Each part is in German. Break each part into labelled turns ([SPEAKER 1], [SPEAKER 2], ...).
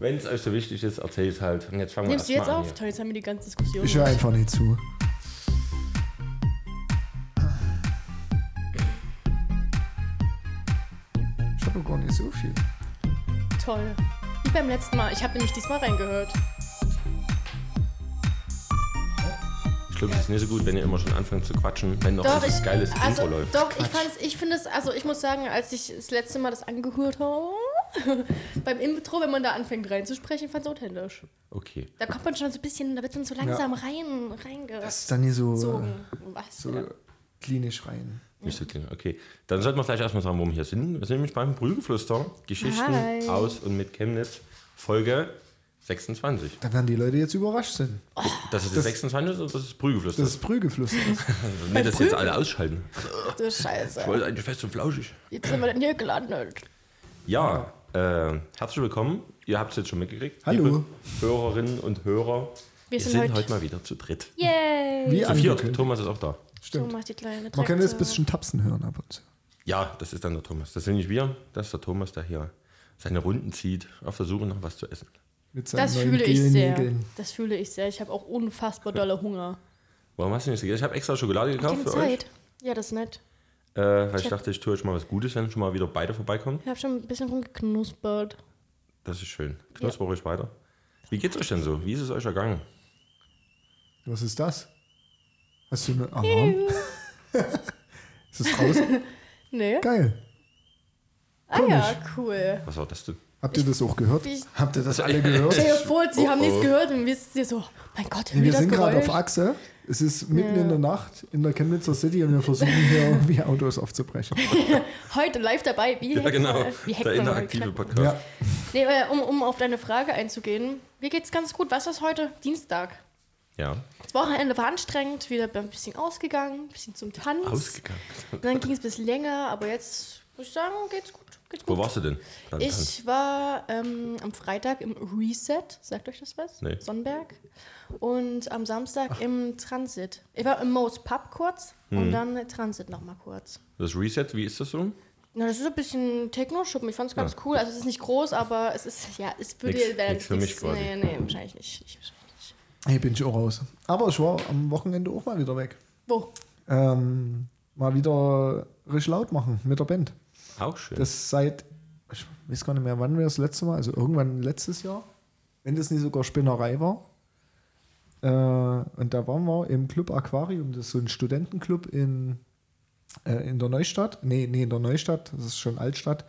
[SPEAKER 1] Wenn es euch so wichtig ist, erzählt halt. Und jetzt fangen wir
[SPEAKER 2] Nimmst du
[SPEAKER 1] erst
[SPEAKER 2] jetzt
[SPEAKER 1] mal an.
[SPEAKER 2] auf? Toll, jetzt haben wir die ganze Diskussion.
[SPEAKER 3] Ich höre einfach nicht zu. Ich habe gar nicht so viel.
[SPEAKER 2] Toll. Wie beim letzten Mal. Ich habe nämlich diesmal reingehört.
[SPEAKER 1] Ich glaube, es ist nicht so gut, wenn ihr immer schon anfangt zu quatschen, wenn noch
[SPEAKER 2] Doch,
[SPEAKER 1] dieses
[SPEAKER 2] ich,
[SPEAKER 1] geiles
[SPEAKER 2] also,
[SPEAKER 1] Intro läuft.
[SPEAKER 2] doch, ich fand es, ich finde es, also ich muss sagen, als ich das letzte Mal das angehört habe, beim Intro, wenn man da anfängt reinzusprechen, fand es authentisch.
[SPEAKER 1] Okay.
[SPEAKER 2] Da kommt man schon so ein bisschen, da wird man so langsam rein, reingezogen.
[SPEAKER 3] Das ist dann hier so, äh,
[SPEAKER 2] Was?
[SPEAKER 3] so
[SPEAKER 2] Ja.
[SPEAKER 3] klinisch rein.
[SPEAKER 1] Nicht so klingen. Okay. Dann sollten wir vielleicht erstmal sagen, worum wir hier sind. Wir sind nämlich beim Brügeflüster. Geschichten
[SPEAKER 2] Hi.
[SPEAKER 1] aus und mit Chemnitz. Folge 26.
[SPEAKER 3] Da werden die Leute jetzt überrascht sind.
[SPEAKER 1] Das ist das 26 oder das ist Brügeflüster?
[SPEAKER 3] Das ist Prügeflüster.
[SPEAKER 1] Also nicht, dass jetzt alle ausschalten.
[SPEAKER 2] Du Scheiße.
[SPEAKER 1] Ich wollte eigentlich fest und flauschig.
[SPEAKER 2] Jetzt sind wir dann hier gelandet.
[SPEAKER 1] Ja, äh, herzlich willkommen. Ihr habt es jetzt schon mitgekriegt.
[SPEAKER 3] Hallo.
[SPEAKER 1] Liebe Hörerinnen und Hörer. Wir sind, heute, mal wieder zu dritt.
[SPEAKER 2] Yay!
[SPEAKER 3] Wie
[SPEAKER 1] Zu viert.
[SPEAKER 3] angekündigt.
[SPEAKER 1] Thomas ist auch da.
[SPEAKER 2] So
[SPEAKER 3] Stimmt.
[SPEAKER 2] macht die kleine
[SPEAKER 3] Man kann jetzt ein
[SPEAKER 2] Traktor.
[SPEAKER 3] bisschen tapsen hören ab und zu.
[SPEAKER 1] Ja, das ist dann der Thomas. Das sind nicht wir. Das ist der Thomas, der hier seine Runden zieht, auf der Suche nach was zu essen.
[SPEAKER 3] Mit seinen
[SPEAKER 2] Das
[SPEAKER 3] neuen
[SPEAKER 2] fühle ich
[SPEAKER 3] gelen
[SPEAKER 2] sehr.
[SPEAKER 3] Nägeln.
[SPEAKER 2] Das fühle ich sehr. Ich habe auch unfassbar dolle Hunger.
[SPEAKER 1] Warum hast du nichts gegessen? Ich habe extra Schokolade gekauft
[SPEAKER 2] Keine
[SPEAKER 1] für
[SPEAKER 2] Zeit. Ja, das ist nett.
[SPEAKER 1] euch. Äh, weil ich dachte, ich tue euch mal was Gutes, wenn schon mal wieder beide vorbeikommen.
[SPEAKER 2] Ich habe schon ein bisschen rumgeknuspert.
[SPEAKER 1] Das ist schön. Knusperig weiter. Wie geht's euch denn so? Wie ist es euch ergangen?
[SPEAKER 3] Was ist das? Hast du eine Alarm? ist das draußen?
[SPEAKER 2] Nee?
[SPEAKER 3] Geil.
[SPEAKER 2] Ah ja, cool.
[SPEAKER 1] Was war das denn?
[SPEAKER 3] Habt ihr das auch gehört?
[SPEAKER 2] Ich- Also,
[SPEAKER 3] Habt ihr das alle gehört?
[SPEAKER 2] Stell dir vor, sie
[SPEAKER 1] Oh,
[SPEAKER 2] haben nichts
[SPEAKER 1] oh.
[SPEAKER 2] gehört und wir sitzen hier so, mein Gott, hören
[SPEAKER 3] Nee, wir
[SPEAKER 2] das
[SPEAKER 3] sind gerade
[SPEAKER 2] Geräusch?
[SPEAKER 3] auf Achse. Es ist mitten in der Nacht in der Chemnitzer City und wir versuchen hier irgendwie Autos aufzubrechen.
[SPEAKER 2] Heute live dabei. Wie
[SPEAKER 1] Ja,
[SPEAKER 2] Hackman.
[SPEAKER 1] genau.
[SPEAKER 2] äh, Wie
[SPEAKER 1] Der
[SPEAKER 2] Hackman.
[SPEAKER 1] interaktive Podcast.
[SPEAKER 3] Ja,
[SPEAKER 2] Nee, äh, um, um auf deine Frage einzugehen. Mir geht's ganz gut. Was ist heute? Dienstag.
[SPEAKER 1] Ja.
[SPEAKER 2] Das Wochenende war anstrengend, wieder ein bisschen ausgegangen, ein bisschen zum Tanz.
[SPEAKER 1] Ausgegangen.
[SPEAKER 2] Und dann ging es ein bisschen länger, aber jetzt muss ich sagen, geht's gut. Geht's
[SPEAKER 1] Wo
[SPEAKER 2] gut.
[SPEAKER 1] warst du denn? Dann- dann-
[SPEAKER 2] Ich war ähm, am Freitag im Reset, sagt euch das was?
[SPEAKER 1] Nee.
[SPEAKER 2] Sonnenberg. Und am Samstag im Transit. Ich war im Mo's Pub kurz und
[SPEAKER 1] Hm.
[SPEAKER 2] dann Transit nochmal kurz.
[SPEAKER 1] Das Reset, wie ist das so?
[SPEAKER 2] Na, das ist so ein bisschen Techno-Schuppen. Ich fand's ganz cool. Also es ist nicht groß, aber es ist, ja, es würde...
[SPEAKER 1] Nix-
[SPEAKER 2] wäre
[SPEAKER 1] nix für mich
[SPEAKER 2] nichts-
[SPEAKER 1] quasi.
[SPEAKER 2] Nee, nee, wahrscheinlich nicht. Ich, wahrscheinlich nicht.
[SPEAKER 3] hier bin ich auch raus. Aber ich war am Wochenende auch mal wieder weg.
[SPEAKER 2] Wo?
[SPEAKER 3] Ähm, mal wieder richtig laut machen mit der Band.
[SPEAKER 1] Auch schön.
[SPEAKER 3] Das seit, ich weiß gar nicht mehr, wann wir das letzte Mal, also irgendwann letztes Jahr, wenn das nicht sogar Spinnerei war. Äh, und da waren wir im Club Aquarium, das ist so ein Studentenclub in, äh, in der Neustadt. Nee, nee, in der Neustadt, das ist schon Altstadt,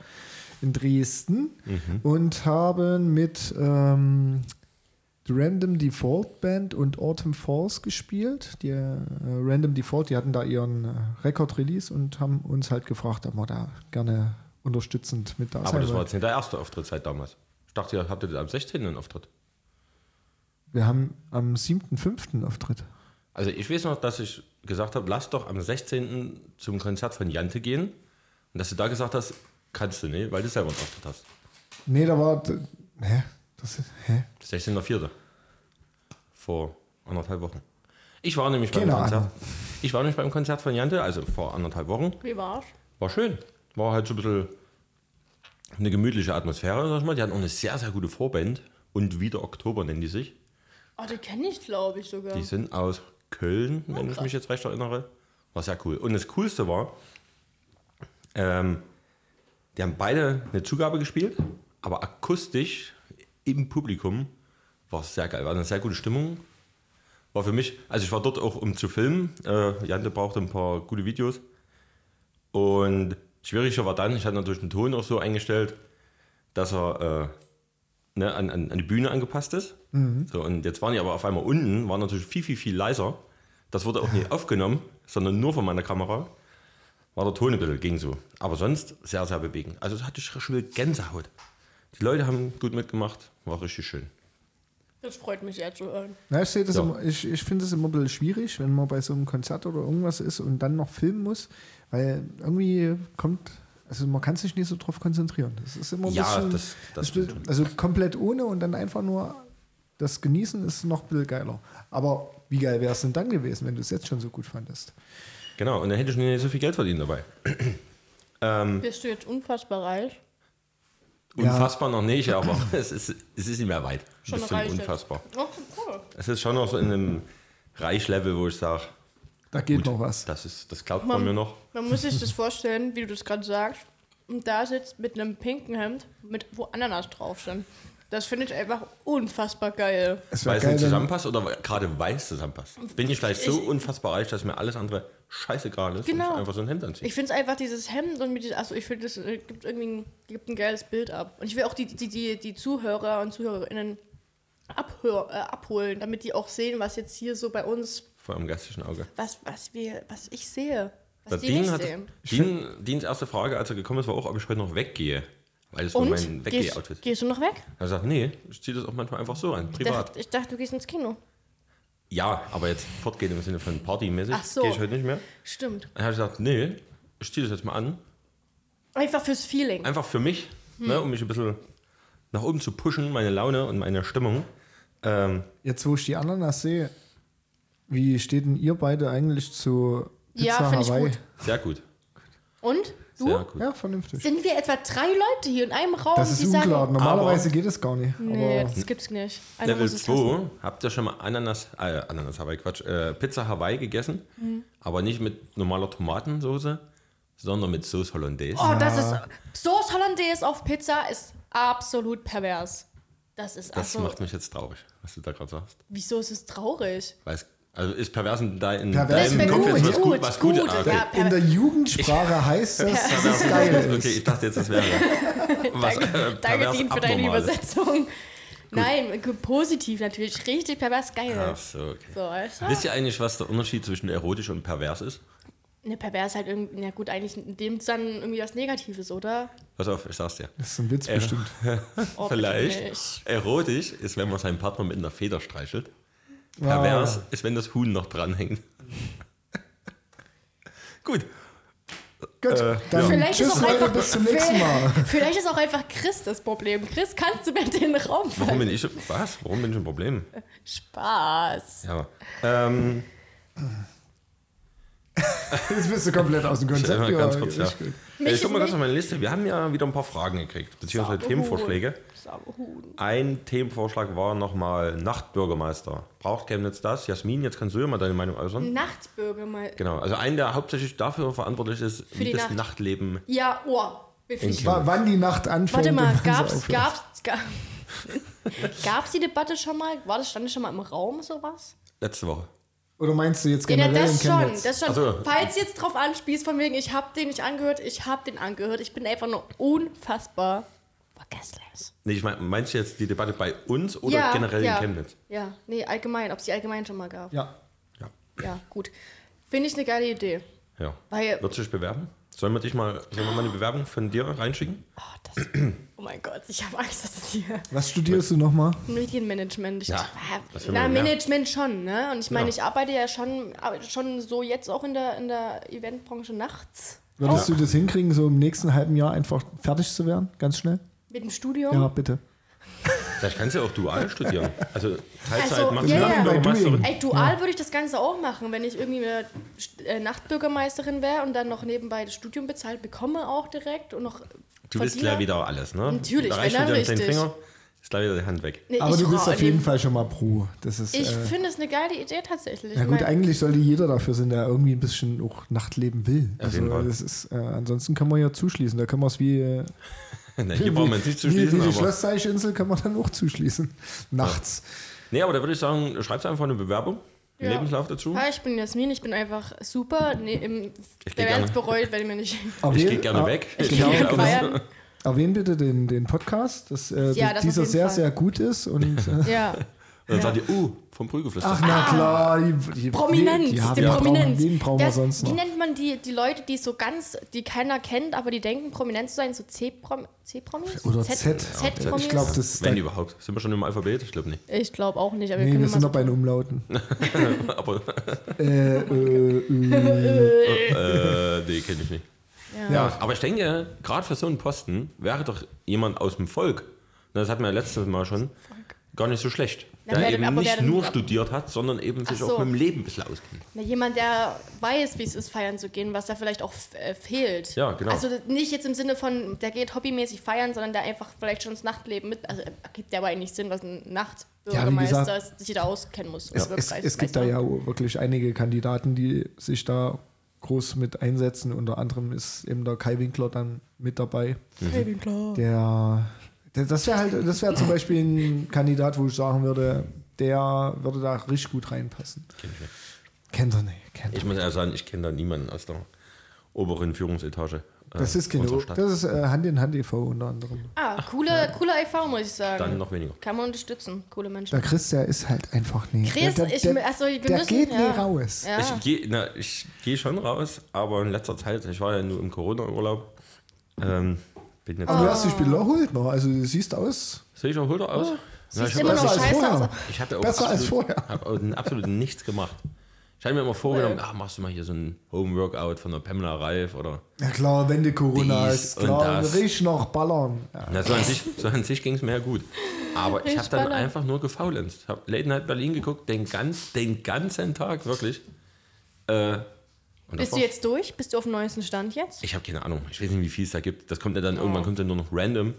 [SPEAKER 3] in Dresden. Und haben mit ähm, The Random Default Band und Autumn Falls gespielt. Die äh, Random Default, die hatten da ihren äh, Record-Release und haben uns halt gefragt, ob wir da gerne unterstützend mit da
[SPEAKER 1] Aber
[SPEAKER 3] sein
[SPEAKER 1] das war
[SPEAKER 3] wollen.
[SPEAKER 1] jetzt nicht der erste Auftritt seit damals. Ich dachte, ihr hattet am 16. einen Auftritt.
[SPEAKER 3] Wir haben am 7.5. Auftritt.
[SPEAKER 1] Also ich weiß noch, dass ich gesagt habe, lass doch am 16. zum Konzert von Jante gehen. Und dass du da gesagt hast, kannst du nicht, weil du selber einen Auftritt hast.
[SPEAKER 3] Nee, da war. d- Hä? Das ist, hä?
[SPEAKER 1] 16.04. Vor anderthalb Wochen. Ich war nämlich
[SPEAKER 3] Keine
[SPEAKER 1] beim Konzert.
[SPEAKER 3] Ahnung.
[SPEAKER 1] Ich war nämlich beim Konzert von Jante, also vor anderthalb Wochen.
[SPEAKER 2] Wie war's?
[SPEAKER 1] War schön. War halt so ein bisschen eine gemütliche Atmosphäre, sag ich mal. Die hatten auch eine sehr, sehr gute Vorband. Und wieder Oktober nennen die sich.
[SPEAKER 2] Oh, die kenne ich, glaube ich, sogar.
[SPEAKER 1] Die sind aus Köln, wenn ich mich jetzt recht erinnere. War sehr cool. Und das Coolste war, ähm, die haben beide eine Zugabe gespielt, aber akustisch im Publikum war es sehr geil. War eine sehr gute Stimmung. War für mich, also ich war dort auch, um zu filmen. Äh, Jante brauchte ein paar gute Videos. Und schwieriger war dann, ich hatte natürlich den Ton auch so eingestellt, dass er äh, ne, an, an, an die Bühne angepasst ist. So, und jetzt waren die aber auf einmal unten, waren natürlich viel, viel, viel leiser. Das wurde auch nicht aufgenommen, sondern nur von meiner Kamera. War der Ton ein bisschen, ging so. Aber sonst sehr, sehr bewegend. Also da hatte ich schon wieder Gänsehaut. Die Leute haben gut mitgemacht, war richtig schön.
[SPEAKER 2] Das freut mich sehr zu hören.
[SPEAKER 3] Na, ich sehe das
[SPEAKER 1] Ja.
[SPEAKER 3] immer, ich, ich finde es immer ein bisschen schwierig, wenn man bei so einem Konzert oder irgendwas ist und dann noch filmen muss, weil irgendwie kommt, also man kann sich nicht so drauf konzentrieren. Das ist immer ein
[SPEAKER 1] Ja,
[SPEAKER 3] bisschen,
[SPEAKER 1] das- das
[SPEAKER 3] ist,
[SPEAKER 1] stimmt
[SPEAKER 3] also komplett ohne und dann einfach nur das Genießen ist noch ein bisschen geiler. Aber wie geil wäre es denn dann gewesen, wenn du es jetzt schon so gut fandest?
[SPEAKER 1] Genau, und dann hätte ich nicht so viel Geld verdient dabei.
[SPEAKER 2] Bist du jetzt unfassbar reich?
[SPEAKER 1] Unfassbar noch nicht, aber es ist, es ist nicht mehr weit. Schon
[SPEAKER 2] Schon noch
[SPEAKER 1] bisschen
[SPEAKER 2] reicht.
[SPEAKER 1] unfassbar.
[SPEAKER 2] Oh, cool.
[SPEAKER 1] Es ist schon noch so in einem Reichlevel, wo ich sage,
[SPEAKER 3] Da geht noch was.
[SPEAKER 1] das, ist, das glaubt
[SPEAKER 2] Mom.
[SPEAKER 1] man mir noch.
[SPEAKER 2] Man muss sich das vorstellen, wie du das gerade sagst. Und da sitzt mit einem pinken Hemd, mit, wo Ananas drauf sind. Das finde ich einfach unfassbar geil.
[SPEAKER 3] Es wär
[SPEAKER 1] Weil es nicht
[SPEAKER 3] wenn-
[SPEAKER 1] zusammenpasst oder gerade weil es zusammenpasst. Bin ich vielleicht so unfassbar reich, dass mir alles andere scheißegal ist und
[SPEAKER 2] Genau.
[SPEAKER 1] ich einfach so ein Hemd anziehe.
[SPEAKER 2] Ich finde es einfach dieses Hemd und mit diesem, also ich finde, das äh, gibt irgendwie ein, gibt ein geiles Bild ab. Und ich will auch die, die, die, die Zuhörer und Zuhörerinnen abhör, äh, abholen, damit die auch sehen, was jetzt hier so bei uns,
[SPEAKER 1] Vor allem geistigen Auge.
[SPEAKER 2] was, was wir, was ich sehe. Was
[SPEAKER 1] Das
[SPEAKER 2] die
[SPEAKER 1] Dean
[SPEAKER 2] nicht
[SPEAKER 1] hat,
[SPEAKER 2] sehen.
[SPEAKER 1] Dean, Deans erste Frage, als er gekommen ist, war auch, ob ich heute noch weggehe. Weil es war mein
[SPEAKER 2] Und? Gehst,
[SPEAKER 1] Weggeh-Outfit.
[SPEAKER 2] gehst du noch weg?
[SPEAKER 1] Er sagt, nee, ich ziehe das auch manchmal einfach so an,
[SPEAKER 2] Ich
[SPEAKER 1] privat.
[SPEAKER 2] dachte, ich dachte, du gehst ins Kino.
[SPEAKER 1] Ja, aber jetzt fortgehen im Sinne von partymäßig,
[SPEAKER 2] Ach so.
[SPEAKER 1] gehe ich heute nicht mehr.
[SPEAKER 2] Stimmt.
[SPEAKER 1] Dann habe ich gesagt, nee, ich ziehe das jetzt mal an.
[SPEAKER 2] Einfach fürs Feeling.
[SPEAKER 1] Einfach für mich,
[SPEAKER 2] Hm.
[SPEAKER 1] ne, um mich ein bisschen nach oben zu pushen, meine Laune und meine Stimmung. Ähm,
[SPEAKER 3] Jetzt, wo ich die Ananas sehe, wie steht denn ihr beide eigentlich zu Pizza
[SPEAKER 2] Ja, finde ich
[SPEAKER 3] Hawaii?
[SPEAKER 2] gut.
[SPEAKER 1] sehr gut,
[SPEAKER 2] Und? Du?
[SPEAKER 1] sehr gut.
[SPEAKER 3] Ja, vernünftig.
[SPEAKER 2] Sind wir etwa drei Leute hier in einem Raum,
[SPEAKER 3] Das ist
[SPEAKER 2] die
[SPEAKER 3] unklar.
[SPEAKER 2] sagen,
[SPEAKER 3] Normalerweise geht es gar nicht.
[SPEAKER 2] nee,
[SPEAKER 3] aber
[SPEAKER 2] das gibt's nicht. Einer
[SPEAKER 1] Level
[SPEAKER 2] muss es wissen.
[SPEAKER 1] 2, habt ihr schon mal Ananas, äh, Ananas Hawaii, Quatsch, äh, Pizza Hawaii gegessen,
[SPEAKER 2] Hm.
[SPEAKER 1] aber nicht mit normaler Tomatensoße, sondern mit Sauce Hollandaise.
[SPEAKER 2] Oh, das ist. Sauce Hollandaise auf Pizza ist absolut pervers. Das ist
[SPEAKER 1] das
[SPEAKER 2] also.
[SPEAKER 1] macht mich jetzt traurig, was du da gerade sagst.
[SPEAKER 2] Wieso ist es traurig?
[SPEAKER 1] Weiß, also ist pervers in, dein- in
[SPEAKER 3] Pervers
[SPEAKER 1] deinem
[SPEAKER 3] ist
[SPEAKER 1] Kopf
[SPEAKER 3] gut,
[SPEAKER 1] jetzt was,
[SPEAKER 2] gut,
[SPEAKER 1] gut, was Gutes.
[SPEAKER 2] gut,
[SPEAKER 1] Ah, okay.
[SPEAKER 2] ja.
[SPEAKER 3] in der Jugendsprache heißt es, das ist geil.
[SPEAKER 1] Okay, ich dachte jetzt, das wäre was äh,
[SPEAKER 2] Danke,
[SPEAKER 1] pervers
[SPEAKER 2] Dean, für deine
[SPEAKER 1] Abnormales.
[SPEAKER 2] Übersetzung. Nein, ge- positiv natürlich. Richtig pervers geil.
[SPEAKER 1] Ach so, okay.
[SPEAKER 2] So, weißt du?
[SPEAKER 1] Wisst ihr eigentlich, was der Unterschied zwischen erotisch und pervers ist?
[SPEAKER 2] Ne, pervers halt irgendwie. Na gut, eigentlich in dem dann irgendwie was Negatives, oder?
[SPEAKER 1] Pass auf, ich sag's dir.
[SPEAKER 3] Das ist ein Witz bestimmt.
[SPEAKER 2] Oh, bitte nicht.
[SPEAKER 1] Vielleicht. Erotisch ist, wenn man seinen Partner mit einer Feder streichelt. Pervers
[SPEAKER 2] Ah.
[SPEAKER 1] ist, wenn das Huhn noch dranhängt. Gut.
[SPEAKER 3] Gut, dann
[SPEAKER 2] Äh, Vielleicht ist
[SPEAKER 3] tschüss
[SPEAKER 2] auch
[SPEAKER 3] Leute,
[SPEAKER 2] einfach-
[SPEAKER 3] bis zum nächsten Mal.
[SPEAKER 2] Vielleicht ist auch einfach Chris das Problem. Chris, kannst du bitte in den Raum
[SPEAKER 1] Warum
[SPEAKER 2] fallen?
[SPEAKER 1] bin ich. Was? Warum bin ich ein Problem?
[SPEAKER 2] Spaß.
[SPEAKER 1] Ja. Ähm,
[SPEAKER 3] Jetzt bist du komplett aus dem
[SPEAKER 1] ich
[SPEAKER 3] Konzept.
[SPEAKER 1] mal ganz kurz, ja. Äh,
[SPEAKER 3] richtig gut.
[SPEAKER 1] Ich guck mal
[SPEAKER 2] Mich-
[SPEAKER 1] ganz auf meine Liste. Wir haben ja wieder ein paar Fragen gekriegt, beziehungsweise
[SPEAKER 2] Sauberhuhn.
[SPEAKER 1] Themenvorschläge.
[SPEAKER 2] Sauberhuhn.
[SPEAKER 1] Ein Themenvorschlag war nochmal Nachtbürgermeister. Braucht Chemnitz das? Jasmin, jetzt kannst du ja mal deine Meinung äußern.
[SPEAKER 2] Hm. Nachtbürgermeister.
[SPEAKER 1] Genau, also einen, der hauptsächlich dafür verantwortlich ist, wie
[SPEAKER 2] die
[SPEAKER 1] das
[SPEAKER 2] Nacht.
[SPEAKER 1] Nachtleben.
[SPEAKER 2] Ja, oh. wir
[SPEAKER 1] In-
[SPEAKER 2] fliegen.
[SPEAKER 3] Wa- Wann die Nacht anfängt.
[SPEAKER 2] Warte mal,
[SPEAKER 3] und wann sie
[SPEAKER 2] gab's, gab's,
[SPEAKER 3] aufhört.
[SPEAKER 2] gab's, gab's die Debatte schon mal? War das, stand das schon mal im Raum, sowas?
[SPEAKER 1] Letzte Woche.
[SPEAKER 3] Oder meinst du jetzt
[SPEAKER 2] Ja, na,
[SPEAKER 3] generell in
[SPEAKER 2] das schon,
[SPEAKER 3] Chemnitz?
[SPEAKER 2] das schon.
[SPEAKER 1] Ach so.
[SPEAKER 2] Falls jetzt drauf anspießt von wegen, ich hab den nicht angehört, ich hab den angehört, ich bin einfach nur unfassbar vergesslich.
[SPEAKER 1] Nee, ich mein, meinst du jetzt die Debatte bei uns oder generell
[SPEAKER 2] ja,
[SPEAKER 1] in Chemnitz?
[SPEAKER 2] Ja, nee, allgemein, ob es die allgemein schon mal gab.
[SPEAKER 3] Ja.
[SPEAKER 1] Ja.
[SPEAKER 2] Ja, gut. Finde ich eine geile Idee.
[SPEAKER 1] ja.
[SPEAKER 2] Weil-
[SPEAKER 1] Würdest du dich bewerben? Sollen wir dich mal, sollen wir mal eine Bewerbung von dir reinschicken?
[SPEAKER 2] Oh, das, oh mein Gott, ich habe Angst, dass es hier
[SPEAKER 3] Was studierst du nochmal?
[SPEAKER 2] Medienmanagement. Ich,
[SPEAKER 1] Ja, das will
[SPEAKER 2] na,
[SPEAKER 1] man ja. Genau.
[SPEAKER 2] Management schon, ne? Und ich meine,
[SPEAKER 1] Ja.
[SPEAKER 2] ich arbeite ja schon, aber schon so jetzt auch in der, in der Eventbranche nachts
[SPEAKER 3] Würdest du das hinkriegen, so im nächsten halben Jahr einfach fertig zu werden? Ganz schnell?
[SPEAKER 2] mit dem Studium.
[SPEAKER 3] Ja, bitte.
[SPEAKER 1] Vielleicht kannst du ja auch dual studieren. Also Teilzeit
[SPEAKER 2] Also,
[SPEAKER 1] machst
[SPEAKER 2] ja,
[SPEAKER 1] du
[SPEAKER 2] ja.
[SPEAKER 1] Nachtbürgermeisterin.
[SPEAKER 2] Ey, dual würde ich das Ganze auch machen, wenn ich irgendwie eine St- äh, Nachtbürgermeisterin wäre und dann noch nebenbei das Studium bezahlt bekomme auch direkt und noch
[SPEAKER 1] Du bist
[SPEAKER 2] verdiene.
[SPEAKER 1] ja wieder alles, ne?
[SPEAKER 2] Natürlich,
[SPEAKER 1] da reicht schon
[SPEAKER 2] wenn dann
[SPEAKER 1] wieder ein
[SPEAKER 2] richtig.
[SPEAKER 1] Finger, ist gleich wieder die Hand weg.
[SPEAKER 2] Nee,
[SPEAKER 3] Aber
[SPEAKER 2] ich
[SPEAKER 3] du bist
[SPEAKER 2] ra-
[SPEAKER 3] auf jeden
[SPEAKER 2] nee,
[SPEAKER 3] Fall schon mal pro. Das ist.
[SPEAKER 2] Ich
[SPEAKER 3] äh,
[SPEAKER 2] finde es eine geile Idee tatsächlich.
[SPEAKER 3] na gut,
[SPEAKER 2] Ich mein,
[SPEAKER 3] eigentlich sollte jeder dafür sein, der irgendwie ein bisschen auch Nachtleben will. Also
[SPEAKER 1] jeden Fall.
[SPEAKER 3] das ist, äh, ansonsten kann man ja zuschließen. Da können wir es wie, äh,
[SPEAKER 1] Na,
[SPEAKER 3] wie,
[SPEAKER 1] hier brauchen wir uns nicht zu
[SPEAKER 3] wie-
[SPEAKER 1] schließen,
[SPEAKER 3] wie die
[SPEAKER 1] aber...
[SPEAKER 3] Schlossteichinsel kann man dann auch zuschließen. Nachts.
[SPEAKER 1] Nee, aber da würde ich sagen, schreibst einfach eine Bewerbung, einen
[SPEAKER 2] Ja.
[SPEAKER 1] Lebenslauf dazu.
[SPEAKER 2] hi, Ah, ich bin Jasmin, ich bin einfach super. Nee, im,
[SPEAKER 1] Ich geh
[SPEAKER 2] der wäre
[SPEAKER 1] gerne.
[SPEAKER 2] es bereut, wenn wir nicht
[SPEAKER 3] Auf
[SPEAKER 1] Ich
[SPEAKER 3] wen-
[SPEAKER 1] gehe gerne
[SPEAKER 3] ah,
[SPEAKER 1] weg.
[SPEAKER 2] ich
[SPEAKER 3] Genau,
[SPEAKER 2] geh
[SPEAKER 3] genau.
[SPEAKER 2] feiern.
[SPEAKER 3] Erwähnen bitte den, den Podcast, dass äh,
[SPEAKER 2] Ja, das auf
[SPEAKER 3] dieser
[SPEAKER 2] jeden
[SPEAKER 3] sehr,
[SPEAKER 2] Fall.
[SPEAKER 3] sehr gut ist. Und, äh,
[SPEAKER 2] Ja.
[SPEAKER 1] Und dann sagt ihr, uh, vom Prügelflüster.
[SPEAKER 3] ach, na klar. Die, die,
[SPEAKER 2] Ah! Prominenz, die,
[SPEAKER 3] die, die
[SPEAKER 2] Prominenz.
[SPEAKER 3] Brauchen, den brauchen wir
[SPEAKER 2] Das-
[SPEAKER 3] sonst
[SPEAKER 2] Wie
[SPEAKER 3] noch.
[SPEAKER 2] nennt man die, die Leute, die so ganz, die keiner kennt, aber die denken, prominent zu sein, so C-Prom- C-Promis?
[SPEAKER 3] Oder Z.
[SPEAKER 2] Z-Promis?
[SPEAKER 3] Ich glaube, das
[SPEAKER 1] Wenn überhaupt. Sind wir schon im Alphabet? Ich glaube nicht.
[SPEAKER 2] Ich glaube auch nicht, aber wir
[SPEAKER 3] Nee, wir
[SPEAKER 2] können
[SPEAKER 3] sind
[SPEAKER 2] mal
[SPEAKER 3] noch bei den Umlauten.
[SPEAKER 1] Aber
[SPEAKER 3] äh, äh, äh,
[SPEAKER 1] äh, nee, kenne ich nicht.
[SPEAKER 3] ja.
[SPEAKER 1] Aber ich denke, gerade für so einen Posten wäre doch jemand aus dem Volk, ne, das hatten wir ja letztes Mal schon, gar nicht so schlecht.
[SPEAKER 2] Na,
[SPEAKER 1] der
[SPEAKER 2] wer
[SPEAKER 1] eben
[SPEAKER 2] denn- aber wer
[SPEAKER 1] nicht
[SPEAKER 2] denn-
[SPEAKER 1] nur studiert hat, sondern eben sich
[SPEAKER 2] Ach
[SPEAKER 1] auch
[SPEAKER 2] so.
[SPEAKER 1] mit dem Leben ein bisschen auskennt.
[SPEAKER 2] Na, jemand, der weiß, wie es ist, feiern zu gehen, was da vielleicht auch äh, fehlt.
[SPEAKER 1] Ja, genau.
[SPEAKER 2] Also nicht jetzt im Sinne von, der geht hobbymäßig feiern, sondern der einfach vielleicht schon das Nachtleben mit. Also äh, gibt der aber eigentlich Sinn, was ein Nachtbürgermeister
[SPEAKER 3] gesagt,
[SPEAKER 2] ist, sich jeder auskennen muss.
[SPEAKER 3] Es,
[SPEAKER 2] oder
[SPEAKER 3] es, es gibt
[SPEAKER 2] Bürgermeister.
[SPEAKER 3] da ja wirklich einige Kandidaten, die sich da groß mit einsetzen. Unter anderem ist eben der Kai Winkler dann mit dabei.
[SPEAKER 2] Kevin Klar.
[SPEAKER 3] Der, der das wäre halt, das wäre zum Beispiel ein Kandidat, wo ich sagen würde, der würde da richtig gut reinpassen. Kennt er nicht. Kennt er.
[SPEAKER 1] Ich muss ehrlich sagen, ich kenne da niemanden aus der oberen Führungsetage. äh,
[SPEAKER 3] Das ist genau.
[SPEAKER 1] unserer Stadt.
[SPEAKER 3] Das ist äh, Hand in Hand e.V. unter anderem.
[SPEAKER 2] Ah, coole, cooler IV, muss ich sagen.
[SPEAKER 1] Dann noch weniger.
[SPEAKER 2] Kann man unterstützen, coole Menschen.
[SPEAKER 3] Der Chris, der ist halt einfach nie.
[SPEAKER 2] Chris,
[SPEAKER 3] der, der,
[SPEAKER 2] ich-
[SPEAKER 3] der,
[SPEAKER 2] also, wir
[SPEAKER 3] der
[SPEAKER 2] müssen-
[SPEAKER 3] geht
[SPEAKER 2] ja.
[SPEAKER 3] nie raus.
[SPEAKER 2] Ja.
[SPEAKER 1] Ich gehe na, ich geh schon raus, aber in letzter Zeit, ich war ja nur im Corona-Urlaub, ähm, bin jetzt.
[SPEAKER 2] Oh.
[SPEAKER 3] Aber du hast dich wiederholt noch. Also du siehst aus
[SPEAKER 1] Sehe ich auch Hulter aus? Na, ich
[SPEAKER 2] Oh. Siehst
[SPEAKER 1] hab
[SPEAKER 2] immer
[SPEAKER 1] auch-
[SPEAKER 2] noch
[SPEAKER 3] besser als
[SPEAKER 2] scheiße
[SPEAKER 3] vorher.
[SPEAKER 2] aus.
[SPEAKER 1] Ich hatte auch
[SPEAKER 3] Besser als
[SPEAKER 1] absolut-
[SPEAKER 3] vorher.
[SPEAKER 1] Hab auch absolut nichts gemacht. Ich hatte mir immer vorgenommen, ach, machst du mal hier so ein Home-Workout von der Pamela Reif oder.
[SPEAKER 3] Ja klar, wenn du Corona
[SPEAKER 1] Dies
[SPEAKER 3] hast,
[SPEAKER 1] und
[SPEAKER 3] klar,
[SPEAKER 1] das.
[SPEAKER 3] richtig noch ballern. Ja.
[SPEAKER 1] Na, so an sich, so an sich ging es mir ja gut. Aber ich
[SPEAKER 2] Ich
[SPEAKER 1] habe dann
[SPEAKER 2] baller.
[SPEAKER 1] einfach nur gefaulenzt. Habe Late Night Berlin geguckt, den, ganz, den ganzen Tag, wirklich. Äh, und das
[SPEAKER 2] Bist du
[SPEAKER 1] war's.
[SPEAKER 2] jetzt durch? Bist du auf dem neuesten Stand jetzt?
[SPEAKER 1] Ich habe keine Ahnung. Ich weiß nicht, wie viel es da gibt. Das kommt ja dann
[SPEAKER 2] Oh.
[SPEAKER 1] irgendwann, kommt ja nur noch random.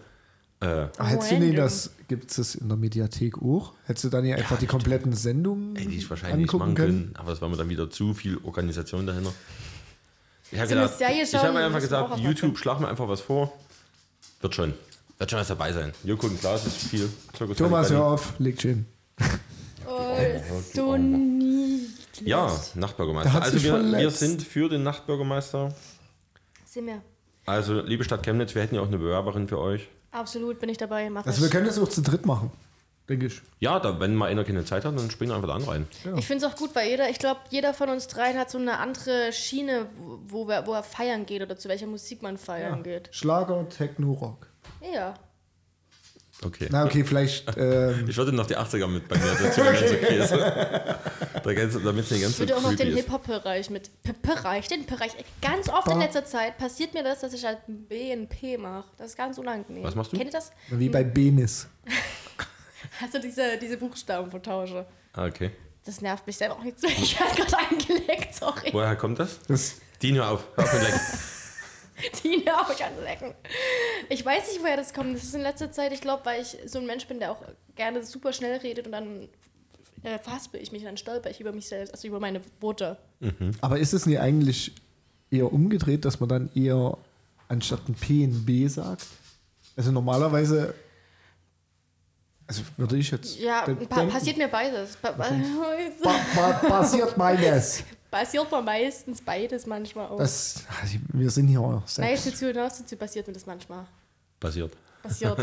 [SPEAKER 1] Äh,
[SPEAKER 3] Hättest du
[SPEAKER 2] Random.
[SPEAKER 3] nicht, das gibt es in der Mediathek auch? Hättest du dann hier einfach die kompletten Sendungen
[SPEAKER 1] Ey, die ich wahrscheinlich nicht
[SPEAKER 3] angucken
[SPEAKER 1] machen
[SPEAKER 3] können?
[SPEAKER 1] können. Aber es war mir dann wieder zu viel Organisation dahinter. Ich habe
[SPEAKER 2] So eine
[SPEAKER 1] gedacht,
[SPEAKER 2] Serie
[SPEAKER 1] ich
[SPEAKER 2] schauen,
[SPEAKER 1] habe einfach
[SPEAKER 2] muss man auch
[SPEAKER 1] gesagt,
[SPEAKER 2] was ne?
[SPEAKER 1] YouTube, schlag mir einfach was vor. Wird schon. Wird schon was dabei sein. Joko und Klaas ist viel. Zirkus
[SPEAKER 3] Thomas, hör
[SPEAKER 1] Halligalli.
[SPEAKER 3] auf, legt hin.
[SPEAKER 2] Oh, ist so niedlich.
[SPEAKER 1] Ja,
[SPEAKER 3] Da
[SPEAKER 1] Nachtbürgermeister.
[SPEAKER 3] hat
[SPEAKER 1] Also
[SPEAKER 3] sich
[SPEAKER 1] wir,
[SPEAKER 3] verletzt.
[SPEAKER 1] wir sind für den Nachtbürgermeister.
[SPEAKER 2] Sehen wir.
[SPEAKER 1] Also, liebe Stadt Chemnitz, wir hätten ja auch eine Bewerberin für euch.
[SPEAKER 2] Absolut, bin ich dabei. Mach
[SPEAKER 3] Also
[SPEAKER 2] ich.
[SPEAKER 3] wir können das auch zu dritt machen, denke ich.
[SPEAKER 1] Ja, da, wenn mal einer keine Zeit hat, dann springen einfach da andere rein.
[SPEAKER 2] Ich finde es auch gut, weil jeder, ich glaube, jeder von uns dreien hat so eine andere Schiene, wo, wo, wir, wo er feiern geht oder zu welcher Musik man feiern geht.
[SPEAKER 3] Schlager, Techno, Rock.
[SPEAKER 2] Ja.
[SPEAKER 1] Okay.
[SPEAKER 3] Na okay, vielleicht ähm,
[SPEAKER 1] Ich würde noch die 80er mit bei mir dazu, wenn es okay ist. Da ganz- Damit es nicht ganz
[SPEAKER 2] Ich
[SPEAKER 1] so
[SPEAKER 2] würde auch noch
[SPEAKER 1] creepy
[SPEAKER 2] den
[SPEAKER 1] ist.
[SPEAKER 2] Hip-Hop-Bereich mit. P Bereich, den Bereich. Ganz oft in
[SPEAKER 3] Ba-
[SPEAKER 2] letzter Zeit passiert mir das, dass ich halt BNP mache. Das ist ganz unangenehm.
[SPEAKER 1] Was machst du?
[SPEAKER 2] Kennt ihr das?
[SPEAKER 3] wie bei Benis.
[SPEAKER 2] Also diese, diese Buchstaben vertausche.
[SPEAKER 1] Ah, okay.
[SPEAKER 2] Das nervt mich selber auch nicht so. Ich habe gerade angelegt, sorry.
[SPEAKER 1] Woher kommt das?
[SPEAKER 3] Das,
[SPEAKER 1] Dino, auf. Hör auf mit Lecken.
[SPEAKER 2] Tine auch ganz lecken. Ich weiß nicht, woher das kommt. Das ist in letzter Zeit, ich glaube, weil ich so ein Mensch bin, der auch gerne super schnell redet und dann äh, verhaspel ich mich, dann stolper ich über mich selbst, also über meine Worte.
[SPEAKER 3] aber ist es nicht eigentlich eher umgedreht, dass man dann eher anstatt ein P ein B sagt? Also normalerweise, also würde ich jetzt
[SPEAKER 2] Ja,
[SPEAKER 3] de-
[SPEAKER 2] pa
[SPEAKER 3] denken,
[SPEAKER 2] passiert mir beides. Pa
[SPEAKER 3] ba ba passiert meines.
[SPEAKER 2] passiert mir meistens beides manchmal auch.
[SPEAKER 3] Das, also wir sind hier auch
[SPEAKER 2] Nein,
[SPEAKER 3] selbst.
[SPEAKER 2] zu hinaus zu passiert mir das manchmal.
[SPEAKER 1] Passiert.
[SPEAKER 2] Passiert.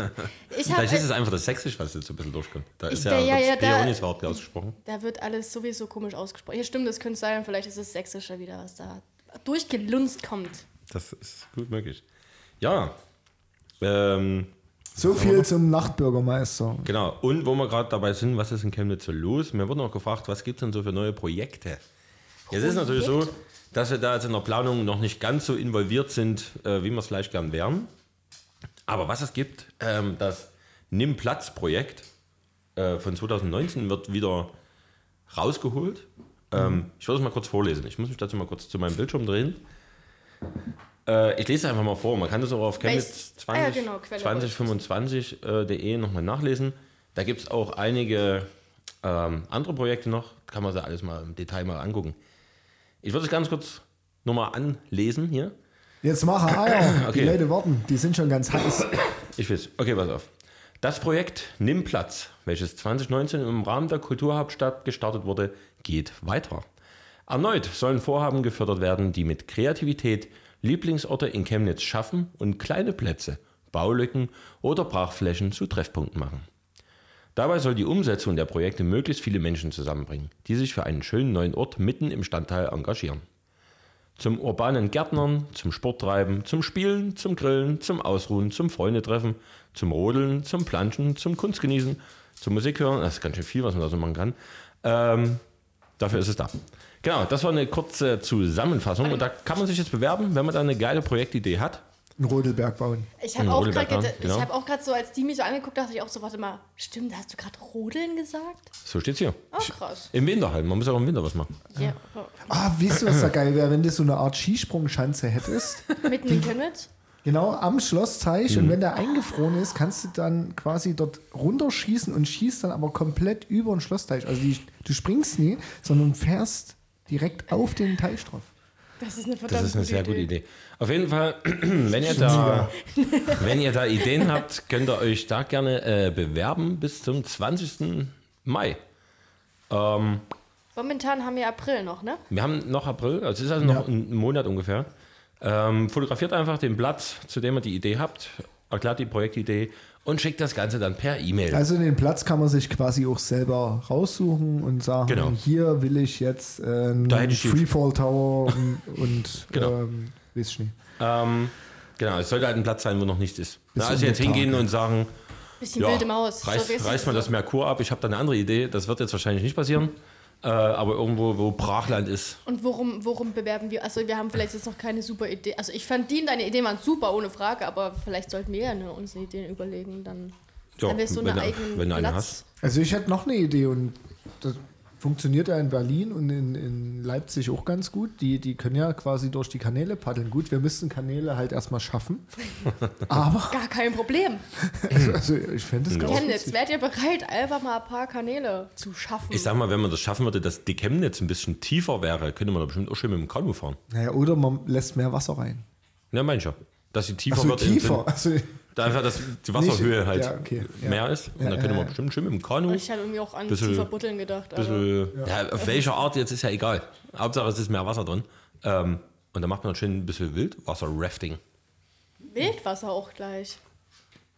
[SPEAKER 2] Ich hab,
[SPEAKER 1] Vielleicht ist
[SPEAKER 2] äh,
[SPEAKER 1] es einfach das Sächsisch, was jetzt so ein bisschen durchkommt. Da
[SPEAKER 2] Ich-
[SPEAKER 1] ist
[SPEAKER 2] da-
[SPEAKER 1] ja, ja,
[SPEAKER 2] ja, ja,
[SPEAKER 1] ja
[SPEAKER 2] da-
[SPEAKER 1] Bionis hart ausgesprochen.
[SPEAKER 2] da wird alles sowieso komisch ausgesprochen. Ja, stimmt, das könnte sein. Vielleicht ist es sächsischer wieder, was da durchgelunzt kommt.
[SPEAKER 1] Das ist gut möglich. Ja. Ähm,
[SPEAKER 3] So viel zum Nachtbürgermeister.
[SPEAKER 1] genau. Und wo wir gerade dabei sind, was ist in Chemnitz so los? Mir wurde noch gefragt, was gibt es denn so für neue Projekte? Jetzt ist natürlich so, dass wir da jetzt in der Planung noch nicht ganz so involviert sind, äh, wie wir es vielleicht gern wären. Aber was es gibt, ähm, das Nimm Platz-Projekt äh, von 2019 wird wieder rausgeholt. Ähm, ich würde es mal kurz vorlesen. Ich muss mich dazu mal kurz zu meinem Bildschirm drehen. Äh, ich lese es einfach mal vor. Man kann das auch auf Chemnitz
[SPEAKER 2] Ah
[SPEAKER 1] 20,
[SPEAKER 2] ja, genau, Quelle wollte ich
[SPEAKER 1] 2025.de äh, nochmal nachlesen. Da gibt es auch einige ähm, andere Projekte noch. Kann man sich alles mal im Detail mal angucken. Ich würde es ganz kurz nochmal anlesen hier.
[SPEAKER 3] Jetzt mache Eier. Die
[SPEAKER 1] Okay.
[SPEAKER 3] Leute warten. Die sind schon ganz heiß.
[SPEAKER 1] Ich weiß. Okay, pass auf. Das Projekt Nimm Platz, welches 2019 im Rahmen der Kulturhauptstadt gestartet wurde, geht weiter. Erneut sollen Vorhaben gefördert werden, die mit Kreativität Lieblingsorte in Chemnitz schaffen und kleine Plätze, Baulücken oder Brachflächen zu Treffpunkten machen. Dabei soll die Umsetzung der Projekte möglichst viele Menschen zusammenbringen, die sich für einen schönen neuen Ort mitten im Stadtteil engagieren. Zum urbanen Gärtnern, zum Sporttreiben, zum Spielen, zum Grillen, zum Ausruhen, zum Freundetreffen, zum Rodeln, zum Planschen, zum Kunstgenießen, zum Musik hören. Das ist ganz schön viel, was man da so machen kann. Ähm, dafür ist es da. Genau, das war eine kurze Zusammenfassung. Und da kann man sich jetzt bewerben, wenn man da eine geile Projektidee hat.
[SPEAKER 3] einen Rodelberg bauen.
[SPEAKER 2] Ich habe
[SPEAKER 1] In
[SPEAKER 2] auch
[SPEAKER 1] Rodelberg,
[SPEAKER 2] gerade
[SPEAKER 1] ne? Genau.
[SPEAKER 2] hab auch grad so, als die mich so angeguckt, dachte ich auch so, warte mal, stimmt, hast du gerade Rodeln gesagt?
[SPEAKER 1] So steht's hier.
[SPEAKER 2] Oh, krass.
[SPEAKER 1] Im Winter halt. Man muss ja auch im Winter was machen.
[SPEAKER 2] Ja. oh.
[SPEAKER 3] Ah, weißt du, was da geil wäre, wenn du so eine Art Skisprungschanze hättest?
[SPEAKER 2] Mitten in Chemnitz?
[SPEAKER 3] Genau, am Schlossteich.
[SPEAKER 1] Hm.
[SPEAKER 3] Und wenn der eingefroren ist, kannst du dann quasi dort runterschießen und schießt dann aber komplett über den Schlossteich. Also die, du springst nie, sondern fährst direkt auf den Teich drauf.
[SPEAKER 2] Das ist eine verdammt
[SPEAKER 1] Das ist eine sehr gute Idee. Auf jeden Fall, wenn ihr da, wenn ihr da Ideen habt, könnt ihr euch da gerne äh, bewerben bis zum 20. Mai.
[SPEAKER 2] Momentan haben wir April noch, ne?
[SPEAKER 1] Wir haben noch April, also es ist also noch ein Monat ungefähr. Ähm, fotografiert einfach den Platz, zu dem ihr die Idee habt, erklärt die Projektidee und schickt das Ganze dann per E-Mail.
[SPEAKER 3] Also den Platz kann man sich quasi auch selber raussuchen und sagen,
[SPEAKER 1] Genau.
[SPEAKER 3] hier will ich jetzt äh, einen
[SPEAKER 1] Da hätte ich die-
[SPEAKER 3] Freefall Tower und, und
[SPEAKER 1] Genau.
[SPEAKER 3] ähm, weiß ich nicht.
[SPEAKER 1] ähm, genau, es sollte halt ein Platz sein, wo noch nichts ist.
[SPEAKER 3] Bis
[SPEAKER 1] Na, also
[SPEAKER 3] um
[SPEAKER 1] jetzt
[SPEAKER 3] die Tage.
[SPEAKER 1] hingehen und sagen,
[SPEAKER 2] Bisschen
[SPEAKER 1] ja,
[SPEAKER 2] wilde Maus.
[SPEAKER 1] reißt,
[SPEAKER 2] So, wie ist
[SPEAKER 1] reißt mal das Merkur ab, ich habe da eine andere Idee, das wird jetzt wahrscheinlich nicht passieren. Äh, aber irgendwo, wo Brachland ist,
[SPEAKER 2] Und worum, worum bewerben wir? Also wir haben vielleicht jetzt noch keine super Idee. Also ich fand die und deine Ideen waren super, ohne Frage, aber vielleicht sollten wir ja ne, uns eine Ideen überlegen, dann
[SPEAKER 1] Ja,
[SPEAKER 2] haben wir so
[SPEAKER 1] wenn
[SPEAKER 2] eine
[SPEAKER 1] du-
[SPEAKER 2] eigene
[SPEAKER 1] wenn du eine
[SPEAKER 2] Platz.
[SPEAKER 3] Also ich hätte noch eine Idee und das funktioniert ja in Berlin und in, in Leipzig auch ganz gut. Die, die können ja quasi durch die Kanäle paddeln. Gut, wir müssten Kanäle halt erstmal schaffen. Aber
[SPEAKER 2] Gar kein Problem.
[SPEAKER 3] also, also ich fände es ganz
[SPEAKER 2] Chemnitz,
[SPEAKER 3] witzig.
[SPEAKER 2] wärt ihr bereit, einfach mal ein paar Kanäle zu schaffen?
[SPEAKER 1] Ich sag mal, wenn man das schaffen würde, dass die Chemnitz ein bisschen tiefer wäre, könnte man da bestimmt auch schön mit dem Kanu fahren.
[SPEAKER 3] Naja, oder man lässt mehr Wasser rein.
[SPEAKER 1] Ja, mein ich ja. Dass sie tiefer
[SPEAKER 3] Also
[SPEAKER 1] wird. im
[SPEAKER 3] tiefer.
[SPEAKER 1] Sinn-
[SPEAKER 3] Also,
[SPEAKER 1] Da einfach, dass die Wasserhöhe
[SPEAKER 3] Nicht-
[SPEAKER 1] halt
[SPEAKER 3] ja, okay, ja.
[SPEAKER 1] mehr ist. Und dann
[SPEAKER 3] Ja,
[SPEAKER 1] könnte
[SPEAKER 3] ja,
[SPEAKER 1] man
[SPEAKER 3] ja.
[SPEAKER 1] bestimmt schön mit dem Kanu.
[SPEAKER 2] ich hatte irgendwie auch an
[SPEAKER 1] Bisschen-
[SPEAKER 2] tiefer Buddeln gedacht. aber-
[SPEAKER 1] bisschen, ja. auf welcher Art jetzt ist ja egal. Hauptsache, es ist mehr Wasser drin. Ähm, und dann macht man schön ein bisschen Wildwasser-Rafting.
[SPEAKER 2] Wildwasser auch gleich.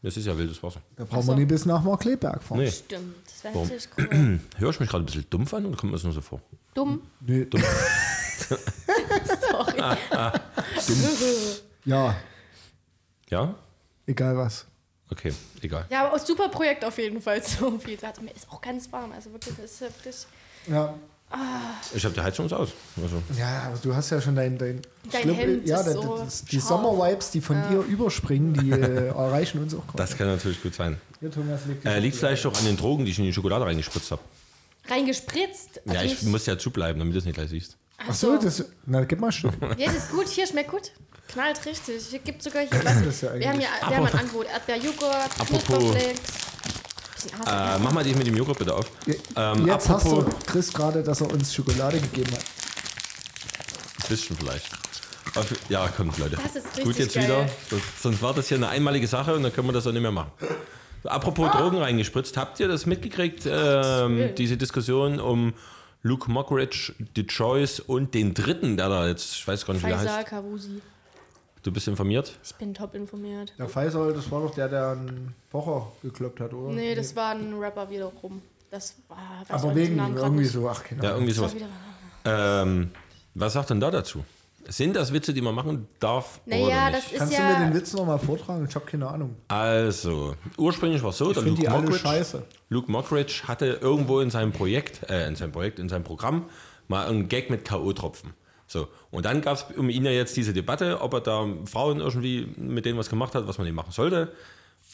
[SPEAKER 1] Das ist ja wildes Wasser.
[SPEAKER 3] da brauchen wir nicht bis nach Markleberg fahren.
[SPEAKER 1] Nee.
[SPEAKER 2] Stimmt, das wäre natürlich cool.
[SPEAKER 1] Höre ich mich gerade ein bisschen dumpf an oder kommt mir das nur so vor?
[SPEAKER 2] Dumm.
[SPEAKER 3] Nee.
[SPEAKER 2] Sorry.
[SPEAKER 3] Ja,
[SPEAKER 1] Ja?
[SPEAKER 3] egal was.
[SPEAKER 1] Okay, egal.
[SPEAKER 2] ja, aber auch super Projekt auf jeden Fall. So viel. Also, mir ist auch ganz warm. Also wirklich, das ist wirklich.
[SPEAKER 3] Ja,
[SPEAKER 1] Ich habe die Heizung ist aus. Also,
[SPEAKER 3] Ja, aber du hast ja schon dein, dein,
[SPEAKER 2] Dein
[SPEAKER 3] Schlimm-
[SPEAKER 2] Hemd
[SPEAKER 3] ja,
[SPEAKER 2] ist
[SPEAKER 3] das-
[SPEAKER 2] so
[SPEAKER 3] das, die
[SPEAKER 2] scharf.
[SPEAKER 3] Sommervibes, die von dir überspringen, die äh, erreichen uns auch gerade.
[SPEAKER 1] das kann natürlich gut sein.
[SPEAKER 3] Hier, Thomas, leg die
[SPEAKER 1] Äh,
[SPEAKER 3] Schublade.
[SPEAKER 1] Liegt vielleicht doch an den Drogen, die ich in die Schokolade reingespritzt habe.
[SPEAKER 2] Reingespritzt. Also
[SPEAKER 1] Ja, ich
[SPEAKER 2] nicht-
[SPEAKER 1] muss ja zubleiben, damit du es nicht gleich siehst.
[SPEAKER 2] Ach
[SPEAKER 3] Ach
[SPEAKER 2] so.
[SPEAKER 3] so, das, na, gib mal schon.
[SPEAKER 2] Ja, das ist gut. Hier schmeckt gut. Knallt richtig. Hier gibt sogar hier. Was,
[SPEAKER 3] ist ja
[SPEAKER 2] wir haben
[SPEAKER 3] eigentlich-
[SPEAKER 2] ja wir haben ein Angebot. Erdbeerjoghurt,
[SPEAKER 1] Apropos-
[SPEAKER 2] Knusperflakes. Bisschen
[SPEAKER 1] Äh,
[SPEAKER 2] Hafer.
[SPEAKER 1] mach mal die mit dem Joghurt bitte auf. Ähm,
[SPEAKER 3] Jetzt hast du
[SPEAKER 1] apropos-
[SPEAKER 3] Chris gerade, dass er uns Schokolade gegeben hat.
[SPEAKER 1] Ein bisschen vielleicht. Auf, ja, kommt Leute.
[SPEAKER 2] Das ist richtig
[SPEAKER 1] Gut jetzt
[SPEAKER 2] geil.
[SPEAKER 1] wieder. Sonst- Sonst war das hier eine einmalige Sache und dann können wir das auch nicht mehr machen. Apropos
[SPEAKER 2] Ah.
[SPEAKER 1] Drogen reingespritzt, habt ihr das mitgekriegt, ähm, diese Diskussion um Luke Mockridge, The Choice und den dritten, der da jetzt, ich weiß gar nicht, wie er
[SPEAKER 2] Faisal
[SPEAKER 1] heißt.
[SPEAKER 2] Kawusi.
[SPEAKER 1] Du bist informiert?
[SPEAKER 2] Ich bin top informiert.
[SPEAKER 3] Der Faisal, das war doch der, der einen Pocher gekloppt hat, oder?
[SPEAKER 2] Nee, das war ein Rapper wiederum. Das war. weiß
[SPEAKER 3] Oh, aber
[SPEAKER 2] man den
[SPEAKER 3] wegen
[SPEAKER 2] Namen grad
[SPEAKER 3] irgendwie
[SPEAKER 2] nicht.
[SPEAKER 3] so, ach, keine
[SPEAKER 1] Ja,
[SPEAKER 3] Ahnung.
[SPEAKER 1] irgendwie
[SPEAKER 2] Das
[SPEAKER 1] sowas.
[SPEAKER 2] war wieder.
[SPEAKER 1] Ähm, was sagt denn da dazu? Sind das Witze, die man machen darf?
[SPEAKER 2] Naja,
[SPEAKER 1] oder nicht?
[SPEAKER 2] das ist
[SPEAKER 3] Kannst
[SPEAKER 2] ja.
[SPEAKER 3] du mir den Witz nochmal vortragen? Ich habe keine Ahnung.
[SPEAKER 1] Also, ursprünglich war es so,
[SPEAKER 3] Ich
[SPEAKER 1] der
[SPEAKER 3] finde
[SPEAKER 1] Luke
[SPEAKER 3] die alle
[SPEAKER 1] Mockridge,
[SPEAKER 3] scheiße.
[SPEAKER 1] Luke Mockridge hatte irgendwo in seinem Projekt, äh, in seinem Projekt, in seinem Programm mal einen Gag mit K.O.-Tropfen. So. Und dann gab es um ihn ja jetzt diese Debatte, ob er da Frauen irgendwie mit denen was gemacht hat, was man ihm machen sollte.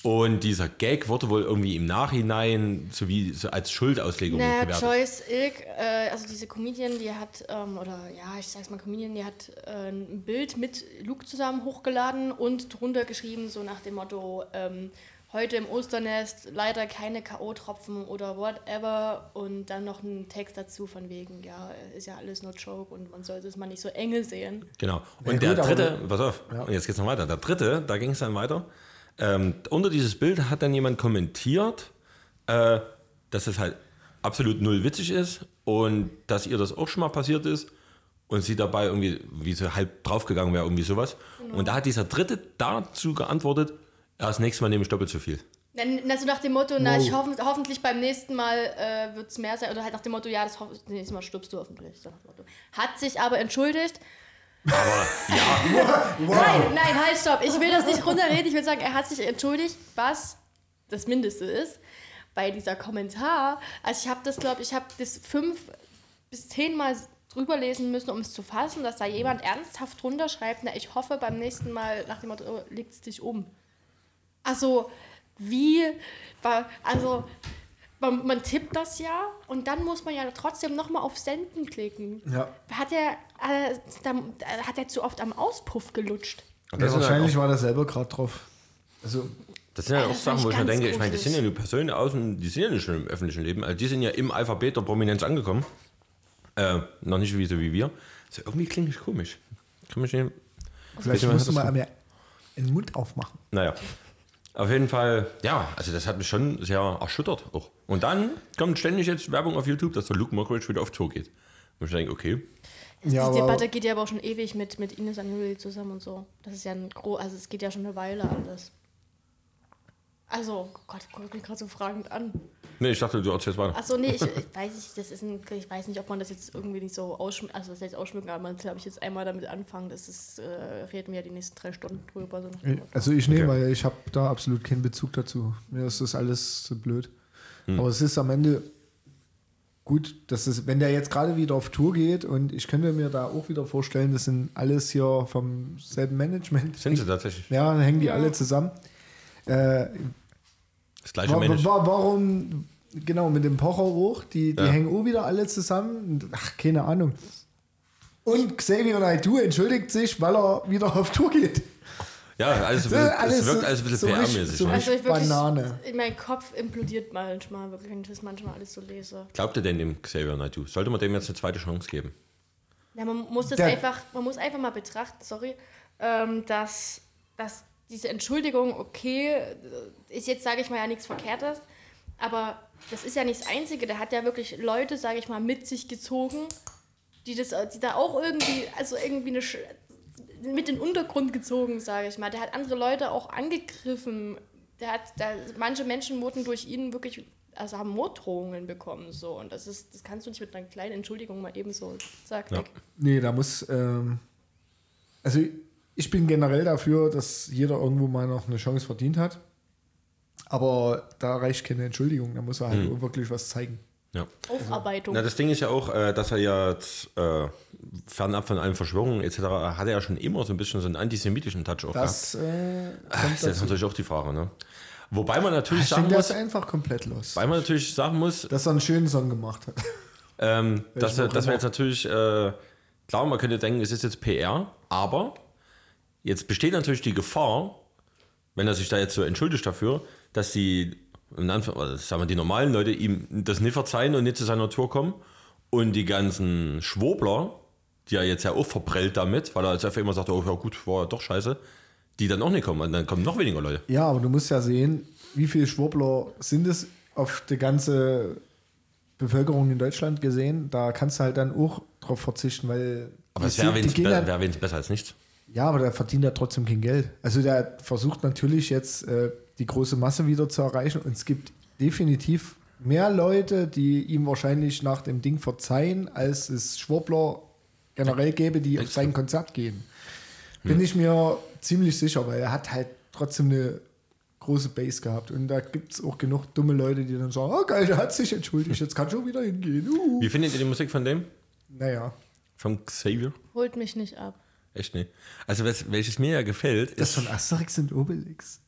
[SPEAKER 1] Und dieser Gag wurde wohl irgendwie im Nachhinein sowie so als Schuldauslegung
[SPEAKER 2] Naja,
[SPEAKER 1] gewertet.
[SPEAKER 2] Joyce Ilk, äh, also diese Comedian, die hat, ähm, oder ja, ich sag's mal Comedian, die hat äh, ein Bild mit Luke zusammen hochgeladen und drunter geschrieben, so nach dem Motto, ähm, heute im Osternest, leider keine K.O.-Tropfen oder whatever. Und dann noch ein Text dazu von wegen, ja, ist ja alles nur Joke und man sollte es mal nicht so enge sehen.
[SPEAKER 1] Genau.
[SPEAKER 3] Ja,
[SPEAKER 1] Und
[SPEAKER 3] gut,
[SPEAKER 1] der
[SPEAKER 3] aber
[SPEAKER 1] dritte, pass auf, und jetzt geht's noch weiter. Der dritte, da ging es dann weiter. Ähm, unter dieses Bild hat dann jemand kommentiert, äh, dass es halt absolut null witzig ist und dass ihr das auch schon mal passiert ist und sie dabei irgendwie wie so halb draufgegangen wäre, irgendwie sowas.
[SPEAKER 3] Genau.
[SPEAKER 1] Und da hat dieser dritte dazu geantwortet, ja, das nächste Mal nehme ich doppelt so viel.
[SPEAKER 2] Dann, also nach dem Motto, na,
[SPEAKER 3] Wow.
[SPEAKER 2] ich hoffen, hoffentlich beim nächsten Mal äh, wird es mehr sein. Oder halt nach dem Motto, ja, das, hoff- das nächste Mal stirbst du hoffentlich. So nach dem Motto. Hat sich aber entschuldigt. Aber, ja. Nein, nein, halt, stopp. Ich will das nicht runterreden. Ich will sagen, er hat sich entschuldigt, was das Mindeste ist. Bei dieser Kommentar, also ich habe das, glaube ich, habe das fünf bis zehnmal drüber lesen müssen, um es zu fassen, dass da jemand ernsthaft drunter schreibt, na, ich hoffe beim nächsten Mal nach dem Motto, oh, legt es dich um. Also, wie, wa- also, man, man tippt das ja und dann muss man ja trotzdem nochmal auf Senden klicken.
[SPEAKER 3] Ja.
[SPEAKER 2] Hat er, äh, da, da hat er zu oft am Auspuff gelutscht.
[SPEAKER 1] Und
[SPEAKER 3] Ja,
[SPEAKER 1] das, sind
[SPEAKER 3] wahrscheinlich
[SPEAKER 1] halt auch,
[SPEAKER 3] war der selber gerade drauf. Also,
[SPEAKER 1] das sind ja auch
[SPEAKER 2] Das
[SPEAKER 1] Sachen,
[SPEAKER 2] fand ich
[SPEAKER 1] wo ich mir
[SPEAKER 2] ganz
[SPEAKER 1] denke, ich meine, das sind
[SPEAKER 2] gruselig.
[SPEAKER 1] ja nur Personen außen, die sind ja nicht schon im öffentlichen Leben. Also die sind ja im Alphabet der Prominenz angekommen. Äh, noch nicht wie so wie wir. Also irgendwie klinge ich komisch. Kann mich nicht,
[SPEAKER 3] vielleicht
[SPEAKER 1] Bisschen was
[SPEAKER 3] musst du
[SPEAKER 1] hast
[SPEAKER 3] mal mir den Mund aufmachen.
[SPEAKER 1] Naja. Auf jeden Fall, ja, also das hat mich schon sehr erschüttert auch. Und dann kommt ständig jetzt Werbung auf YouTube, dass der Luke Mockridge wieder auf Tour geht. Und ich denke, okay,
[SPEAKER 3] Ja,
[SPEAKER 2] Die
[SPEAKER 3] aber
[SPEAKER 2] Debatte geht ja aber auch schon ewig mit, mit Ines Anjuli zusammen und so. Das ist ja ein gro also es geht ja schon eine Weile alles. Also, oh Gott, guck mich gerade so fragend an.
[SPEAKER 1] nee, ich dachte, du erzählst weiter.
[SPEAKER 2] Achso, nee, ich, ich weiß nicht, das ist ein, ich weiß nicht, ob man das jetzt irgendwie nicht so ausschmücken, also das heißt ausschmücken, aber man glaube ich jetzt einmal damit anfangen, das ist, äh, reden wir ja die nächsten drei Stunden drüber. So nach dem Motto.
[SPEAKER 3] also ich nehme,
[SPEAKER 1] Okay.
[SPEAKER 3] weil ich habe da absolut keinen Bezug dazu. Mir ist das alles zu blöd.
[SPEAKER 1] Hm.
[SPEAKER 3] Aber es ist am Ende gut, dass es, wenn der jetzt gerade wieder auf Tour geht und ich könnte mir da auch wieder vorstellen, das sind alles hier vom selben Management.
[SPEAKER 1] Sind sie tatsächlich
[SPEAKER 3] Ja, dann hängen die alle zusammen. Äh,
[SPEAKER 1] das gleiche
[SPEAKER 3] wa
[SPEAKER 1] Mensch?
[SPEAKER 3] wa warum, genau, mit dem Pocher hoch, die, die
[SPEAKER 1] Ja.
[SPEAKER 3] hängen auch wieder alle zusammen. Ach, keine Ahnung. Und Xavier Naidu entschuldigt sich, weil er wieder auf Tour geht.
[SPEAKER 1] Ja, alles, ein bisschen-
[SPEAKER 3] Das
[SPEAKER 1] es
[SPEAKER 3] ist alles
[SPEAKER 1] wirkt
[SPEAKER 3] so-
[SPEAKER 1] alles ein bisschen
[SPEAKER 3] so richtig-
[SPEAKER 1] PR-mäßig.
[SPEAKER 3] so
[SPEAKER 1] ne?
[SPEAKER 3] richtig-
[SPEAKER 2] Also ich wirklich,
[SPEAKER 3] Banane.
[SPEAKER 2] mein Kopf implodiert manchmal, wirklich, wenn ich das manchmal alles so lese.
[SPEAKER 1] Glaubt ihr denn dem Xavier Naidoo? Sollte man dem jetzt eine zweite Chance geben?
[SPEAKER 2] Ja, man muss das
[SPEAKER 3] Der-
[SPEAKER 2] einfach, man muss einfach mal betrachten, sorry, ähm, dass, dass diese Entschuldigung, okay, äh, ist jetzt, sage ich mal, ja nichts Verkehrtes, aber das ist ja nicht das Einzige. Der hat ja wirklich Leute, sage ich mal, mit sich gezogen, die, das, äh, die da auch irgendwie, also irgendwie eine, Sch- mit in den Untergrund gezogen, sage ich mal. Der hat andere Leute auch angegriffen. Der hat, da, manche Menschen wurden durch ihn wirklich, also haben Morddrohungen bekommen, so. Und das ist, das kannst du nicht mit einer kleinen Entschuldigung mal eben so, zack,
[SPEAKER 1] Ja.
[SPEAKER 2] weg.
[SPEAKER 3] Nee, da muss. Ähm, also, ich bin generell dafür, dass jeder irgendwo mal noch eine Chance verdient hat. Aber da reicht keine Entschuldigung. Da muss er
[SPEAKER 1] Hm.
[SPEAKER 3] halt wirklich was zeigen.
[SPEAKER 1] Ja.
[SPEAKER 2] Also, Aufarbeitung.
[SPEAKER 1] Na, das Ding ist ja auch, äh, dass er ja jetzt, äh, fernab von allen Verschwörungen etc. hat er ja schon immer so ein bisschen so einen antisemitischen Touch auch gehabt.
[SPEAKER 3] Das äh,
[SPEAKER 1] Das ist
[SPEAKER 3] kommt dazu. Ah,
[SPEAKER 1] natürlich auch die Frage, ne? Wobei man natürlich
[SPEAKER 3] Ich
[SPEAKER 1] sagen
[SPEAKER 3] denke, der ist
[SPEAKER 1] muss,
[SPEAKER 3] einfach komplett los.
[SPEAKER 1] weil man natürlich sagen muss,
[SPEAKER 3] Dass er einen schönen Song gemacht hat.
[SPEAKER 1] ähm, dass, wir-
[SPEAKER 3] Woche
[SPEAKER 1] dass wir
[SPEAKER 3] noch?
[SPEAKER 1] jetzt natürlich, äh, klar, man könnte denken, es ist jetzt PR, aber jetzt besteht natürlich die Gefahr, wenn er sich da jetzt so entschuldigt dafür, dass die, in Anfang, also sagen wir, die normalen Leute ihm das nicht verzeihen und nicht zu seiner Tour kommen und die ganzen Schwurbler, die er jetzt ja auch verprellt damit, weil er jetzt einfach immer sagt, oh ja gut, war doch scheiße, die dann auch nicht kommen und dann kommen noch weniger Leute.
[SPEAKER 3] Ja, aber du musst ja sehen, wie viele Schwurbler sind es auf die ganze Bevölkerung in Deutschland gesehen. Da kannst du halt dann auch drauf verzichten, weil.
[SPEAKER 1] Aber
[SPEAKER 3] die
[SPEAKER 1] es wäre
[SPEAKER 3] sind- die
[SPEAKER 1] wenigstens
[SPEAKER 3] gehen halt
[SPEAKER 1] be-
[SPEAKER 3] dann-
[SPEAKER 1] wäre wenigstens besser als nichts.
[SPEAKER 3] Ja, aber der verdient ja trotzdem kein Geld. Also der versucht natürlich jetzt äh, die große Masse wieder zu erreichen und es gibt definitiv mehr Leute, die ihm wahrscheinlich nach dem Ding verzeihen, als es Schwurbler generell gäbe, die auf sein Konzert gehen. Bin ich mir ziemlich sicher, weil er hat halt trotzdem eine große Base gehabt und da gibt es auch genug dumme Leute, die dann sagen, oh geil, der hat sich entschuldigt, jetzt kann schon wieder hingehen. Uh.
[SPEAKER 1] Wie findet ihr die Musik von dem?
[SPEAKER 3] Naja,
[SPEAKER 1] Von Xavier?
[SPEAKER 2] Holt mich nicht ab.
[SPEAKER 1] Echt nicht. Also was, welches mir ja gefällt,
[SPEAKER 3] das
[SPEAKER 1] ist
[SPEAKER 3] von Asterix und Obelix.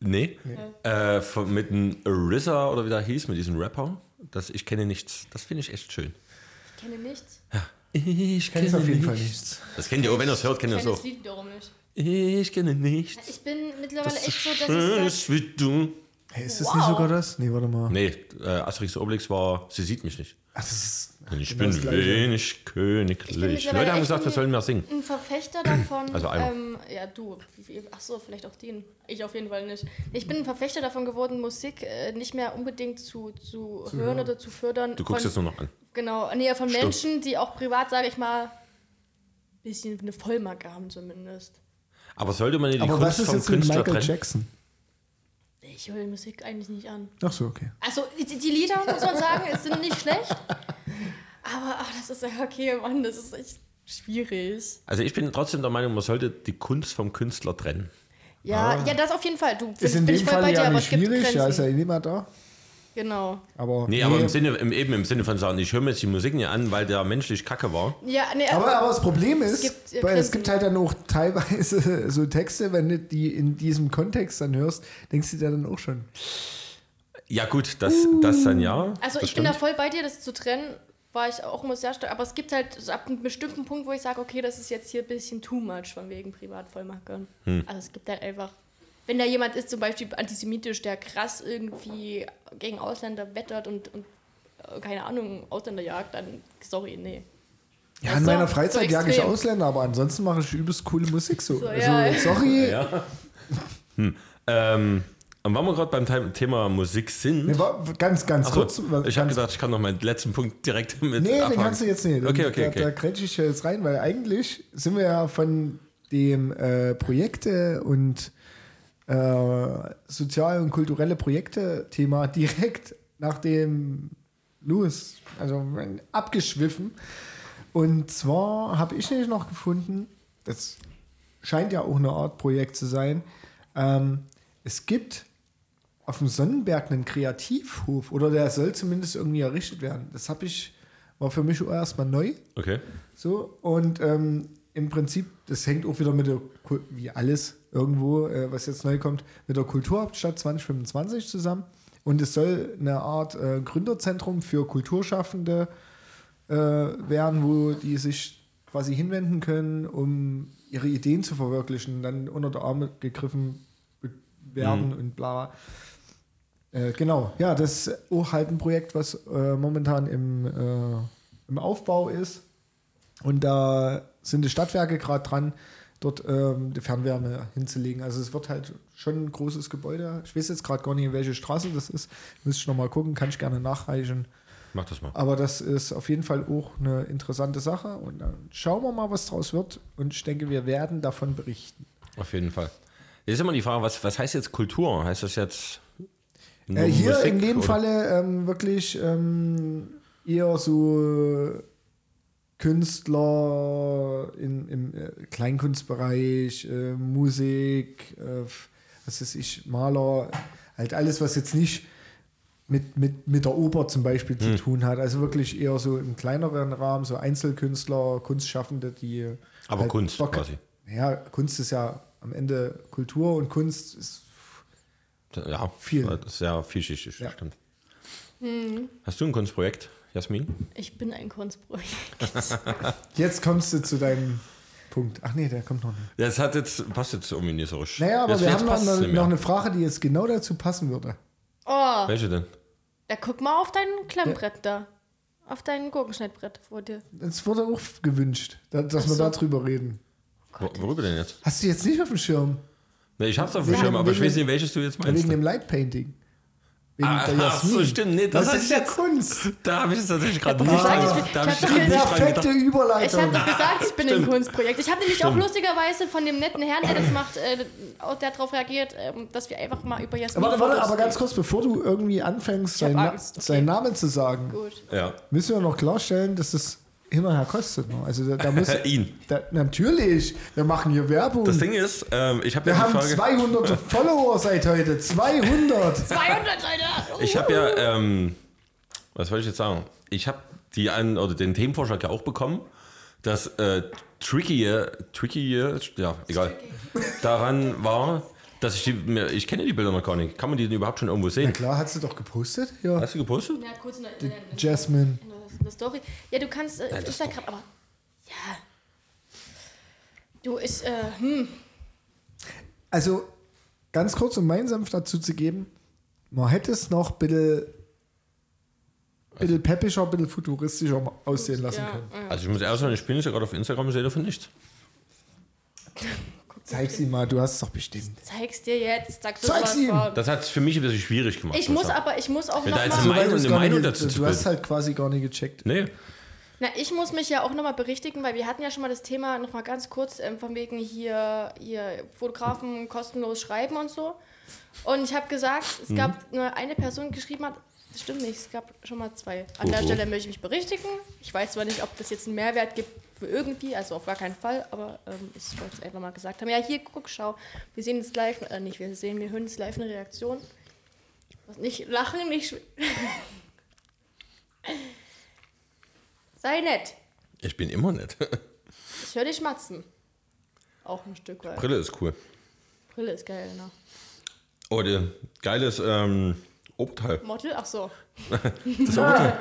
[SPEAKER 1] nee, Äh, von, mit einem RZA oder wie der hieß, mit diesem Rapper. Das ich kenne nichts. Das finde ich echt schön.
[SPEAKER 2] Ich kenne nichts.
[SPEAKER 1] Ich
[SPEAKER 3] Kennst auf jeden Fall nichts.
[SPEAKER 1] Das kennt ihr auch, wenn ihr es hört, kennt ihr
[SPEAKER 2] Ich
[SPEAKER 1] es
[SPEAKER 2] kenne das
[SPEAKER 1] auch.
[SPEAKER 2] Lied wiederum nicht.
[SPEAKER 1] Ich kenne nichts.
[SPEAKER 2] Ich bin mittlerweile
[SPEAKER 1] Das so
[SPEAKER 2] echt so,
[SPEAKER 1] schön
[SPEAKER 2] dass ich
[SPEAKER 1] ist wie du.
[SPEAKER 3] Hey, ist das
[SPEAKER 2] Wow.
[SPEAKER 3] nicht sogar das? Nee, warte mal.
[SPEAKER 1] Nee, äh, Asterix und Obelix war, sie sieht mich nicht.
[SPEAKER 3] Ach, das ist
[SPEAKER 1] Ich
[SPEAKER 3] genau das
[SPEAKER 1] bin
[SPEAKER 3] Gleiche.
[SPEAKER 1] wenig
[SPEAKER 2] Ich bin
[SPEAKER 1] königlich. Leute
[SPEAKER 2] mittlerweile
[SPEAKER 1] haben
[SPEAKER 2] echt
[SPEAKER 1] gesagt, wir
[SPEAKER 2] ein-
[SPEAKER 1] sollen mehr singen.
[SPEAKER 2] ein Verfechter davon.
[SPEAKER 1] Also einer.
[SPEAKER 2] ähm, ja, du. Ach so, vielleicht auch den. Ich auf jeden Fall nicht. Ich bin ein Verfechter davon geworden, Musik äh, nicht mehr unbedingt zu, zu hören oder zu fördern.
[SPEAKER 1] Du guckst
[SPEAKER 2] von,
[SPEAKER 1] jetzt nur noch an.
[SPEAKER 2] Genau, nee, von
[SPEAKER 1] Stumpf.
[SPEAKER 2] Menschen, die auch privat, sage ich mal, ein bisschen eine Vollmarke haben zumindest.
[SPEAKER 1] Aber sollte man die
[SPEAKER 3] Aber was
[SPEAKER 1] Kunst
[SPEAKER 3] ist
[SPEAKER 1] vom
[SPEAKER 3] jetzt mit
[SPEAKER 1] Künstler
[SPEAKER 3] Michael
[SPEAKER 1] trennen?
[SPEAKER 3] Jackson?
[SPEAKER 2] Ich höre die Musik eigentlich nicht an.
[SPEAKER 3] Ach so, okay.
[SPEAKER 2] Also die, die Lieder, muss man sagen, es sind nicht schlecht. Aber ach, das ist ja okay, Mann, das ist echt schwierig.
[SPEAKER 1] Also ich bin trotzdem der Meinung, man sollte die Kunst vom Künstler trennen.
[SPEAKER 2] Ja, ja, das auf jeden Fall. Du
[SPEAKER 3] Ah. Ist
[SPEAKER 2] bin- bin
[SPEAKER 3] in dem
[SPEAKER 2] ich voll
[SPEAKER 3] Fall
[SPEAKER 2] bei dir,
[SPEAKER 3] ja
[SPEAKER 2] aber
[SPEAKER 3] nicht
[SPEAKER 2] es gibt
[SPEAKER 3] schwierig, also ja, ist ja
[SPEAKER 2] Grenzen.
[SPEAKER 3] eh niemand da.
[SPEAKER 2] Genau.
[SPEAKER 3] Aber,
[SPEAKER 1] Nee, aber im Sinne, im, eben im Sinne von sagen, ich höre mir jetzt die Musik nicht an, weil der menschlich kacke war.
[SPEAKER 2] Ja, nee,
[SPEAKER 3] aber, aber das Problem ist,
[SPEAKER 2] gibt, äh,
[SPEAKER 3] weil es
[SPEAKER 2] Grenzen.
[SPEAKER 3] gibt halt dann auch teilweise so Texte, wenn du die in diesem Kontext dann hörst, denkst du dir dann auch schon.
[SPEAKER 1] Ja, gut, das, das dann ja.
[SPEAKER 2] Also
[SPEAKER 1] das
[SPEAKER 2] ich bin da
[SPEAKER 1] stimmt.
[SPEAKER 2] voll bei dir, das zu trennen, war ich auch immer sehr stark. Aber es gibt halt so ab einem bestimmten Punkt, wo ich sage, okay, das ist jetzt hier ein bisschen too much von wegen Privatvollmackern.
[SPEAKER 1] Hm.
[SPEAKER 2] Also es gibt halt einfach, wenn da jemand ist, zum Beispiel antisemitisch, der krass irgendwie gegen Ausländer wettert und, und äh, keine Ahnung, Ausländer jagt, dann sorry, nee.
[SPEAKER 3] Ja,
[SPEAKER 2] Ach
[SPEAKER 3] in
[SPEAKER 2] so,
[SPEAKER 3] meiner
[SPEAKER 2] Also, so
[SPEAKER 3] Freizeit jage ich
[SPEAKER 2] extrem.
[SPEAKER 3] Ausländer, aber ansonsten mache ich übelst coole Musik so.
[SPEAKER 2] So,
[SPEAKER 3] also,
[SPEAKER 2] ja.
[SPEAKER 3] sorry.
[SPEAKER 1] Ja. Hm. Ähm, und waren wir gerade beim Te- Thema Musik sind?
[SPEAKER 3] Nee, war ganz, ganz
[SPEAKER 1] Achso,
[SPEAKER 3] kurz. was-
[SPEAKER 1] ich habe
[SPEAKER 3] ganz,
[SPEAKER 1] gedacht, ich kann noch meinen letzten Punkt direkt mit
[SPEAKER 3] nee, den
[SPEAKER 1] abhaken.
[SPEAKER 3] kannst du jetzt nicht.
[SPEAKER 1] Okay,
[SPEAKER 3] da,
[SPEAKER 1] okay,
[SPEAKER 3] Da
[SPEAKER 1] okay.
[SPEAKER 3] kretsche ich ja jetzt rein, weil eigentlich sind wir ja von dem äh, Projekte und äh, soziale und kulturelle Projekte-Thema direkt nach dem Louis, also abgeschwiffen. Und zwar habe ich nämlich noch gefunden, das scheint ja auch eine Art Projekt zu sein, ähm, es gibt auf dem Sonnenberg einen Kreativhof oder der soll zumindest irgendwie errichtet werden. Das habe ich, war für mich auch erstmal neu.
[SPEAKER 1] Okay.
[SPEAKER 3] So, und ähm, im Prinzip, das hängt auch wieder mit der, Kul- wie alles irgendwo, äh, was jetzt neu kommt, mit der Kulturhauptstadt 2025 zusammen. Und es soll eine Art äh, Gründerzentrum für Kulturschaffende äh, werden, wo die sich quasi hinwenden können, um ihre Ideen zu verwirklichen, dann unter der Arme gegriffen werden und bla. Äh, genau, ja, das ist auch halt ein Projekt, was äh, momentan im, äh, im Aufbau ist. Und da sind die Stadtwerke gerade dran, dort ähm, die Fernwärme hinzulegen. Also es wird halt schon ein großes Gebäude. Ich weiß jetzt gerade gar nicht, welche Straße das ist. Müsste ich nochmal gucken, kann ich gerne nachreichen.
[SPEAKER 1] Mach das mal.
[SPEAKER 3] Aber das ist auf jeden Fall auch eine interessante Sache. Und dann schauen wir mal, was draus wird. Und ich denke, wir werden davon berichten.
[SPEAKER 1] Auf jeden Fall. Jetzt ist immer die Frage, was, was heißt jetzt Kultur? Heißt das jetzt. nur
[SPEAKER 3] Äh, hier
[SPEAKER 1] Musik
[SPEAKER 3] in dem
[SPEAKER 1] oder-
[SPEAKER 3] Falle ähm, wirklich ähm, eher so äh, Künstler in, im äh, Kleinkunstbereich, äh, Musik, äh, was weiß ich, Maler, halt alles, was jetzt nicht mit, mit, mit der Oper zum Beispiel
[SPEAKER 1] Hm.
[SPEAKER 3] zu tun hat. Also wirklich eher so im kleineren Rahmen, so Einzelkünstler, Kunstschaffende, die.
[SPEAKER 1] Aber Kunst
[SPEAKER 3] Halt, Bock-
[SPEAKER 1] quasi.
[SPEAKER 3] Ja, Kunst ist ja am Ende Kultur und Kunst ist
[SPEAKER 1] Ja,
[SPEAKER 3] Viel.
[SPEAKER 1] das ist sehr vielschichtig,
[SPEAKER 3] Ja.
[SPEAKER 1] stimmt.
[SPEAKER 2] Hm.
[SPEAKER 1] Hast du ein Kunstprojekt, Jasmin?
[SPEAKER 2] Ich bin ein Kunstprojekt.
[SPEAKER 3] Jetzt kommst du zu deinem Punkt. Ach nee, der kommt noch nicht.
[SPEAKER 1] Das hat jetzt, passt jetzt irgendwie nicht so richtig.
[SPEAKER 3] Naja, aber
[SPEAKER 1] jetzt,
[SPEAKER 3] wir
[SPEAKER 1] jetzt
[SPEAKER 3] haben noch
[SPEAKER 1] passt's
[SPEAKER 3] eine,
[SPEAKER 1] nicht mehr.
[SPEAKER 3] noch eine Frage, die jetzt genau dazu passen würde.
[SPEAKER 2] Oh,
[SPEAKER 1] Welche denn?
[SPEAKER 2] da guck mal auf dein Klemmbrett da. Auf dein Gurkenschnittbrett vor dir.
[SPEAKER 3] Es wurde auch gewünscht, da, dass wir
[SPEAKER 2] so.
[SPEAKER 3] darüber reden.
[SPEAKER 1] Wo- Worüber denn jetzt?
[SPEAKER 3] Hast du jetzt nicht auf dem Schirm?
[SPEAKER 1] Ne, ich hab's auf dem
[SPEAKER 3] Ja,
[SPEAKER 1] Schirm, aber ich
[SPEAKER 3] wegen-
[SPEAKER 1] weiß nicht, welches du jetzt meinst.
[SPEAKER 3] Wegen dem Lightpainting. Wegen
[SPEAKER 1] Ah,
[SPEAKER 3] der
[SPEAKER 1] ach
[SPEAKER 3] Jasmin.
[SPEAKER 1] so, stimmt. Nee, das
[SPEAKER 3] das,
[SPEAKER 1] ist
[SPEAKER 3] ist ja
[SPEAKER 1] jetzt-
[SPEAKER 3] Kunst.
[SPEAKER 1] Da habe ich es tatsächlich gerade
[SPEAKER 2] Ich
[SPEAKER 1] nicht.
[SPEAKER 2] sag,
[SPEAKER 1] dran-
[SPEAKER 2] ich-
[SPEAKER 1] Da hab
[SPEAKER 2] ich
[SPEAKER 1] ich
[SPEAKER 2] hab
[SPEAKER 1] gerade nicht
[SPEAKER 2] doch
[SPEAKER 1] dran
[SPEAKER 3] Perfekte
[SPEAKER 1] gedacht.
[SPEAKER 2] Ich habe
[SPEAKER 3] Überleitung.
[SPEAKER 2] doch gesagt, ich bin ein Kunstprojekt. Ich habe nämlich auch
[SPEAKER 1] Stimmt.
[SPEAKER 2] lustigerweise von dem netten Herrn, der das macht, äh, auch der darauf reagiert, ähm, dass wir einfach mal über Jasmin
[SPEAKER 3] Warte, warte,
[SPEAKER 2] Fotos
[SPEAKER 3] aber ganz
[SPEAKER 2] reden.
[SPEAKER 3] kurz, bevor du irgendwie anfängst,
[SPEAKER 2] hab
[SPEAKER 3] seinen, Na
[SPEAKER 2] Angst, okay.
[SPEAKER 3] seinen Namen zu sagen,
[SPEAKER 2] Gut.
[SPEAKER 1] Ja.
[SPEAKER 3] müssen wir noch klarstellen, dass das immerher kostet. noch. Also da, da muss.
[SPEAKER 1] Ihn.
[SPEAKER 3] da, natürlich, wir machen hier Werbung.
[SPEAKER 1] Das Ding ist, ähm, ich habe
[SPEAKER 3] Wir
[SPEAKER 1] ja die
[SPEAKER 3] haben
[SPEAKER 1] Frage.
[SPEAKER 3] 200 Follower seit heute. 200.
[SPEAKER 2] 200 Leute!
[SPEAKER 1] Ich habe ja, ähm, was wollte ich jetzt sagen? Ich habe die einen oder den Themenvorschlag ja auch bekommen, dass äh, tricky, tricky, ja egal, daran war, dass ich die, mir- ich kenne die Bilder noch gar nicht. Kann man die denn überhaupt schon irgendwo sehen?
[SPEAKER 3] Klar, hat sie doch gepostet? Ja.
[SPEAKER 1] Hast du gepostet?
[SPEAKER 2] Ja, kurz in der, in der, in
[SPEAKER 3] Jasmine.
[SPEAKER 2] der, in der Story. Ja, du kannst äh, auf
[SPEAKER 1] das
[SPEAKER 2] Instagram, aber. Ja. Du, ich, äh, hm.
[SPEAKER 3] Also, ganz kurz, um meinen Senf dazu zu geben, man hätte es noch ein bisschen, bisschen peppischer, ein bisschen futuristischer aussehen lassen
[SPEAKER 2] Ja,
[SPEAKER 3] können.
[SPEAKER 1] Also ich muss ehrlich sagen, ich bin jetzt ja gerade auf Instagram, sehe davon nichts.
[SPEAKER 3] Zeig sie mal, du hast es doch bestimmt.
[SPEAKER 2] zeig's dir jetzt. Sag
[SPEAKER 3] Zeig's
[SPEAKER 2] sowas
[SPEAKER 3] ihm.
[SPEAKER 2] vor.
[SPEAKER 1] Das hat es für mich ein bisschen schwierig gemacht.
[SPEAKER 2] Ich muss
[SPEAKER 1] das-
[SPEAKER 2] aber, ich muss auch
[SPEAKER 1] Wenn da
[SPEAKER 2] nochmal.
[SPEAKER 1] jetzt
[SPEAKER 3] So weit
[SPEAKER 1] Meinung,
[SPEAKER 3] ist
[SPEAKER 1] eine
[SPEAKER 3] gar nicht-
[SPEAKER 1] Meinung dazu zu
[SPEAKER 3] Du hast
[SPEAKER 1] bilden.
[SPEAKER 3] halt quasi gar nicht gecheckt.
[SPEAKER 1] Nee,
[SPEAKER 2] Na, ich muss mich ja auch nochmal berichtigen, weil wir hatten ja schon mal das Thema nochmal ganz kurz ähm, von wegen hier, hier Fotografen kostenlos schreiben und so. Und ich habe gesagt, es gab nur eine Person, die geschrieben hat, das stimmt nicht, es gab schon mal zwei. An der
[SPEAKER 1] Oho.
[SPEAKER 2] Stelle möchte ich mich berichtigen. Ich weiß zwar nicht, ob das jetzt einen Mehrwert gibt für irgendwie, also auf gar keinen Fall, aber ähm, ich wollte es einfach mal gesagt haben. Ja, hier, guck, schau, wir sehen es live, äh, nicht, wir sehen, wir hören es live eine Reaktion. Nicht lachen, nicht. schw- Sei nett.
[SPEAKER 1] Ich bin immer nett.
[SPEAKER 2] Ich höre dich schmatzen. Auch ein Stück weit.
[SPEAKER 1] Brille ist cool.
[SPEAKER 2] Brille ist geil, ne?
[SPEAKER 1] Oh, der geiles ähm, Oberteil.
[SPEAKER 2] Model? Ach so.
[SPEAKER 1] Das Oberteil,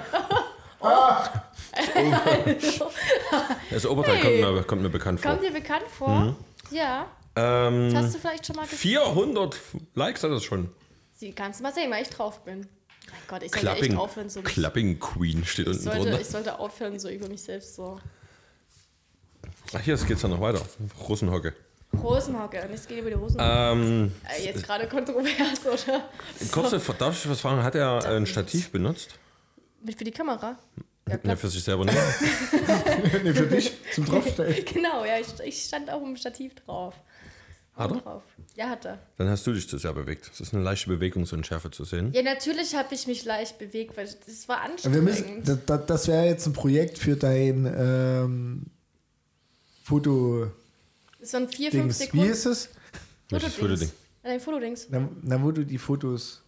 [SPEAKER 1] das Oberteil
[SPEAKER 2] Hey.
[SPEAKER 1] kommt, mir, kommt mir bekannt vor.
[SPEAKER 2] Kommt dir bekannt vor?
[SPEAKER 1] Mhm.
[SPEAKER 2] Ja. Das
[SPEAKER 1] Ähm,
[SPEAKER 2] hast du vielleicht schon mal gesehen.
[SPEAKER 1] 400 Likes hat das schon.
[SPEAKER 2] Sie kannst du mal sehen, weil ich drauf bin. Mein Gott, ich sollte echt
[SPEAKER 1] Clapping,
[SPEAKER 2] aufhören, so mich,
[SPEAKER 1] Clapping Queen steht
[SPEAKER 2] ich
[SPEAKER 1] unten
[SPEAKER 2] sollte,
[SPEAKER 1] drunter.
[SPEAKER 2] ich sollte aufhören, so über mich selbst so.
[SPEAKER 1] Ach, hier es geht's ja noch weiter. Russenhocke.
[SPEAKER 2] Rosenhocke, nichts geht über die Rosenhocke.
[SPEAKER 1] Ähm,
[SPEAKER 2] Äh, jetzt gerade kontrovers, oder?
[SPEAKER 1] kurze, darf ich was fragen? Hat er ein Stativ benutzt?
[SPEAKER 2] Mit für die Kamera?
[SPEAKER 1] Ne, für sich selber nicht.
[SPEAKER 3] nee, für dich zum Draufstellen.
[SPEAKER 2] Genau, ja, ich, ich stand auch im Stativ drauf.
[SPEAKER 1] Hat er?
[SPEAKER 2] Drauf. Ja, hat er.
[SPEAKER 1] Dann hast du dich zu sehr bewegt. Es ist eine leichte Bewegungsunschärfe zu sehen.
[SPEAKER 2] Ja, natürlich habe ich mich leicht bewegt, weil das war
[SPEAKER 3] Ja,
[SPEAKER 2] anstrengend.
[SPEAKER 3] Wir müssen, das das, das wäre jetzt ein Projekt für dein ähm, Foto.
[SPEAKER 2] das waren vier, fünf
[SPEAKER 3] Dings. Wie
[SPEAKER 2] Sekunden.
[SPEAKER 3] ist es?
[SPEAKER 1] Welches Fotoding?
[SPEAKER 2] Nein, Fotodings.
[SPEAKER 3] Na, na, wo du die Fotos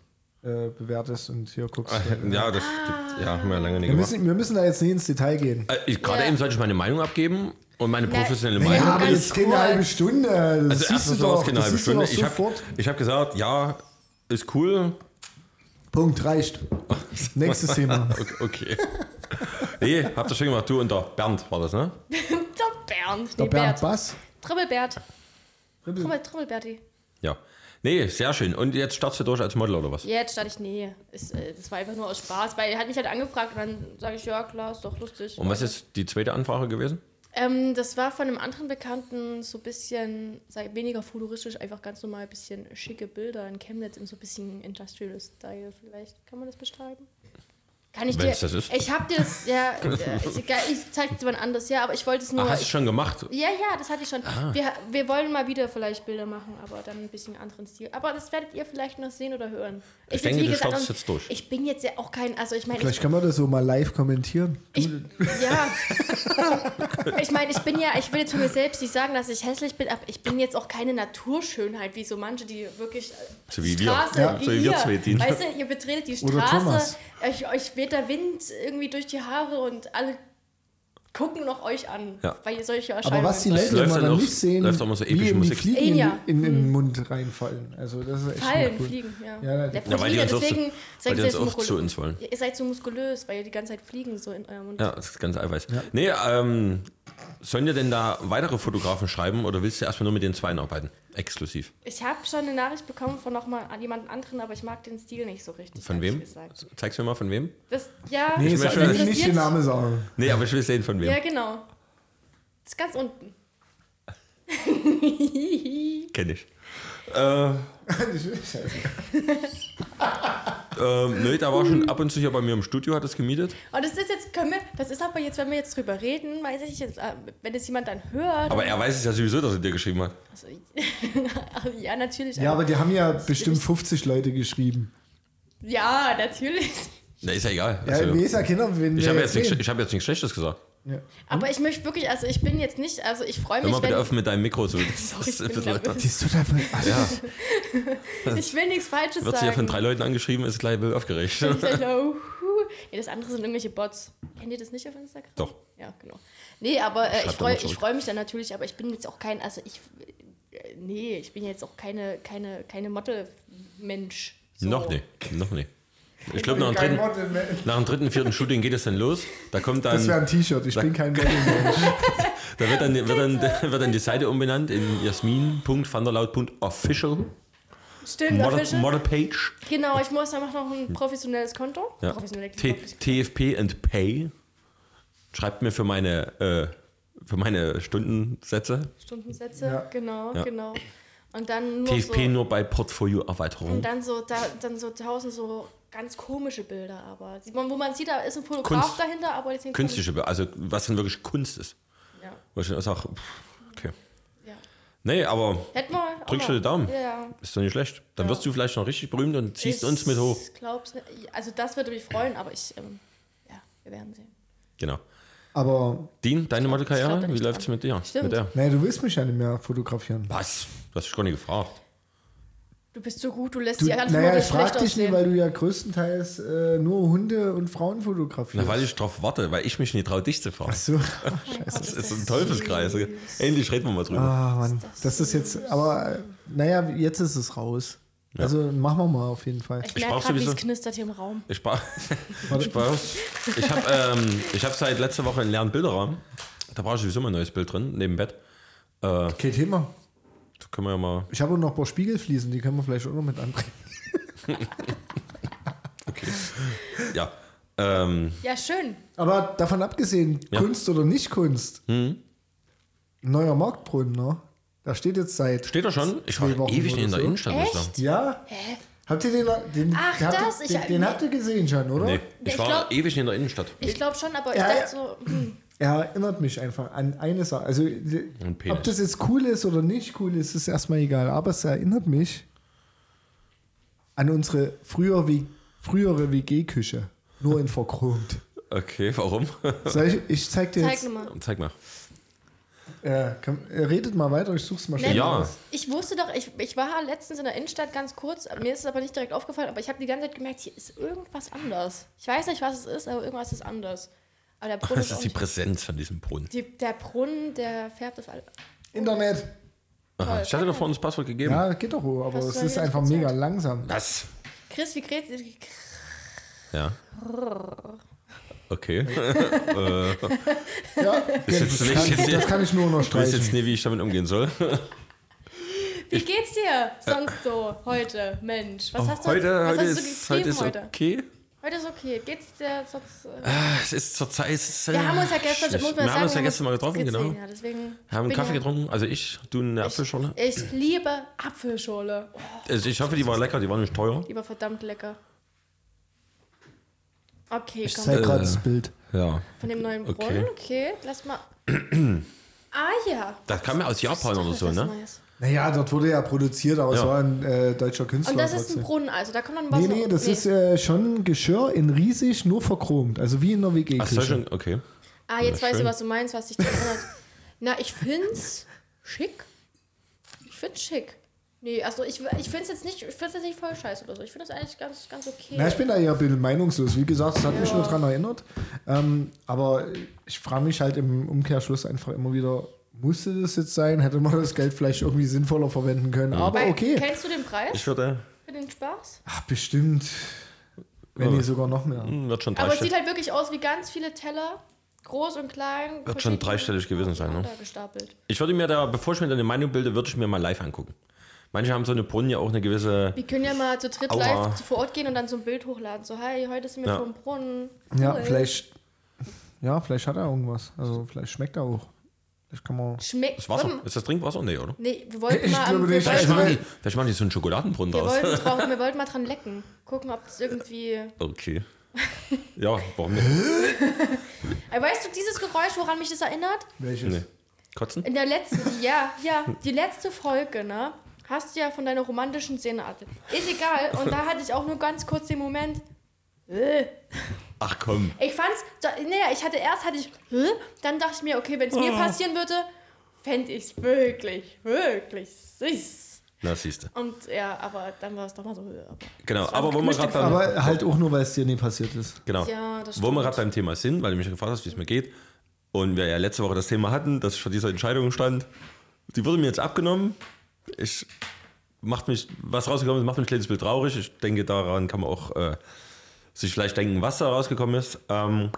[SPEAKER 3] äh, bewertest und hier guckst. Äh,
[SPEAKER 1] Ah, Ja, das ja, haben wir lange nicht
[SPEAKER 3] Wir
[SPEAKER 1] gemacht.
[SPEAKER 3] müssen, wir müssen da jetzt nicht ins Detail gehen.
[SPEAKER 1] Äh, ich- Gerade
[SPEAKER 2] Ja.
[SPEAKER 1] eben sollte ich meine Meinung abgeben und meine professionelle
[SPEAKER 2] Ja,
[SPEAKER 1] Meinung.
[SPEAKER 2] aber ganz
[SPEAKER 3] jetzt keine
[SPEAKER 2] kurz.
[SPEAKER 3] halbe Stunde. Das
[SPEAKER 1] Also
[SPEAKER 3] siehst du
[SPEAKER 1] erstens war
[SPEAKER 3] doch,
[SPEAKER 1] es keine
[SPEAKER 3] das
[SPEAKER 1] halbe
[SPEAKER 3] siehst du
[SPEAKER 1] Stunde.
[SPEAKER 3] doch
[SPEAKER 1] Ich habe
[SPEAKER 3] sofort.
[SPEAKER 1] hab gesagt, ja, ist cool.
[SPEAKER 3] Punkt, reicht. Nächstes Thema.
[SPEAKER 1] Okay. okay. Nee, habt ihr schon gemacht. Du und der Bernd war das, ne?
[SPEAKER 2] Der Bernd.
[SPEAKER 3] Der
[SPEAKER 2] Nee,
[SPEAKER 3] Bernd
[SPEAKER 2] Bert.
[SPEAKER 3] Bass.
[SPEAKER 2] Trommelbert.
[SPEAKER 3] Ribbel.
[SPEAKER 2] Trommel, Trommelberti. ja
[SPEAKER 1] Ja. Nee, sehr schön. Und jetzt startest du durch als Model oder was?
[SPEAKER 2] Jetzt dachte ich, nee, ist, äh, das war einfach nur aus Spaß, weil er hat mich halt angefragt und dann sage ich, ja klar, ist doch lustig.
[SPEAKER 1] Und was ist die zweite Anfrage gewesen? Ah,
[SPEAKER 2] Ähm, das war von einem anderen Bekannten so ein bisschen, sei weniger futuristisch, einfach ganz normal ein bisschen schicke Bilder in Chemnitz in so ein bisschen Industrial Style vielleicht. Kann man das beschreiben? Kann ich
[SPEAKER 1] Wenn's
[SPEAKER 2] dir.
[SPEAKER 1] das ist.
[SPEAKER 2] Ich hab dir das, ja, äh, ist egal, ich zeig's dir mal anders, ja, aber ich wollte es nur.
[SPEAKER 1] Ach, hast du
[SPEAKER 2] ich,
[SPEAKER 1] schon gemacht?
[SPEAKER 2] ja, ja, das hatte ich schon. Wir, wir wollen mal wieder vielleicht Bilder machen, aber dann ein bisschen anderen Stil. Aber das werdet ihr vielleicht noch sehen oder hören.
[SPEAKER 1] Ich
[SPEAKER 2] sitz,
[SPEAKER 1] denke,
[SPEAKER 2] wie
[SPEAKER 1] du
[SPEAKER 2] gesagt,
[SPEAKER 1] startest
[SPEAKER 2] noch-
[SPEAKER 1] jetzt durch.
[SPEAKER 2] Ich bin jetzt ja auch kein, also ich meine, ich
[SPEAKER 3] Vielleicht kann man das so mal live kommentieren.
[SPEAKER 2] ich, ja. Ich meine, ich bin ja, ich will jetzt von mir selbst nicht sagen, dass ich hässlich bin, aber ich bin jetzt auch keine Naturschönheit wie so manche, die wirklich äh,
[SPEAKER 1] So wie
[SPEAKER 2] die
[SPEAKER 1] wir.
[SPEAKER 2] Straße,
[SPEAKER 3] Ja,
[SPEAKER 2] wie
[SPEAKER 1] so wie wir
[SPEAKER 2] ihr.
[SPEAKER 1] zwei, die-
[SPEAKER 2] weißt du, ihr betretet die
[SPEAKER 3] Oder
[SPEAKER 2] Straße,
[SPEAKER 3] Thomas.
[SPEAKER 2] euch, euch weht der Wind irgendwie durch die Haare und alle gucken noch euch an,
[SPEAKER 1] Ja.
[SPEAKER 2] weil ihr solche
[SPEAKER 3] Aber
[SPEAKER 2] Erscheinungen
[SPEAKER 3] was die
[SPEAKER 2] seid.
[SPEAKER 1] läuft
[SPEAKER 3] Leute immer
[SPEAKER 1] dann
[SPEAKER 3] dann
[SPEAKER 1] auch-
[SPEAKER 3] nicht sehen,
[SPEAKER 1] läuft auch mal so
[SPEAKER 3] wie
[SPEAKER 1] epische
[SPEAKER 3] eben die
[SPEAKER 1] Musik.
[SPEAKER 3] Fliegen in,
[SPEAKER 2] Ja.
[SPEAKER 3] in, in den Mund reinfallen. Also das ist echt
[SPEAKER 2] Mhm. Fallen,
[SPEAKER 3] schon cool.
[SPEAKER 2] fliegen, ja.
[SPEAKER 3] Ja, ja,
[SPEAKER 2] Der
[SPEAKER 3] die-
[SPEAKER 1] Ja, weil die
[SPEAKER 2] Flieger,
[SPEAKER 1] uns auch so-
[SPEAKER 2] deswegen
[SPEAKER 1] weil
[SPEAKER 2] seid
[SPEAKER 1] die uns
[SPEAKER 2] ihr jetzt
[SPEAKER 1] auch
[SPEAKER 2] muskulös.
[SPEAKER 1] zu uns wollen.
[SPEAKER 2] Ihr seid so muskulös, weil ihr die ganze Zeit fliegen so in eurem Mund.
[SPEAKER 1] Ja, das ist ganz eiweiß. Nee, ähm, sollen dir denn da weitere Fotografen schreiben oder willst du erstmal nur mit den zweien arbeiten? Exklusiv.
[SPEAKER 2] Ich habe schon eine Nachricht bekommen von nochmal an jemanden anderen, aber ich mag den Stil nicht so richtig.
[SPEAKER 1] Von
[SPEAKER 2] ehrlich
[SPEAKER 1] wem?
[SPEAKER 2] Gesagt.
[SPEAKER 1] Zeigst du mir mal von wem?
[SPEAKER 2] Das, ja,
[SPEAKER 3] Nee,
[SPEAKER 1] Ich
[SPEAKER 3] sag,
[SPEAKER 1] möchte-
[SPEAKER 3] nicht-
[SPEAKER 2] interessiert-
[SPEAKER 3] nicht den Namen sagen.
[SPEAKER 1] Nee, aber ich will sehen von wem.
[SPEAKER 2] Ja, genau. Das ist ganz unten.
[SPEAKER 1] Kenn ich. Äh, ähm, nee, da war schon ab und zu hier bei mir im Studio, hat es gemietet.
[SPEAKER 2] Und das ist jetzt, können wir, das ist aber jetzt, wenn wir jetzt drüber reden, weiß ich jetzt, äh, wenn das jemand dann hört.
[SPEAKER 1] Aber er weiß es ja sowieso, dass er dir geschrieben hat.
[SPEAKER 2] also, ja, natürlich.
[SPEAKER 3] Ja, aber die haben ja bestimmt 50 Leute geschrieben.
[SPEAKER 2] ja, natürlich.
[SPEAKER 1] Na, ist ja egal.
[SPEAKER 3] Ja,
[SPEAKER 1] Also,
[SPEAKER 3] mir ist ja Kinder, wenn
[SPEAKER 1] ich
[SPEAKER 3] wir
[SPEAKER 1] habe jetzt, nichts-
[SPEAKER 3] sehen.
[SPEAKER 1] ich hab jetzt nichts Schlechtes gesagt.
[SPEAKER 3] Ja.
[SPEAKER 2] Aber ich möchte wirklich, also ich bin jetzt nicht, also ich freue
[SPEAKER 1] Hör
[SPEAKER 2] mich,
[SPEAKER 1] mal bitte
[SPEAKER 2] wenn.
[SPEAKER 1] offen mit deinem Mikro zu. Das
[SPEAKER 2] Sorry, ich
[SPEAKER 1] ist ein
[SPEAKER 2] bin
[SPEAKER 1] bisschen-
[SPEAKER 2] nervös.
[SPEAKER 3] Die ist total ver- Ach,
[SPEAKER 1] Ja,
[SPEAKER 2] Ich will nichts Falsches
[SPEAKER 1] wird sie ja von
[SPEAKER 2] sagen.
[SPEAKER 1] drei Leuten angeschrieben, ist gleich ein bisschen aufgeregt.
[SPEAKER 2] Ich dachte, oh, hu. ja, das andere sind irgendwelche Bots. Kennt ihr das nicht auf Instagram?
[SPEAKER 1] Doch.
[SPEAKER 2] Ja, genau. Nee, aber äh,
[SPEAKER 1] Schreibt
[SPEAKER 2] ich
[SPEAKER 1] doch mal
[SPEAKER 2] freue
[SPEAKER 1] zurück.
[SPEAKER 2] ich freu mich dann natürlich, aber ich bin jetzt auch kein, also ich, äh, nee, ich bin jetzt auch keine, keine, keine Model-Mensch. So.
[SPEAKER 1] Noch nicht, noch nicht. Ich glaube, nach, dem
[SPEAKER 3] kein
[SPEAKER 1] dritten-
[SPEAKER 3] Model mehr.
[SPEAKER 1] nach dem dritten, vierten Shooting geht es dann los. Da kommt dann,
[SPEAKER 3] Das wäre ein T-Shirt, ich bin kein Model mehr.
[SPEAKER 1] da wird dann, wird dann, wird dann die Seite umbenannt in jasmin.vanderlaut.official
[SPEAKER 2] Stimmt,
[SPEAKER 1] Model,
[SPEAKER 2] official.
[SPEAKER 1] Model Page.
[SPEAKER 2] Genau, ich muss einfach noch ein professionelles Konto.
[SPEAKER 1] Ja.
[SPEAKER 2] Professionell
[SPEAKER 1] T TFP and Pay. Schreibt mir für meine, äh, für meine Stundensätze.
[SPEAKER 2] Stundensätze,
[SPEAKER 3] Ja.
[SPEAKER 2] genau,
[SPEAKER 1] Ja.
[SPEAKER 2] genau. Und dann nur
[SPEAKER 1] TFP
[SPEAKER 2] so,
[SPEAKER 1] nur bei Portfolioerweiterung.
[SPEAKER 2] und dann so, da, dann so tausend so ganz komische Bilder, aber sieht man, wo man sieht, da ist ein Fotograf
[SPEAKER 1] Kunst-
[SPEAKER 2] dahinter, aber die sind komisch.
[SPEAKER 1] Künstliche, Be- also was dann wirklich Kunst ist.
[SPEAKER 2] Ja,
[SPEAKER 1] Wo ich dann auch sage, okay.
[SPEAKER 2] ja.
[SPEAKER 1] Nee, aber
[SPEAKER 2] Hätten wir. auch
[SPEAKER 1] Drückst du
[SPEAKER 2] noch.
[SPEAKER 1] die Daumen?
[SPEAKER 2] Ja, Ja.
[SPEAKER 1] ist doch nicht schlecht. Dann wirst du vielleicht noch richtig berühmt und ziehst
[SPEAKER 2] Ich
[SPEAKER 1] uns mit hoch.
[SPEAKER 2] Glaub's nicht. Also, das würde mich freuen, aber ich. Ähm, ja, wir werden sehen.
[SPEAKER 1] Genau.
[SPEAKER 3] Aber,
[SPEAKER 1] Dean, deine
[SPEAKER 2] glaub da
[SPEAKER 1] Modelkarriere, wie
[SPEAKER 2] nicht
[SPEAKER 1] läuft es
[SPEAKER 2] dran.
[SPEAKER 1] mit dir?
[SPEAKER 2] Stimmt.
[SPEAKER 1] Mit der?
[SPEAKER 3] naja, du willst mich ja nicht mehr fotografieren.
[SPEAKER 1] Was? Du hast dich gar nicht gefragt.
[SPEAKER 2] Du bist so gut, du lässt
[SPEAKER 3] Du,
[SPEAKER 2] dich ja ganz
[SPEAKER 3] naja,
[SPEAKER 2] nur
[SPEAKER 3] ich frag
[SPEAKER 2] schlecht
[SPEAKER 3] dich nie,
[SPEAKER 2] aussehen.
[SPEAKER 3] weil du ja größtenteils äh, nur Hunde und Frauen fotografierst.
[SPEAKER 1] Na, weil ich drauf warte, weil ich mich nicht traue, dich zu fahren.
[SPEAKER 3] Ach so.
[SPEAKER 1] Das ist ein Teufelskreis. Endlich reden wir mal drüber.
[SPEAKER 3] Ah, Mann. Das ist jetzt, aber äh, naja, jetzt ist es raus. Also machen wir mal auf jeden Fall.
[SPEAKER 2] ich
[SPEAKER 1] ich
[SPEAKER 2] merke
[SPEAKER 1] brauch
[SPEAKER 2] gerade, wie es
[SPEAKER 1] sowieso-
[SPEAKER 2] knistert hier im Raum.
[SPEAKER 1] Ich war, ich war, ich habe ähm, ich hab seit letzter Woche einen leeren Bilderrahmen. Da brauche ich sowieso mal ein neues Bild drin, neben dem Bett.
[SPEAKER 3] Kein Thema.
[SPEAKER 1] Da können wir ja mal.
[SPEAKER 3] Ich habe auch noch ein paar Spiegelfliesen, die können wir vielleicht auch noch mit anbringen.
[SPEAKER 1] Ja. Ähm,
[SPEAKER 2] Ja, schön.
[SPEAKER 3] Aber davon abgesehen,
[SPEAKER 1] Ja. Hm.
[SPEAKER 3] Kunst oder nicht Kunst, neuer Marktbrunnen, ne? Da steht jetzt seit.
[SPEAKER 1] steht da schon? Ich war
[SPEAKER 3] Zwei Wochen
[SPEAKER 1] ewig nicht in
[SPEAKER 3] oder
[SPEAKER 1] der
[SPEAKER 3] so.
[SPEAKER 1] Innenstadt. muss ich sagen.
[SPEAKER 3] Ja? Habt ihr den, den
[SPEAKER 2] Ach,
[SPEAKER 3] habt
[SPEAKER 2] das,
[SPEAKER 3] ihr,
[SPEAKER 2] ich-
[SPEAKER 3] den, den habt ihr gesehen schon, oder?
[SPEAKER 1] Nee,
[SPEAKER 2] Ich
[SPEAKER 1] ich war
[SPEAKER 2] glaub-
[SPEAKER 1] ewig nicht in der Innenstadt.
[SPEAKER 2] Ich glaube schon, aber ich
[SPEAKER 3] Ja,
[SPEAKER 2] dachte
[SPEAKER 3] ja.
[SPEAKER 2] so, hm,
[SPEAKER 3] Er erinnert mich einfach an eine Sache. Also,
[SPEAKER 1] Penis.
[SPEAKER 3] ob das jetzt cool ist oder nicht cool ist, ist erstmal egal. Aber es erinnert mich an unsere früher, W- frühere WG-Küche. Nur in verchromt.
[SPEAKER 1] Okay, warum?
[SPEAKER 3] Soll ich, ich zeig dir
[SPEAKER 2] zeig
[SPEAKER 3] jetzt.
[SPEAKER 2] mir mal.
[SPEAKER 1] Zeig mal.
[SPEAKER 3] Ja, komm, äh, redet mal weiter, ich such's mal schnell.
[SPEAKER 1] Ja.
[SPEAKER 3] raus.
[SPEAKER 2] Ich wusste doch, ich, ich war letztens in der Innenstadt ganz kurz, mir ist es aber nicht direkt aufgefallen, aber ich habe die ganze Zeit gemerkt, hier ist irgendwas anders. Ich weiß nicht, was es ist, aber irgendwas ist anders. Aber der Brunnen
[SPEAKER 1] Das
[SPEAKER 2] ist auch
[SPEAKER 1] ist die
[SPEAKER 2] nicht,
[SPEAKER 1] Präsenz von diesem Brunnen.
[SPEAKER 2] die, Der Brunnen, der färbt auf alle.
[SPEAKER 3] Internet.
[SPEAKER 1] Aha. Ich hatte doch vorhin das Passwort gegeben.
[SPEAKER 3] Ja, geht doch, hoch, aber
[SPEAKER 2] Hast du
[SPEAKER 3] es
[SPEAKER 2] da
[SPEAKER 3] ist
[SPEAKER 2] wieder
[SPEAKER 3] einfach
[SPEAKER 2] Prozent?
[SPEAKER 3] mega langsam.
[SPEAKER 1] Was?
[SPEAKER 2] Chris, wie Chris,
[SPEAKER 1] Ja. Okay.
[SPEAKER 3] Ja,
[SPEAKER 1] Ist jetzt
[SPEAKER 3] das,
[SPEAKER 1] nicht-
[SPEAKER 3] kann,
[SPEAKER 1] jetzt-
[SPEAKER 3] das kann ich nur
[SPEAKER 1] Ich weiß
[SPEAKER 3] unterstreichen.
[SPEAKER 1] jetzt nicht, wie ich damit umgehen soll.
[SPEAKER 2] wie geht's dir sonst so heute, Mensch? Was hast du
[SPEAKER 1] Äh. Oh, heute,
[SPEAKER 2] was
[SPEAKER 1] heute,
[SPEAKER 2] hast du
[SPEAKER 1] ist,
[SPEAKER 2] gegeben
[SPEAKER 1] heute ist
[SPEAKER 2] heute?
[SPEAKER 1] okay.
[SPEAKER 2] Heute ist okay. Geht's dir sonst? Äh,
[SPEAKER 1] Ah, Es ist zur Zeit. Es ist, äh,
[SPEAKER 2] wir haben uns ja gestern,
[SPEAKER 1] schlecht.
[SPEAKER 2] muss man
[SPEAKER 1] wir
[SPEAKER 2] sagen,
[SPEAKER 1] haben uns ja
[SPEAKER 2] wir
[SPEAKER 1] gestern mal getroffen,
[SPEAKER 2] gesehen,
[SPEAKER 1] genau.
[SPEAKER 2] Ja, deswegen
[SPEAKER 1] Wir haben einen
[SPEAKER 2] bin
[SPEAKER 1] Kaffee
[SPEAKER 2] ja-
[SPEAKER 1] getrunken. Also ich, du eine Apfelschorle.
[SPEAKER 2] Ich liebe Apfelschorle. Oh,
[SPEAKER 1] ne? Also ich hoffe, die war lecker, die war nicht teuer.
[SPEAKER 2] die war verdammt lecker. Okay,
[SPEAKER 3] Ich
[SPEAKER 2] komm.
[SPEAKER 3] zeig gerade das Bild.
[SPEAKER 1] Ja.
[SPEAKER 2] Von dem neuen
[SPEAKER 1] okay.
[SPEAKER 2] Brunnen, okay. Lass mal. Ah ja.
[SPEAKER 1] Das kam ja aus Japan oder
[SPEAKER 2] Das ist
[SPEAKER 1] so,
[SPEAKER 2] was
[SPEAKER 1] ne?
[SPEAKER 2] Neues.
[SPEAKER 3] Naja, dort wurde ja produziert, aber es
[SPEAKER 1] Ja.
[SPEAKER 3] war ein äh, deutscher Künstler.
[SPEAKER 2] Und das ist
[SPEAKER 3] trotzdem.
[SPEAKER 2] ein Brunnen, also da kommt dann
[SPEAKER 3] Nee,
[SPEAKER 2] Wasser.
[SPEAKER 3] nee, das ist äh, schon Geschirr in riesig, nur verchromt. Also wie in der
[SPEAKER 1] Ach, soll ich
[SPEAKER 3] WG-Küche.
[SPEAKER 1] schon? Okay.
[SPEAKER 2] Ah, jetzt
[SPEAKER 1] Ja,
[SPEAKER 2] weiß ich,
[SPEAKER 1] schön.
[SPEAKER 2] was du meinst, was dich daran erinnert. Na, ich find's schick. Ich find's schick. Nee, also ich, ich find's jetzt nicht, ich find's jetzt nicht voll scheiße oder so. Ich find das eigentlich ganz, ganz okay.
[SPEAKER 3] Na, ich bin da ja ein bisschen meinungslos. Wie gesagt, es hat mich nur daran erinnert. Ähm, aber ich frage mich halt im Umkehrschluss einfach immer wieder, musste das jetzt sein? Hätte man das Geld vielleicht irgendwie sinnvoller verwenden
[SPEAKER 1] Mhm.
[SPEAKER 3] können? Aber
[SPEAKER 2] Weil-
[SPEAKER 3] okay.
[SPEAKER 2] Kennst du den Preis
[SPEAKER 1] Ich würde.
[SPEAKER 2] für den Spaß?
[SPEAKER 3] Ach, bestimmt. Wenn
[SPEAKER 1] Ja.
[SPEAKER 3] nicht sogar noch mehr.
[SPEAKER 1] hm, Wird schon
[SPEAKER 2] Aber es sieht
[SPEAKER 1] dreistellig,
[SPEAKER 2] halt wirklich aus wie ganz viele Teller, groß und klein.
[SPEAKER 1] wird schon
[SPEAKER 2] verschieden
[SPEAKER 1] dreistellig gewesen sein, ne?
[SPEAKER 2] aufeinander Gestapelt.
[SPEAKER 1] Ich würde mir da, bevor ich mir deine Meinung bilde, würde ich mir mal live angucken. Manche haben so eine Brunnen ja auch eine gewisse.
[SPEAKER 2] Wir können ja mal zu dritt
[SPEAKER 1] Aua.
[SPEAKER 2] live zu vor Ort gehen und dann so ein Bild hochladen. So, hi, heute sind wir
[SPEAKER 1] Ja.
[SPEAKER 2] vom Brunnen.
[SPEAKER 3] Ja,
[SPEAKER 2] Cool.
[SPEAKER 3] vielleicht, ja, vielleicht hat er irgendwas. Also vielleicht schmeckt er auch. Vielleicht kann man.
[SPEAKER 2] Schmeckt.
[SPEAKER 1] Das Wasser.
[SPEAKER 2] Hm.
[SPEAKER 1] Ist das Trinkwasser? Nee, oder?
[SPEAKER 2] Nee, wir wollten
[SPEAKER 3] Ich
[SPEAKER 2] mal.
[SPEAKER 3] glaube
[SPEAKER 2] am, wir
[SPEAKER 3] nicht.
[SPEAKER 1] Vielleicht
[SPEAKER 2] wollten,
[SPEAKER 1] machen, die, vielleicht machen die so einen Schokoladenbrunnen
[SPEAKER 2] wir,
[SPEAKER 1] draus.
[SPEAKER 2] wollten drauf, wir wollten mal dran lecken. Gucken, ob das irgendwie.
[SPEAKER 1] Okay. Ja, warum nicht?
[SPEAKER 2] Ey, weißt du dieses Geräusch, woran mich das erinnert?
[SPEAKER 3] Welches?
[SPEAKER 1] Nee. Kotzen?
[SPEAKER 2] In der letzten, ja, ja, die letzte Folge, ne? Hast du ja von deiner romantischen Szene erzählt. Ist egal. Und da hatte ich auch nur ganz kurz den Moment. Äh.
[SPEAKER 1] Ach komm.
[SPEAKER 2] Ich fand's, da, naja, ich hatte erst, hatte ich, hä? dann dachte ich mir, okay, wenn es
[SPEAKER 1] Oh.
[SPEAKER 2] mir passieren würde, fände ich's wirklich, wirklich süß.
[SPEAKER 1] Na, siehste.
[SPEAKER 2] Und ja, aber dann war es doch mal so, hä, aber
[SPEAKER 1] Genau, aber wo wir gerade beim,
[SPEAKER 3] Aber halt auch nur, weil es dir nie passiert ist.
[SPEAKER 1] genau,
[SPEAKER 2] Ja, das
[SPEAKER 1] wo wir
[SPEAKER 2] stimmt.
[SPEAKER 1] gerade beim Thema sind, weil du mich gefragt hast, wie es mir geht. Und wir ja letzte Woche das Thema hatten, dass ich vor dieser Entscheidung stand. Die wurde mir jetzt abgenommen. Ich macht mich, was rausgekommen ist, macht mich ein kleines Bild traurig. Ich denke, daran kann man auch äh, sich vielleicht denken, was da rausgekommen ist. Ähm,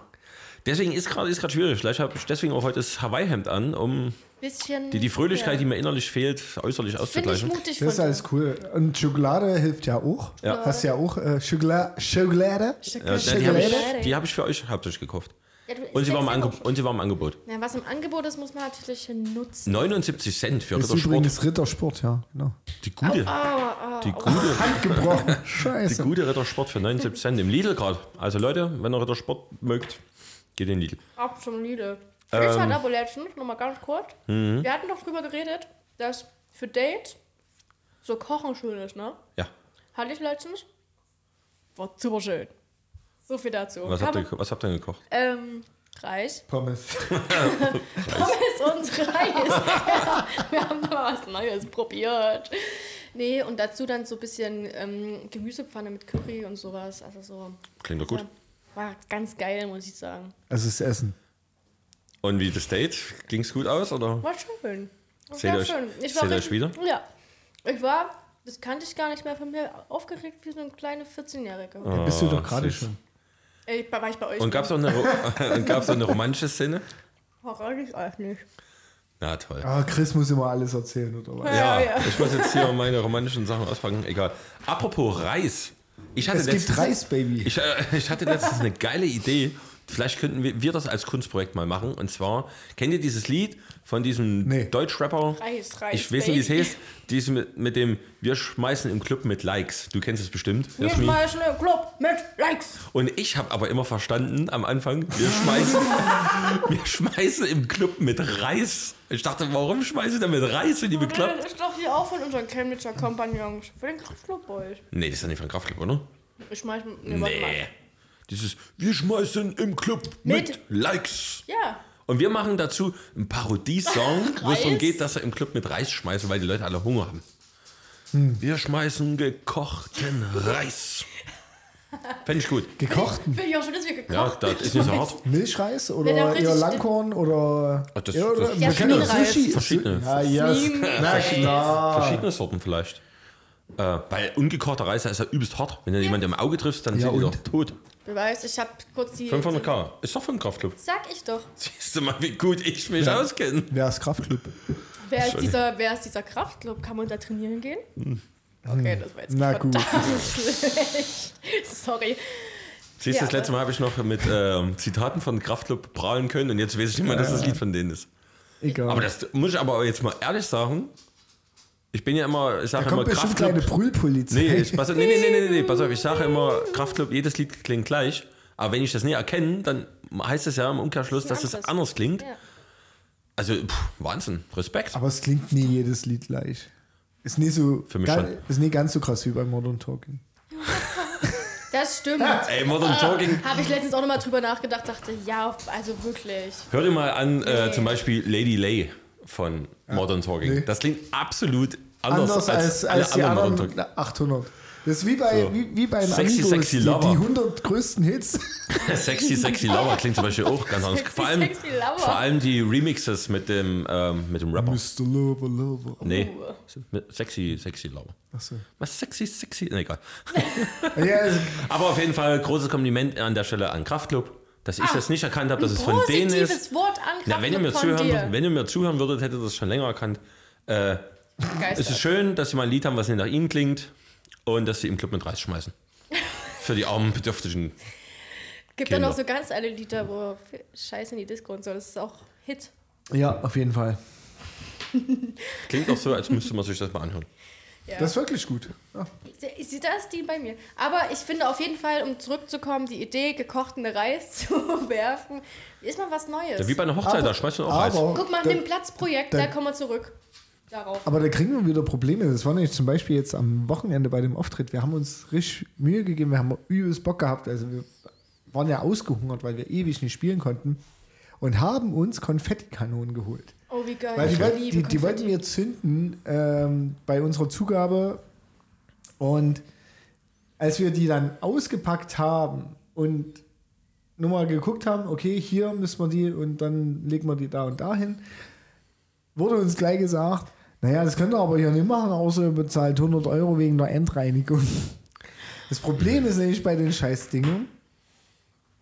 [SPEAKER 1] deswegen ist gerade ist gerade schwierig. Vielleicht habe ich deswegen auch heute das Hawaii-Hemd an, um
[SPEAKER 2] bisschen.
[SPEAKER 1] die, die Fröhlichkeit, die mir innerlich fehlt, äußerlich
[SPEAKER 2] Finde ich
[SPEAKER 1] auszugleichen.
[SPEAKER 2] mutig
[SPEAKER 3] Das ist
[SPEAKER 2] von dir.
[SPEAKER 3] alles cool. Und Schokolade hilft ja auch. Hast ja auch äh, Schokolade. Schokolade.
[SPEAKER 1] Ja, Äh,
[SPEAKER 2] Schokolade.
[SPEAKER 1] die habe
[SPEAKER 2] Schokolade.
[SPEAKER 1] ich, die hab ich für euch hauptsächlich gekauft.
[SPEAKER 2] Ja, du-
[SPEAKER 1] Und sie, war im
[SPEAKER 2] sechs Euro
[SPEAKER 1] Ange-
[SPEAKER 2] schon.
[SPEAKER 1] und sie war im Angebot.
[SPEAKER 2] Na, was im Angebot ist, muss man natürlich nutzen.
[SPEAKER 1] 79 Cent für
[SPEAKER 3] Das ist
[SPEAKER 1] Rittersport.
[SPEAKER 3] übrigens Rittersport, ja. Genau.
[SPEAKER 1] Die gute, die gute,
[SPEAKER 3] Handgebrochen.
[SPEAKER 1] die
[SPEAKER 2] also-
[SPEAKER 3] Scheiße.
[SPEAKER 1] gute Rittersport für 79 Cent im Lidl gerade. Also Leute, wenn ihr Rittersport mögt, geht in Lidl.
[SPEAKER 2] Ab zum Lidl. Richard ähm. aber letztens, nochmal ganz kurz.
[SPEAKER 1] Mhm.
[SPEAKER 2] Wir hatten doch drüber geredet, dass für Dates so Kochen schön ist, ne?
[SPEAKER 1] Ja.
[SPEAKER 2] Hatte ich letztens. War super schön. So viel dazu.
[SPEAKER 1] Was habt, ihr,
[SPEAKER 2] Kann
[SPEAKER 1] geko- was habt ihr denn gekocht?
[SPEAKER 2] man- ähm, Reis.
[SPEAKER 3] Pommes.
[SPEAKER 2] Pommes und Reis. ja, wir haben da was Neues probiert. Nee, und dazu dann so ein bisschen ähm, Gemüsepfanne mit Curry und sowas. Also so.
[SPEAKER 1] Klingt doch gut.
[SPEAKER 2] Ja, war ganz geil, muss ich sagen.
[SPEAKER 3] Also das Essen.
[SPEAKER 1] Und wie das Date? Ging es gut aus? Oder?
[SPEAKER 2] War schön. War
[SPEAKER 1] Seht ihr euch-
[SPEAKER 2] war
[SPEAKER 1] seht ihr euch
[SPEAKER 2] richtig- Ja. Ich war, das kannte ich gar nicht mehr von mir, aufgeregt wie so eine kleine 14-Jährige.
[SPEAKER 3] Da bist du
[SPEAKER 1] Ah,
[SPEAKER 3] doch gerade
[SPEAKER 1] süß.
[SPEAKER 3] schon.
[SPEAKER 2] Ich war war ich bei euch.
[SPEAKER 1] Und gab es auch eine, Ro- und gab's auch eine romantische Szene?
[SPEAKER 2] Verrate ich euch nicht.
[SPEAKER 1] Na toll.
[SPEAKER 3] Ah, Chris muss immer alles erzählen, oder was?
[SPEAKER 1] Ja,
[SPEAKER 2] Ja, ja.
[SPEAKER 1] ich muss jetzt hier meine romantischen Sachen auspacken. Egal. Apropos Reis. Ich hatte
[SPEAKER 3] Es gibt
[SPEAKER 1] letztens-
[SPEAKER 3] Reis, Baby.
[SPEAKER 1] Ich, äh, ich hatte letztens eine geile Idee. Vielleicht könnten wir, wir das als Kunstprojekt mal machen. Und zwar, kennt ihr dieses Lied von diesem
[SPEAKER 3] Nee.
[SPEAKER 1] Deutschrapper?
[SPEAKER 2] Reis, Reis,
[SPEAKER 1] Ich weiß nicht, wie es
[SPEAKER 2] Baby.
[SPEAKER 1] heißt. Dies mit, mit dem, wir schmeißen im Club mit Likes. Du kennst es bestimmt.
[SPEAKER 2] Jetzt
[SPEAKER 1] Jasmin.
[SPEAKER 2] mal schnell im Club mit Likes.
[SPEAKER 1] Und ich habe aber immer verstanden am Anfang, wir schmeißen, wir schmeißen im Club mit Reis. Ich dachte, warum schmeißen da mit Reis in die bekloppt?
[SPEAKER 2] Das ist doch hier auch von unseren Chemnitzer Kompagnons. Für den Club Boys.
[SPEAKER 1] Nee, das ist doch nicht von Kraftclub, oder?
[SPEAKER 2] Ich schmeiß. Nee, warte
[SPEAKER 1] Nee.
[SPEAKER 2] mal.
[SPEAKER 1] Dieses, wir schmeißen im Club mit,
[SPEAKER 2] Mit-
[SPEAKER 1] Likes.
[SPEAKER 2] Ja.
[SPEAKER 1] Und wir machen dazu einen Parodiesong, wo es darum
[SPEAKER 2] Reis?
[SPEAKER 1] geht, dass er im Club mit Reis schmeißt, weil die Leute alle Hunger haben.
[SPEAKER 3] Hm.
[SPEAKER 1] Wir schmeißen gekochten Reis. Fände ich gut.
[SPEAKER 3] Gekochten.
[SPEAKER 2] Finde ich auch schön, dass wir
[SPEAKER 1] Ja,
[SPEAKER 2] gekocht
[SPEAKER 1] das ist nicht so hart.
[SPEAKER 3] Milchreis
[SPEAKER 2] Wenn auch
[SPEAKER 3] oder
[SPEAKER 2] richtig-
[SPEAKER 3] eher Langkorn oder.
[SPEAKER 1] Ach, das-
[SPEAKER 3] ja, oder
[SPEAKER 1] das-
[SPEAKER 3] wir können doch
[SPEAKER 2] Jasminreis.
[SPEAKER 3] Sushi.
[SPEAKER 1] Verschiedene.
[SPEAKER 3] Ah, yes.
[SPEAKER 2] Jasminreis.
[SPEAKER 3] Na klar.
[SPEAKER 1] Verschiedene Sorten vielleicht. Äh, weil ungekochter Reis ist ja übelst hart. Wenn du jemand im Auge triffst, dann
[SPEAKER 3] Ja,
[SPEAKER 1] sind die
[SPEAKER 3] und?
[SPEAKER 1] doch tot.
[SPEAKER 2] Wer weiß, ich hab kurz die.
[SPEAKER 1] 500k. Ist doch für einen Kraftclub.
[SPEAKER 2] Sag ich doch.
[SPEAKER 1] Siehst du mal, wie gut ich mich auskenne.
[SPEAKER 3] Wer ist Kraftclub?
[SPEAKER 2] Wer ist,
[SPEAKER 1] Entschuldigung.
[SPEAKER 2] dieser, wer ist dieser Kraftclub? Kann man da trainieren gehen?
[SPEAKER 1] Hm.
[SPEAKER 2] Okay, das war jetzt
[SPEAKER 3] Na gut.
[SPEAKER 2] verdammt schlecht. Sorry.
[SPEAKER 1] Siehst du, das
[SPEAKER 2] Ja,
[SPEAKER 1] letzte Mal habe ich noch mit ähm, Zitaten von Kraftclub prahlen können und jetzt weiß ich nicht mehr, dass das Lied von denen ist.
[SPEAKER 3] Egal.
[SPEAKER 1] Aber das muss ich aber jetzt mal ehrlich sagen. Ich bin ja immer, ich
[SPEAKER 3] da
[SPEAKER 1] sage immer
[SPEAKER 3] kommt bestimmt kleine
[SPEAKER 1] Kraftclub.
[SPEAKER 3] Brüllpolizei.
[SPEAKER 1] Nee, ich, pass, auf, nee, nee, nee, nee, nee, nee, pass auf, ich sage immer Kraftclub, jedes Lied klingt gleich. Aber wenn ich das nicht erkenne, dann heißt das ja im Umkehrschluss, dass
[SPEAKER 2] Das ist
[SPEAKER 1] es
[SPEAKER 2] ein anderes.
[SPEAKER 1] anders klingt.
[SPEAKER 2] Ja.
[SPEAKER 1] Also, pff, Wahnsinn, Respekt.
[SPEAKER 3] Aber es klingt nie jedes Lied gleich. Ist nie so.
[SPEAKER 1] Für mich
[SPEAKER 3] ganz,
[SPEAKER 1] schon.
[SPEAKER 3] Ist nie ganz so krass wie bei Modern Talking.
[SPEAKER 2] Das stimmt.
[SPEAKER 1] Ey, Modern Talking.
[SPEAKER 2] Habe ich letztens auch nochmal drüber nachgedacht, dachte, ja, also wirklich.
[SPEAKER 1] Hör dir mal an, äh, zum Beispiel Lady Lay von Modern Talking.
[SPEAKER 3] nee.
[SPEAKER 1] Das klingt absolut anders,
[SPEAKER 3] Anders, als, als,
[SPEAKER 1] alle
[SPEAKER 3] die
[SPEAKER 1] anderen. Modern
[SPEAKER 3] anderen
[SPEAKER 1] Talking.
[SPEAKER 3] 800. Das ist wie bei,
[SPEAKER 1] So.
[SPEAKER 3] wie, wie bei den
[SPEAKER 1] Sexy,
[SPEAKER 3] Amigos,
[SPEAKER 1] sexy
[SPEAKER 3] die, die
[SPEAKER 1] lover.
[SPEAKER 3] 100 größten Hits.
[SPEAKER 1] Sexy, sexy Lover klingt zum Beispiel auch ganz anders.
[SPEAKER 2] Sexy,
[SPEAKER 1] vor, allem,
[SPEAKER 2] sexy Lover.
[SPEAKER 1] vor allem die Remixes mit dem, ähm, mit dem Rapper.
[SPEAKER 3] Mr. Lover, Lover.
[SPEAKER 1] Nee,
[SPEAKER 2] Uh.
[SPEAKER 1] mit sexy, sexy Lover.
[SPEAKER 3] Achso.
[SPEAKER 1] Was sexy, sexy? Nee, egal.
[SPEAKER 3] Ja, also,
[SPEAKER 1] Aber auf jeden Fall großes Kompliment an der Stelle an Kraftclub, dass ich das nicht erkannt habe, dass es von denen
[SPEAKER 2] Ah, Positives
[SPEAKER 1] ist.
[SPEAKER 2] Wort an
[SPEAKER 1] Na, wenn ihr mir
[SPEAKER 2] von
[SPEAKER 1] zuhören,
[SPEAKER 2] dir.
[SPEAKER 1] würdet- wenn ihr mir zuhören würdet, hättet ihr das schon länger erkannt. Äh, es ist
[SPEAKER 2] Begeistert.
[SPEAKER 1] schön, dass sie mal ein Lied haben, was nicht nach ihnen klingt und dass sie im Club mit Reis schmeißen. Für die armen, bedürftigen.
[SPEAKER 2] Gibt dann noch
[SPEAKER 1] Kinder.
[SPEAKER 2] so ganz alle Lieder, wo Scheiße in die Disco und so. Das ist auch Hit.
[SPEAKER 3] ja, auf jeden Fall.
[SPEAKER 1] Klingt auch so, als müsste man sich das mal anhören.
[SPEAKER 2] Ja.
[SPEAKER 3] Das ist wirklich gut. Ja.
[SPEAKER 2] Sie- Sie, das die bei mir. Aber ich finde auf jeden Fall, um zurückzukommen, die Idee, gekochten Reis zu werfen, ist mal was Neues.
[SPEAKER 1] Ja, wie bei einer Hochzeit, da schmeißt man auch Reis.
[SPEAKER 2] Guck mal,
[SPEAKER 3] da,
[SPEAKER 2] nimm Platzprojekt,
[SPEAKER 3] da-
[SPEAKER 2] da, kommen wir zurück. Darauf.
[SPEAKER 3] aber da kriegen wir wieder Probleme. Das war nämlich zum Beispiel jetzt am Wochenende bei dem Auftritt. Wir haben uns richtig Mühe gegeben, wir haben übelst Bock gehabt. Also wir waren ja ausgehungert, weil wir ewig nicht spielen konnten. Und haben uns Konfettikanonen geholt.
[SPEAKER 2] oh, wie geil.
[SPEAKER 3] Weil die,
[SPEAKER 2] Ich
[SPEAKER 3] wollten-
[SPEAKER 2] liebe
[SPEAKER 3] die, die
[SPEAKER 2] Konfetti.
[SPEAKER 3] wollten wir zünden ähm, bei unserer Zugabe. Und als wir die dann ausgepackt haben und nur mal geguckt haben, okay, hier müssen wir die und dann legen wir die da und da hin, wurde uns gleich gesagt, naja, das könnt ihr aber hier nicht machen, außer ihr bezahlt 100 Euro wegen der Endreinigung. Das Problem ist nämlich bei den Scheißdingen,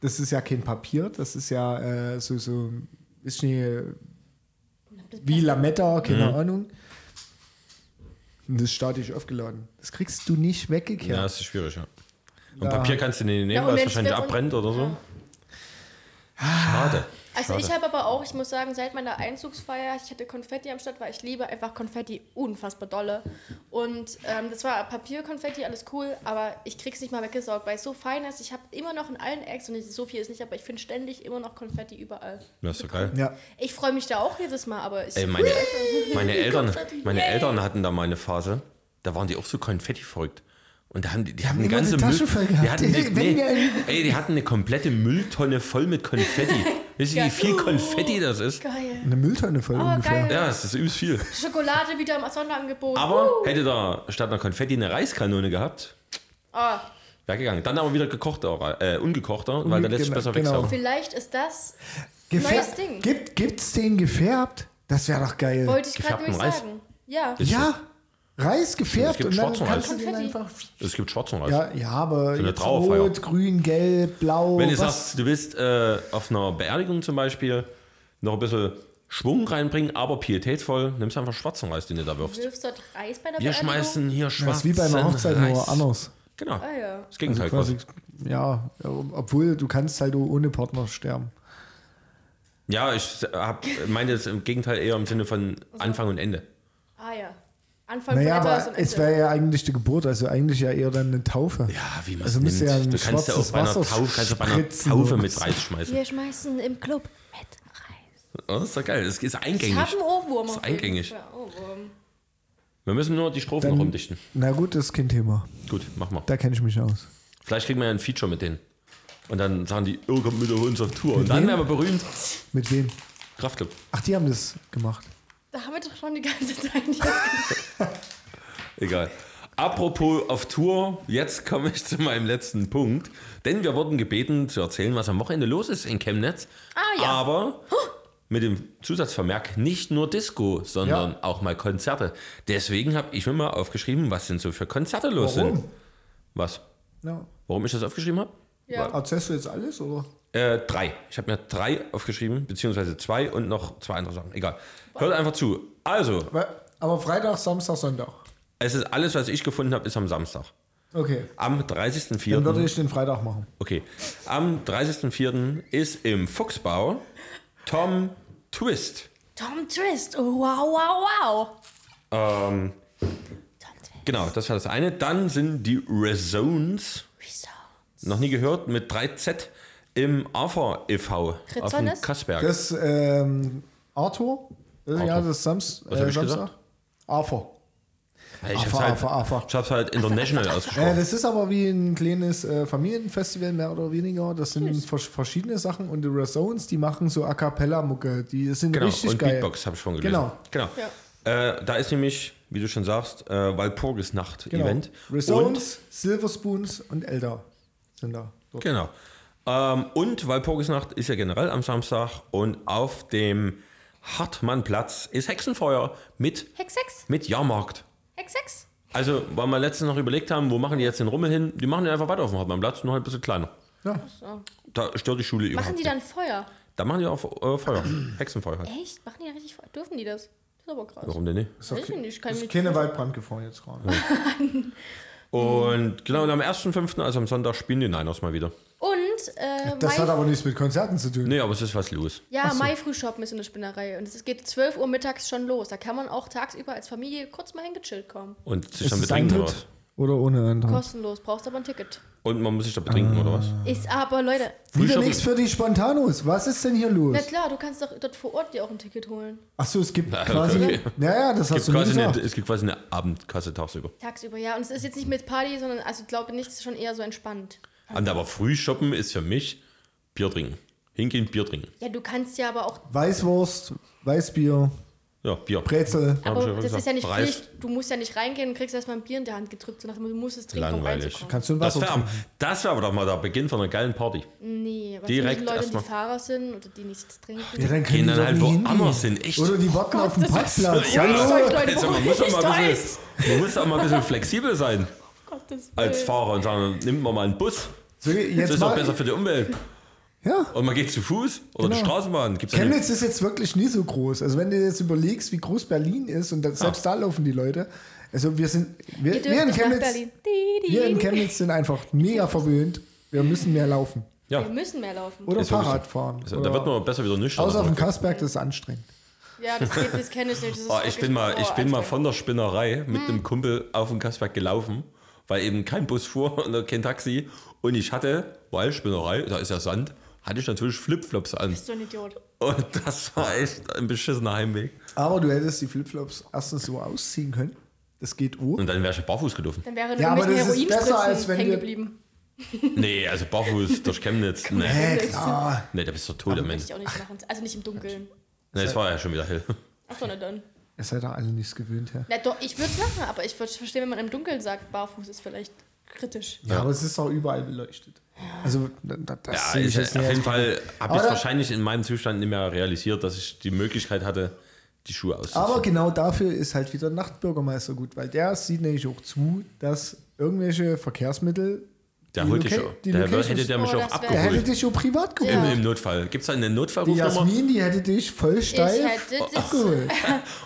[SPEAKER 3] das ist ja kein Papier, das ist ja äh, so, so ist nicht wie Lametta, keine
[SPEAKER 1] Mhm.
[SPEAKER 3] Ahnung. Und das ist statisch aufgeladen. Das kriegst du nicht
[SPEAKER 1] Ja,
[SPEAKER 3] weggekehrt.
[SPEAKER 1] das ist schwierig, ja. Und
[SPEAKER 3] Ja.
[SPEAKER 1] Papier kannst du nicht nehmen,
[SPEAKER 2] Ja, und
[SPEAKER 1] weil es
[SPEAKER 2] wenn's
[SPEAKER 1] wahrscheinlich
[SPEAKER 2] wird und-
[SPEAKER 1] abbrennt oder so.
[SPEAKER 2] Ja.
[SPEAKER 1] Schade.
[SPEAKER 2] Also ich
[SPEAKER 1] Schade.
[SPEAKER 2] habe aber auch, ich muss sagen, seit meiner Einzugsfeier, ich hatte Konfetti am Start, weil ich liebe einfach Konfetti unfassbar dolle. Und ähm, das war Papierkonfetti, alles cool, aber ich krieg's nicht mal weggesaugt, weil es so fein ist. Ich habe immer noch in allen Ecken, und so viel ist nicht, aber ich finde ständig immer noch Konfetti überall.
[SPEAKER 1] Ja, ist doch geil.
[SPEAKER 3] Ja.
[SPEAKER 2] Ich freue mich da auch jedes Mal, aber ich
[SPEAKER 1] Ey, meine, meine, Eltern, meine Eltern hatten da mal eine Phase, da waren die auch so Konfetti verrückt. Und da haben die, die haben eine
[SPEAKER 3] immer
[SPEAKER 1] ganze
[SPEAKER 3] die Tasche
[SPEAKER 1] Müll-
[SPEAKER 3] voll gehabt.
[SPEAKER 1] Die hatten, eine,
[SPEAKER 3] Wenn
[SPEAKER 1] nee,
[SPEAKER 3] wir-
[SPEAKER 1] ey, die hatten eine komplette Mülltonne voll mit Konfetti. Wisst ihr, wie
[SPEAKER 2] Geil.
[SPEAKER 1] viel Konfetti das ist?
[SPEAKER 2] Geil.
[SPEAKER 3] Eine Mülltonne voll
[SPEAKER 2] Oh,
[SPEAKER 3] ungefähr.
[SPEAKER 2] geil.
[SPEAKER 1] Ja, es ist übelst viel.
[SPEAKER 2] Schokolade wieder im Sonderangebot.
[SPEAKER 1] Aber hätte da statt einer Konfetti eine Reiskanone gehabt,
[SPEAKER 2] Ah,
[SPEAKER 1] wäre gegangen. Dann aber wieder gekochter, äh, ungekochter, weil dann lässt sich
[SPEAKER 3] Genau,
[SPEAKER 1] besser
[SPEAKER 3] genau.
[SPEAKER 1] wegsaugen.
[SPEAKER 2] vielleicht ist das, Neues Ding.
[SPEAKER 3] Gibt, gibt's den gefärbt? Das wäre doch geil.
[SPEAKER 2] wollte ich gerade
[SPEAKER 1] Gefärbten
[SPEAKER 2] nämlich
[SPEAKER 1] Reis.
[SPEAKER 2] sagen. Ja.
[SPEAKER 1] Ist
[SPEAKER 3] ja, Reis
[SPEAKER 1] Es
[SPEAKER 3] gefärbt
[SPEAKER 1] gibt
[SPEAKER 3] und dann
[SPEAKER 1] schwarzen
[SPEAKER 3] kannst du
[SPEAKER 2] Reis.
[SPEAKER 3] den
[SPEAKER 2] Konfetti.
[SPEAKER 3] einfach.
[SPEAKER 1] Es gibt schwarzen Reis.
[SPEAKER 3] Ja, ja aber
[SPEAKER 1] eine
[SPEAKER 3] jetzt
[SPEAKER 1] Trauerfeier.
[SPEAKER 3] rot, grün, gelb, blau.
[SPEAKER 1] Wenn du
[SPEAKER 3] oh, was-
[SPEAKER 1] sagst, du willst äh, auf einer Beerdigung zum Beispiel noch ein bisschen Schwung reinbringen, aber pietätvoll, nimmst einfach schwarzen Reis, den du da wirfst.
[SPEAKER 2] Wirfst dort Reis bei der
[SPEAKER 1] Wir
[SPEAKER 2] Beerdigung?
[SPEAKER 1] schmeißen hier schwarzen
[SPEAKER 3] das ist wie bei einer Hochzeit,
[SPEAKER 1] Reis.
[SPEAKER 3] nur anders.
[SPEAKER 1] Genau.
[SPEAKER 2] Ah ja.
[SPEAKER 1] Das
[SPEAKER 3] Also
[SPEAKER 1] Gegenteil
[SPEAKER 3] quasi,
[SPEAKER 1] quasi.
[SPEAKER 3] ja, obwohl du kannst halt ohne Partner sterben.
[SPEAKER 1] Ja, ich hab, meine jetzt im Gegenteil eher im Sinne von
[SPEAKER 3] Also
[SPEAKER 1] Anfang und Ende.
[SPEAKER 2] Ah ja. Anfang
[SPEAKER 3] Naja,
[SPEAKER 2] von etwas
[SPEAKER 3] aber
[SPEAKER 2] und
[SPEAKER 3] es
[SPEAKER 2] Ende.
[SPEAKER 3] wäre ja eigentlich die Geburt, also eigentlich ja eher dann eine Taufe.
[SPEAKER 1] Ja, wie man
[SPEAKER 3] Also
[SPEAKER 1] es
[SPEAKER 3] müsst ihr
[SPEAKER 1] nimmt.
[SPEAKER 3] ja ein
[SPEAKER 1] Du kannst ja auch
[SPEAKER 3] schwarzes
[SPEAKER 1] bei einer
[SPEAKER 3] Wasser
[SPEAKER 1] Taufe, kannst ja bei einer
[SPEAKER 3] spritzen
[SPEAKER 1] Taufe
[SPEAKER 3] oder
[SPEAKER 1] mit
[SPEAKER 3] was.
[SPEAKER 1] Reis schmeißen.
[SPEAKER 2] Wir schmeißen im Club mit Reis.
[SPEAKER 1] Oh, das ist doch geil, das ist
[SPEAKER 2] Ich
[SPEAKER 1] eingängig.
[SPEAKER 2] habe einen Ohrwurm.
[SPEAKER 1] Ist
[SPEAKER 2] auf jeden
[SPEAKER 1] eingängig.
[SPEAKER 2] Fall. Oh, Ohrwurm.
[SPEAKER 1] Wir müssen nur die Strophen
[SPEAKER 3] Dann-
[SPEAKER 1] noch umdichten.
[SPEAKER 3] Na gut, das ist kein Thema.
[SPEAKER 1] Gut, mach mal.
[SPEAKER 3] Da kenne ich mich aus.
[SPEAKER 1] Vielleicht kriegen wir ja ein Feature mit denen. Und dann sagen die, oh, kommt mit uns auf Tour. Und dann
[SPEAKER 3] wem?
[SPEAKER 1] werden wir berühmt.
[SPEAKER 3] Mit wem?
[SPEAKER 1] Kraftclub.
[SPEAKER 3] Ach, die haben das gemacht.
[SPEAKER 2] Da haben wir doch schon die ganze Zeit jetzt gesagt.
[SPEAKER 1] Egal. Apropos auf Tour, jetzt komme ich zu meinem letzten Punkt. Denn wir wurden gebeten zu erzählen, was am Wochenende los ist in Chemnitz.
[SPEAKER 2] Ah, ja.
[SPEAKER 1] Aber mit dem Zusatzvermerk nicht nur Disco, sondern
[SPEAKER 3] Ja.
[SPEAKER 1] auch mal Konzerte. Deswegen habe ich mir mal aufgeschrieben, was denn so für Konzerte los sind.
[SPEAKER 3] Warum?
[SPEAKER 1] Was?
[SPEAKER 3] Ja.
[SPEAKER 1] Warum ich das aufgeschrieben habe?
[SPEAKER 2] Ja.
[SPEAKER 3] Erzählst du jetzt alles, oder?
[SPEAKER 1] Äh, drei. Ich habe mir drei aufgeschrieben, beziehungsweise zwei und noch zwei andere Sachen. Egal. Hört einfach zu. Also,
[SPEAKER 3] Aber Freitag, Samstag, Sonntag.
[SPEAKER 1] es ist alles, was ich gefunden habe, ist am Samstag.
[SPEAKER 3] Okay.
[SPEAKER 1] Am
[SPEAKER 3] Dann würde
[SPEAKER 1] 30.04.
[SPEAKER 3] ich den Freitag machen.
[SPEAKER 1] Okay. Am 30.04. ist im Fuchsbau Tom Twist.
[SPEAKER 2] Tom Twist. Oh, wow, wow, wow.
[SPEAKER 1] Ähm,
[SPEAKER 2] Tom Twist.
[SPEAKER 1] genau, das war das eine. Dann sind die Rezones,
[SPEAKER 2] Wieso?
[SPEAKER 1] noch nie gehört, mit 3Z im AFA e.V. auf dem
[SPEAKER 2] Rezones?
[SPEAKER 1] Kassberg.
[SPEAKER 3] Das ähm, Arthur. Das,
[SPEAKER 1] Arthur.
[SPEAKER 3] Ja, das ist Samst,
[SPEAKER 1] Was hab ich
[SPEAKER 3] Samstag. Arthur.
[SPEAKER 1] ich
[SPEAKER 3] AFA,
[SPEAKER 1] hab's
[SPEAKER 3] AFA,
[SPEAKER 1] halt,
[SPEAKER 3] AFA.
[SPEAKER 1] ich hab's halt international ausgesprochen.
[SPEAKER 3] Äh, das ist aber wie ein kleines äh, Familienfestival, mehr oder weniger. Das sind vers verschiedene Sachen und die Rezones, die machen so A Cappella-Mucke. Die sind
[SPEAKER 1] Genau,
[SPEAKER 3] richtig
[SPEAKER 1] und
[SPEAKER 3] geil.
[SPEAKER 1] Beatbox habe ich schon gelesen.
[SPEAKER 3] Genau.
[SPEAKER 1] genau. Äh, da ist nämlich, wie du schon sagst, äh, Walpurgis Nacht
[SPEAKER 3] Genau.
[SPEAKER 1] Event.
[SPEAKER 3] Rezones, Silver Spoons und Elder sind da.
[SPEAKER 1] Und, genau. Ähm, und Walpurgis Nacht ist ja generell am Samstag und auf dem Hartmannplatz ist Hexenfeuer mit,
[SPEAKER 2] Hex, Hex?
[SPEAKER 1] mit Jahrmarkt.
[SPEAKER 2] Hex, Hex?
[SPEAKER 1] Also, weil wir letztens noch überlegt haben, wo machen die jetzt den Rummel hin? Die machen den einfach weiter auf dem Hartmannplatz, nur halt ein bisschen kleiner.
[SPEAKER 3] Ja.
[SPEAKER 1] Da stört die Schule
[SPEAKER 2] Machen
[SPEAKER 1] überhaupt
[SPEAKER 2] die
[SPEAKER 1] nicht.
[SPEAKER 2] dann Feuer?
[SPEAKER 1] Da machen die auch äh, Feuer, Hexenfeuer halt.
[SPEAKER 2] Echt? Machen die da richtig Feuer? Dürfen die das? Das ist aber krass.
[SPEAKER 1] Warum denn nicht?
[SPEAKER 3] Ist
[SPEAKER 2] Weiß ich nicht, kann ich
[SPEAKER 3] ist
[SPEAKER 2] nicht
[SPEAKER 3] keine Waldbrandgefahr jetzt gerade.
[SPEAKER 2] Mhm.
[SPEAKER 1] Und genau, und am 1.5., also am Sonntag, spielen die Niners mal wieder.
[SPEAKER 2] Und, äh,
[SPEAKER 3] Das
[SPEAKER 2] Mai,
[SPEAKER 3] hat aber nichts mit Konzerten zu tun.
[SPEAKER 1] Nee, aber es ist was los.
[SPEAKER 2] ja, Mai-Frühschoppen ist in der Spinnerei. Und es geht 12 Uhr mittags schon los. Da kann man auch tagsüber als Familie kurz mal hingechillt kommen.
[SPEAKER 1] Und sich
[SPEAKER 3] Ist
[SPEAKER 1] dann
[SPEAKER 3] es
[SPEAKER 1] betrinken oder
[SPEAKER 3] Eintritt
[SPEAKER 1] was?
[SPEAKER 3] Oder ohne Eintritt?
[SPEAKER 2] Kostenlos, brauchst aber ein Ticket.
[SPEAKER 1] Und man muss sich da
[SPEAKER 3] Ah.
[SPEAKER 1] betrinken oder was?
[SPEAKER 2] Ist aber, Leute,
[SPEAKER 3] Wieder
[SPEAKER 1] Frühschoppen-
[SPEAKER 3] nichts für die Spontanos. Was ist denn hier los?
[SPEAKER 2] na klar, du kannst doch dort vor Ort dir auch ein Ticket holen.
[SPEAKER 3] Achso, es gibt
[SPEAKER 1] Na,
[SPEAKER 3] quasi.
[SPEAKER 1] okay.
[SPEAKER 3] Naja, das
[SPEAKER 1] Es
[SPEAKER 3] hast du
[SPEAKER 1] gibt,
[SPEAKER 3] mir
[SPEAKER 1] quasi eine,
[SPEAKER 3] gesagt.
[SPEAKER 1] es gibt quasi eine Abendkasse tagsüber.
[SPEAKER 2] Tagsüber, ja. Und es ist jetzt nicht mit Party, sondern, also ich glaube nicht, es ist schon eher so entspannt.
[SPEAKER 1] Und aber Frühshoppen ist für mich Bier trinken. Hingehen, Bier trinken.
[SPEAKER 2] Ja, du kannst ja aber auch.
[SPEAKER 3] Weißwurst, Weißbier,
[SPEAKER 1] Ja, Bier.
[SPEAKER 3] Brezel.
[SPEAKER 1] hab ich ja
[SPEAKER 2] Aber das
[SPEAKER 1] gesagt,
[SPEAKER 2] ist ja nicht
[SPEAKER 1] Preis.
[SPEAKER 2] Pflicht. Du musst ja nicht reingehen und kriegst erstmal ein Bier in der Hand gedrückt. So nach, dem Motto, du musst es trinken,
[SPEAKER 1] Langweilig.
[SPEAKER 2] um reinzukommen.
[SPEAKER 3] Kannst du ein
[SPEAKER 1] Das
[SPEAKER 3] Wasser
[SPEAKER 1] wäre
[SPEAKER 3] trinken?
[SPEAKER 1] aber, das wär aber doch mal der Beginn von einer geilen Party.
[SPEAKER 2] Nee, was
[SPEAKER 1] Direkt
[SPEAKER 2] Direkt die Leute, die
[SPEAKER 1] erstmal.
[SPEAKER 2] Fahrer sind oder die nichts trinken.
[SPEAKER 3] Ja, dann
[SPEAKER 1] Gehen
[SPEAKER 3] können die
[SPEAKER 1] dann
[SPEAKER 3] doch
[SPEAKER 1] halt
[SPEAKER 3] nie
[SPEAKER 1] woanders
[SPEAKER 3] hingehen.
[SPEAKER 1] hin, echt?
[SPEAKER 3] Oder die warten auf den
[SPEAKER 2] Oh das
[SPEAKER 3] Parkplatz.
[SPEAKER 2] Ja,
[SPEAKER 3] Hallo?
[SPEAKER 2] Leute, Leute,
[SPEAKER 1] also man, muss doch mal ein bisschen, man muss doch mal ein bisschen flexibel sein
[SPEAKER 2] Gottes Willen.
[SPEAKER 1] als Fahrer und sagen, nimmt man mal einen Bus.
[SPEAKER 3] So,
[SPEAKER 1] Das
[SPEAKER 3] jetzt
[SPEAKER 1] ist doch
[SPEAKER 3] mal,
[SPEAKER 1] besser für die Umwelt.
[SPEAKER 3] ja.
[SPEAKER 1] Und man geht zu Fuß oder die
[SPEAKER 3] Genau.
[SPEAKER 1] Straßenbahn. Gibt's eine,
[SPEAKER 3] Chemnitz ist jetzt wirklich nie so groß. Also wenn du jetzt überlegst, wie groß Berlin ist und dann, selbst da laufen die Leute. Also wir sind, wir,
[SPEAKER 2] Ihr dürft
[SPEAKER 3] wir in
[SPEAKER 2] nicht nach
[SPEAKER 3] Chemnitz,
[SPEAKER 2] Berlin. Di, di.
[SPEAKER 3] wir in Chemnitz sind einfach mega verwöhnt. Wir müssen mehr laufen
[SPEAKER 1] ja,
[SPEAKER 2] Wir müssen mehr laufen.
[SPEAKER 3] oder
[SPEAKER 1] Ist so
[SPEAKER 3] Fahrrad fahren.
[SPEAKER 1] Also, da wird
[SPEAKER 3] Oder-
[SPEAKER 1] man besser wieder nüchtern.
[SPEAKER 3] Außer auf dem
[SPEAKER 1] Also,
[SPEAKER 3] Kasberg, das ist anstrengend.
[SPEAKER 2] Ja, das, geht- das kenne ich nicht. Das ist
[SPEAKER 1] Oh, ich bin
[SPEAKER 2] wirklich- Hm.
[SPEAKER 1] mal, ich
[SPEAKER 2] oh,
[SPEAKER 1] bin mal
[SPEAKER 2] anstrengend.
[SPEAKER 1] von der Spinnerei mit einem Kumpel auf den Kasberg gelaufen, weil eben kein Bus fuhr und kein Taxi. Und ich hatte, weil Spinnerei, da ist ja Sand, hatte ich natürlich Flipflops an.
[SPEAKER 2] Bist du ein Idiot?
[SPEAKER 1] Und das war echt ein beschissener Heimweg.
[SPEAKER 3] Aber du hättest die Flipflops erstens so ausziehen können. Das geht oh.
[SPEAKER 1] Und dann wäre ich barfuß gelaufen.
[SPEAKER 2] Dann wäre nur
[SPEAKER 3] Ja,
[SPEAKER 2] mit
[SPEAKER 3] aber das ist
[SPEAKER 2] Heroinspritzen
[SPEAKER 3] besser, als wenn
[SPEAKER 2] hängen
[SPEAKER 3] wir-
[SPEAKER 2] geblieben.
[SPEAKER 1] Nee, also barfuß durch Chemnitz. Nee,
[SPEAKER 3] Hey, klar.
[SPEAKER 1] nee da bist du tot am
[SPEAKER 2] Möchte
[SPEAKER 1] Ende.
[SPEAKER 2] ich auch nicht machen. Also nicht im Dunkeln.
[SPEAKER 1] Nee, es war ja schon wieder hell.
[SPEAKER 2] Achso, na dann.
[SPEAKER 3] Ihr seid da alle nichts gewöhnt, ja.
[SPEAKER 2] Na doch, ich würde es machen, aber ich würde verstehen, wenn man im Dunkeln sagt, barfuß ist vielleicht kritisch.
[SPEAKER 3] Ja, aber es ist auch überall beleuchtet. Also, da- da- das
[SPEAKER 1] Ja,
[SPEAKER 3] sehe ich
[SPEAKER 1] ich,
[SPEAKER 3] jetzt
[SPEAKER 1] auf
[SPEAKER 3] nicht.
[SPEAKER 1] jeden Fall habe ich
[SPEAKER 3] Aber-
[SPEAKER 1] wahrscheinlich in meinem Zustand nicht mehr realisiert, dass ich die Möglichkeit hatte, die Schuhe auszuziehen.
[SPEAKER 3] Aber genau dafür ist halt wieder Nachtbürgermeister gut, weil der sieht nämlich auch zu, dass irgendwelche Verkehrsmittel.
[SPEAKER 1] der
[SPEAKER 3] die
[SPEAKER 1] holt dich
[SPEAKER 3] Loca-
[SPEAKER 1] auch.
[SPEAKER 3] die
[SPEAKER 1] Der
[SPEAKER 3] Locations-
[SPEAKER 1] hätte der mich
[SPEAKER 2] Oh,
[SPEAKER 1] auch
[SPEAKER 2] das wär-
[SPEAKER 3] Der hätte
[SPEAKER 1] abgeholt.
[SPEAKER 3] dich schon privat geholt.
[SPEAKER 1] Im, Im Notfall. Gibt es da eine
[SPEAKER 3] Die
[SPEAKER 1] Notfallrufnummer?
[SPEAKER 3] Jasmin, die hätte dich voll
[SPEAKER 2] Ich
[SPEAKER 3] steif
[SPEAKER 2] hätte das
[SPEAKER 3] abgeholt.
[SPEAKER 1] Und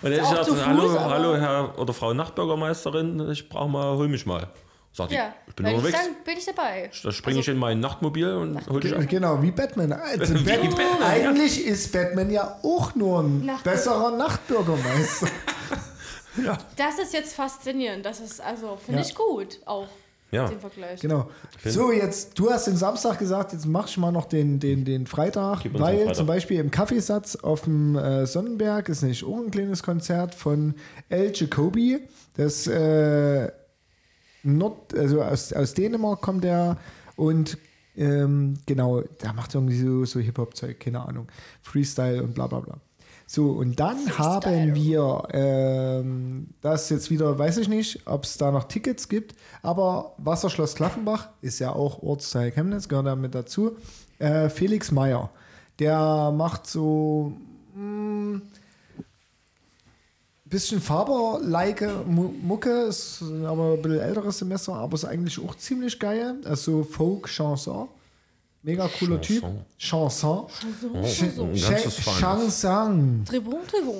[SPEAKER 1] dann hätte
[SPEAKER 2] Auch
[SPEAKER 1] ich gesagt,
[SPEAKER 2] zu Fuß,
[SPEAKER 1] hallo,
[SPEAKER 2] aber-
[SPEAKER 1] hallo Herr oder Frau Nachtbürgermeisterin, ich brauche mal, hol mich mal. Sagt
[SPEAKER 2] Ja,
[SPEAKER 1] die, ich bin
[SPEAKER 2] wenn
[SPEAKER 1] unterwegs.
[SPEAKER 2] ich Also sagen, bin ich dabei.
[SPEAKER 1] da springe ich in mein Nachtmobil und hol dich ab.
[SPEAKER 3] Ge- Genau, wie Batman. Also, Bat
[SPEAKER 1] Batman, ja.
[SPEAKER 3] eigentlich ist Batman ja auch nur ein
[SPEAKER 2] Nachtbürger-
[SPEAKER 3] besserer Nachtbürgermeister.
[SPEAKER 2] Das ist jetzt faszinierend. Das ist, also, finde
[SPEAKER 3] Ja.
[SPEAKER 2] ich gut auch.
[SPEAKER 1] Ja.
[SPEAKER 2] Den Vergleich.
[SPEAKER 3] Genau. So, jetzt, du hast den Samstag gesagt, jetzt mach ich mal noch den, den, den Freitag,
[SPEAKER 1] Gib uns
[SPEAKER 3] weil
[SPEAKER 1] den Freitag.
[SPEAKER 3] zum Beispiel im Kaffeesatz auf dem äh, Sonnenberg ist nicht auch ein kleines Konzert von El Jacobi. Das äh, Nord, also aus, aus Dänemark kommt der und ähm, genau, der macht irgendwie so, so Hip-Hop-Zeug, keine Ahnung. Freestyle und bla bla bla. So, und dann haben wir ähm, das jetzt wieder, weiß ich nicht, ob es da noch Tickets gibt, aber Wasserschloss Klaffenbach ist ja auch Ortsteil Chemnitz, gehört damit dazu. Äh, Felix Meyer, der macht so bisschen Faber-like Mu- Mucke, ist aber ein bisschen älteres Semester, aber ist eigentlich auch ziemlich geil. Also Folk, Chanson. Mega cooler Typ. Chanson.
[SPEAKER 1] Oh, ein ganzes
[SPEAKER 3] Ch-
[SPEAKER 1] Fein.
[SPEAKER 3] Chanson.
[SPEAKER 2] Tribun, Tribun.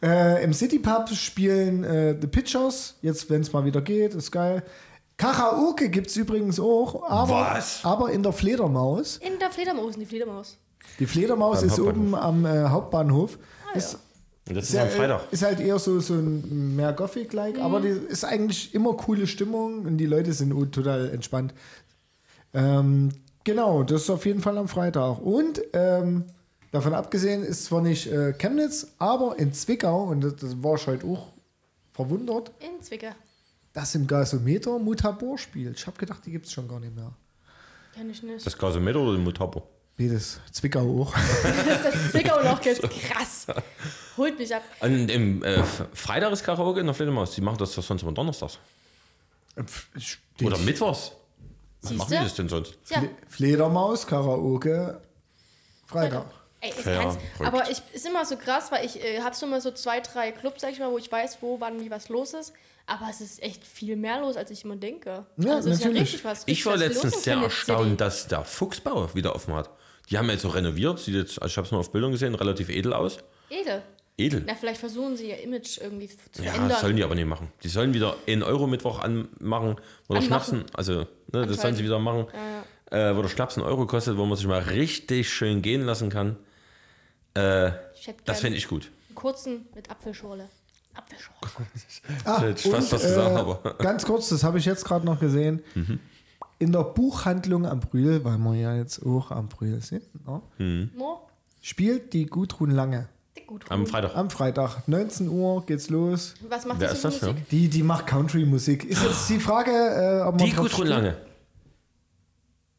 [SPEAKER 3] Äh, Im City Pub spielen äh, The Pitchers. Jetzt, wenn es mal wieder geht, ist geil. Karaoke gibt es übrigens auch, aber,
[SPEAKER 1] Was?
[SPEAKER 3] aber in der Fledermaus.
[SPEAKER 2] In der Fledermaus, in die Fledermaus.
[SPEAKER 3] Die Fledermaus
[SPEAKER 1] Beim
[SPEAKER 3] ist oben am äh, Hauptbahnhof. ist
[SPEAKER 1] Und das ist
[SPEAKER 3] ja,
[SPEAKER 2] äh,
[SPEAKER 1] am Freitag.
[SPEAKER 3] Ist halt eher so, so ein mehr Gothic-like, aber die ist eigentlich immer coole Stimmung und die Leute sind u- total entspannt. Ähm, genau, das ist auf jeden Fall am Freitag. Und ähm, davon abgesehen ist zwar nicht äh, Chemnitz, aber in Zwickau, und das, das war ich halt auch verwundert,
[SPEAKER 2] In Zwickau.
[SPEAKER 3] dass im Gasometer Mutabor spielt. Ich habe gedacht, die gibt es schon gar nicht mehr.
[SPEAKER 2] Kenn ich nicht.
[SPEAKER 1] Das Gasometer oder den Mutabo?
[SPEAKER 3] Nee, das Zwickau auch.
[SPEAKER 2] Dass das Zwickau noch gibt. Krass. Holt mich ab.
[SPEAKER 1] Und im äh, F- Freitag ist Karaoke in der Fledermaus. Die machen das doch sonst immer Donnerstags.
[SPEAKER 3] Pff, ich-
[SPEAKER 1] Oder Mittwochs. Was
[SPEAKER 2] Siehst
[SPEAKER 1] machen
[SPEAKER 2] du?
[SPEAKER 1] die das denn sonst?
[SPEAKER 2] Tja.
[SPEAKER 3] Fle- Fledermaus, Karaoke, Freitag.
[SPEAKER 2] Ey, ich
[SPEAKER 1] Ja,
[SPEAKER 2] kann's.
[SPEAKER 1] verrückt.
[SPEAKER 2] Aber ich ist immer so krass, weil ich äh, habe so immer so zwei, drei Clubs, sag ich mal, wo ich weiß, wo, wann, wie was los ist. Aber es ist echt viel mehr los, als ich immer denke.
[SPEAKER 3] Ja,
[SPEAKER 2] also es ist ja
[SPEAKER 3] natürlich.
[SPEAKER 2] richtig was.
[SPEAKER 1] Ich war
[SPEAKER 2] richtig was
[SPEAKER 1] letztens
[SPEAKER 2] los in
[SPEAKER 1] sehr
[SPEAKER 2] Chemnitz
[SPEAKER 1] erstaunt,
[SPEAKER 2] City.
[SPEAKER 1] dass der Fuchsbau wieder offen hat. Die haben ja jetzt so renoviert. Sieht jetzt, also ich habe es nur auf Bildern gesehen, relativ edel aus.
[SPEAKER 2] Edel.
[SPEAKER 1] Edel.
[SPEAKER 2] Na, vielleicht versuchen sie ihr Image irgendwie f- zu
[SPEAKER 1] Ja,
[SPEAKER 2] ändern.
[SPEAKER 1] sollen die aber nicht machen. Die sollen wieder 1 Euro Mittwoch anmachen oder
[SPEAKER 2] Anmachen.
[SPEAKER 1] Schnapsen. Also, ne, das sollen sie wieder machen. Äh, wo der Schnaps 1 Euro kostet, wo man sich mal richtig schön gehen lassen kann.
[SPEAKER 2] ich hätte
[SPEAKER 1] Das
[SPEAKER 2] gern
[SPEAKER 1] fände ich gut.
[SPEAKER 2] einen kurzen mit Apfelschorle. Apfelschorle.
[SPEAKER 3] Ah,
[SPEAKER 1] Das hätte ich fast
[SPEAKER 3] und,
[SPEAKER 1] was gesagt,
[SPEAKER 3] äh,
[SPEAKER 1] aber- Mhm.
[SPEAKER 3] Ganz kurz, das habe ich jetzt gerade noch gesehen. In der Buchhandlung am Brühl, weil wir ja jetzt auch am Brühl sind, ne?
[SPEAKER 1] Mhm.
[SPEAKER 2] No?
[SPEAKER 3] spielt die Gudrun Lange.
[SPEAKER 2] Dick gut.
[SPEAKER 1] Am Freitag.
[SPEAKER 3] Am Freitag, 19 Uhr geht's los.
[SPEAKER 2] Was macht
[SPEAKER 1] Wer
[SPEAKER 2] das
[SPEAKER 1] ist das
[SPEAKER 2] für
[SPEAKER 1] für?
[SPEAKER 2] Musik?
[SPEAKER 3] Die, die macht Country-Musik. Ist jetzt die Frage, äh, ob man.
[SPEAKER 1] Die
[SPEAKER 3] drauf
[SPEAKER 1] Gudrun
[SPEAKER 3] steht?
[SPEAKER 1] Lange.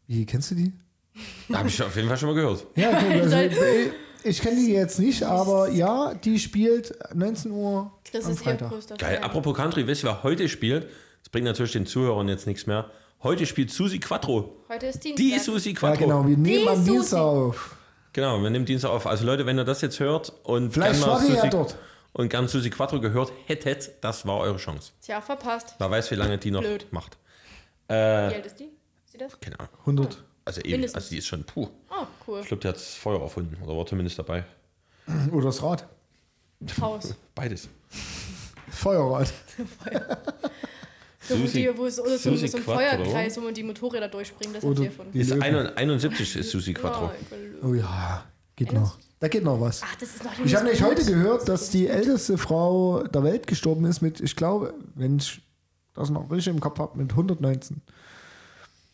[SPEAKER 3] Wie, kennst du die?
[SPEAKER 1] Habe ich auf jeden Fall schon mal gehört.
[SPEAKER 3] Ja, okay, also,
[SPEAKER 2] Alter.
[SPEAKER 3] ich- ich kenne die jetzt nicht, aber ja, die spielt 19 Uhr
[SPEAKER 2] Das
[SPEAKER 3] am
[SPEAKER 2] ist ihr
[SPEAKER 3] Freitag.
[SPEAKER 2] größter
[SPEAKER 1] Geil.
[SPEAKER 2] Fan.
[SPEAKER 1] Apropos Country, wisst ihr, wer heute spielt? Das bringt natürlich den Zuhörern jetzt nichts mehr. Heute spielt Susi Quattro.
[SPEAKER 2] Heute ist Dienstag.
[SPEAKER 1] Die Susi
[SPEAKER 3] ja,
[SPEAKER 1] Quattro.
[SPEAKER 3] genau, wir nehmen am
[SPEAKER 2] Susi.
[SPEAKER 3] Dienstag auf.
[SPEAKER 1] Genau, wir nehmen Dienstag auf. Also Leute, wenn ihr das jetzt hört und
[SPEAKER 3] Vielleicht
[SPEAKER 1] mal
[SPEAKER 3] war die ja dort.
[SPEAKER 1] und gern Susi Quattro gehört hättet, das war eure Chance.
[SPEAKER 2] Tja, verpasst.
[SPEAKER 1] Wer weiß, wie lange die noch
[SPEAKER 2] Blöd.
[SPEAKER 1] macht. Äh,
[SPEAKER 2] Wie alt ist die? Sieht das?
[SPEAKER 1] Keine Ahnung.
[SPEAKER 3] 100.
[SPEAKER 1] Also eben,
[SPEAKER 2] Mindestens.
[SPEAKER 1] also die ist schon, puh.
[SPEAKER 2] Oh, cool.
[SPEAKER 1] Ich glaube, der hat das Feuer erfunden oder war zumindest dabei.
[SPEAKER 3] Oder das Rad.
[SPEAKER 2] Haus.
[SPEAKER 1] Beides.
[SPEAKER 3] Feuerrad.
[SPEAKER 2] So, wo,
[SPEAKER 1] Susi-
[SPEAKER 2] die, wo es so, so,
[SPEAKER 1] Susi
[SPEAKER 2] so ein
[SPEAKER 1] Quattro.
[SPEAKER 2] Feuerkreis, wo man die Motorräder durchspringt, das habt
[SPEAKER 3] Oder
[SPEAKER 2] ihr gefunden.
[SPEAKER 3] die
[SPEAKER 1] Ist
[SPEAKER 3] Löwen.
[SPEAKER 1] 71 ist Susi Quattro.
[SPEAKER 2] Oh,
[SPEAKER 3] Oh ja, geht noch. Da geht noch was.
[SPEAKER 2] Ach, das ist noch
[SPEAKER 3] Ich habe nämlich heute gehört, dass die älteste Frau der Welt gestorben ist mit, ich glaube, wenn ich das noch richtig im Kopf habe, mit 119.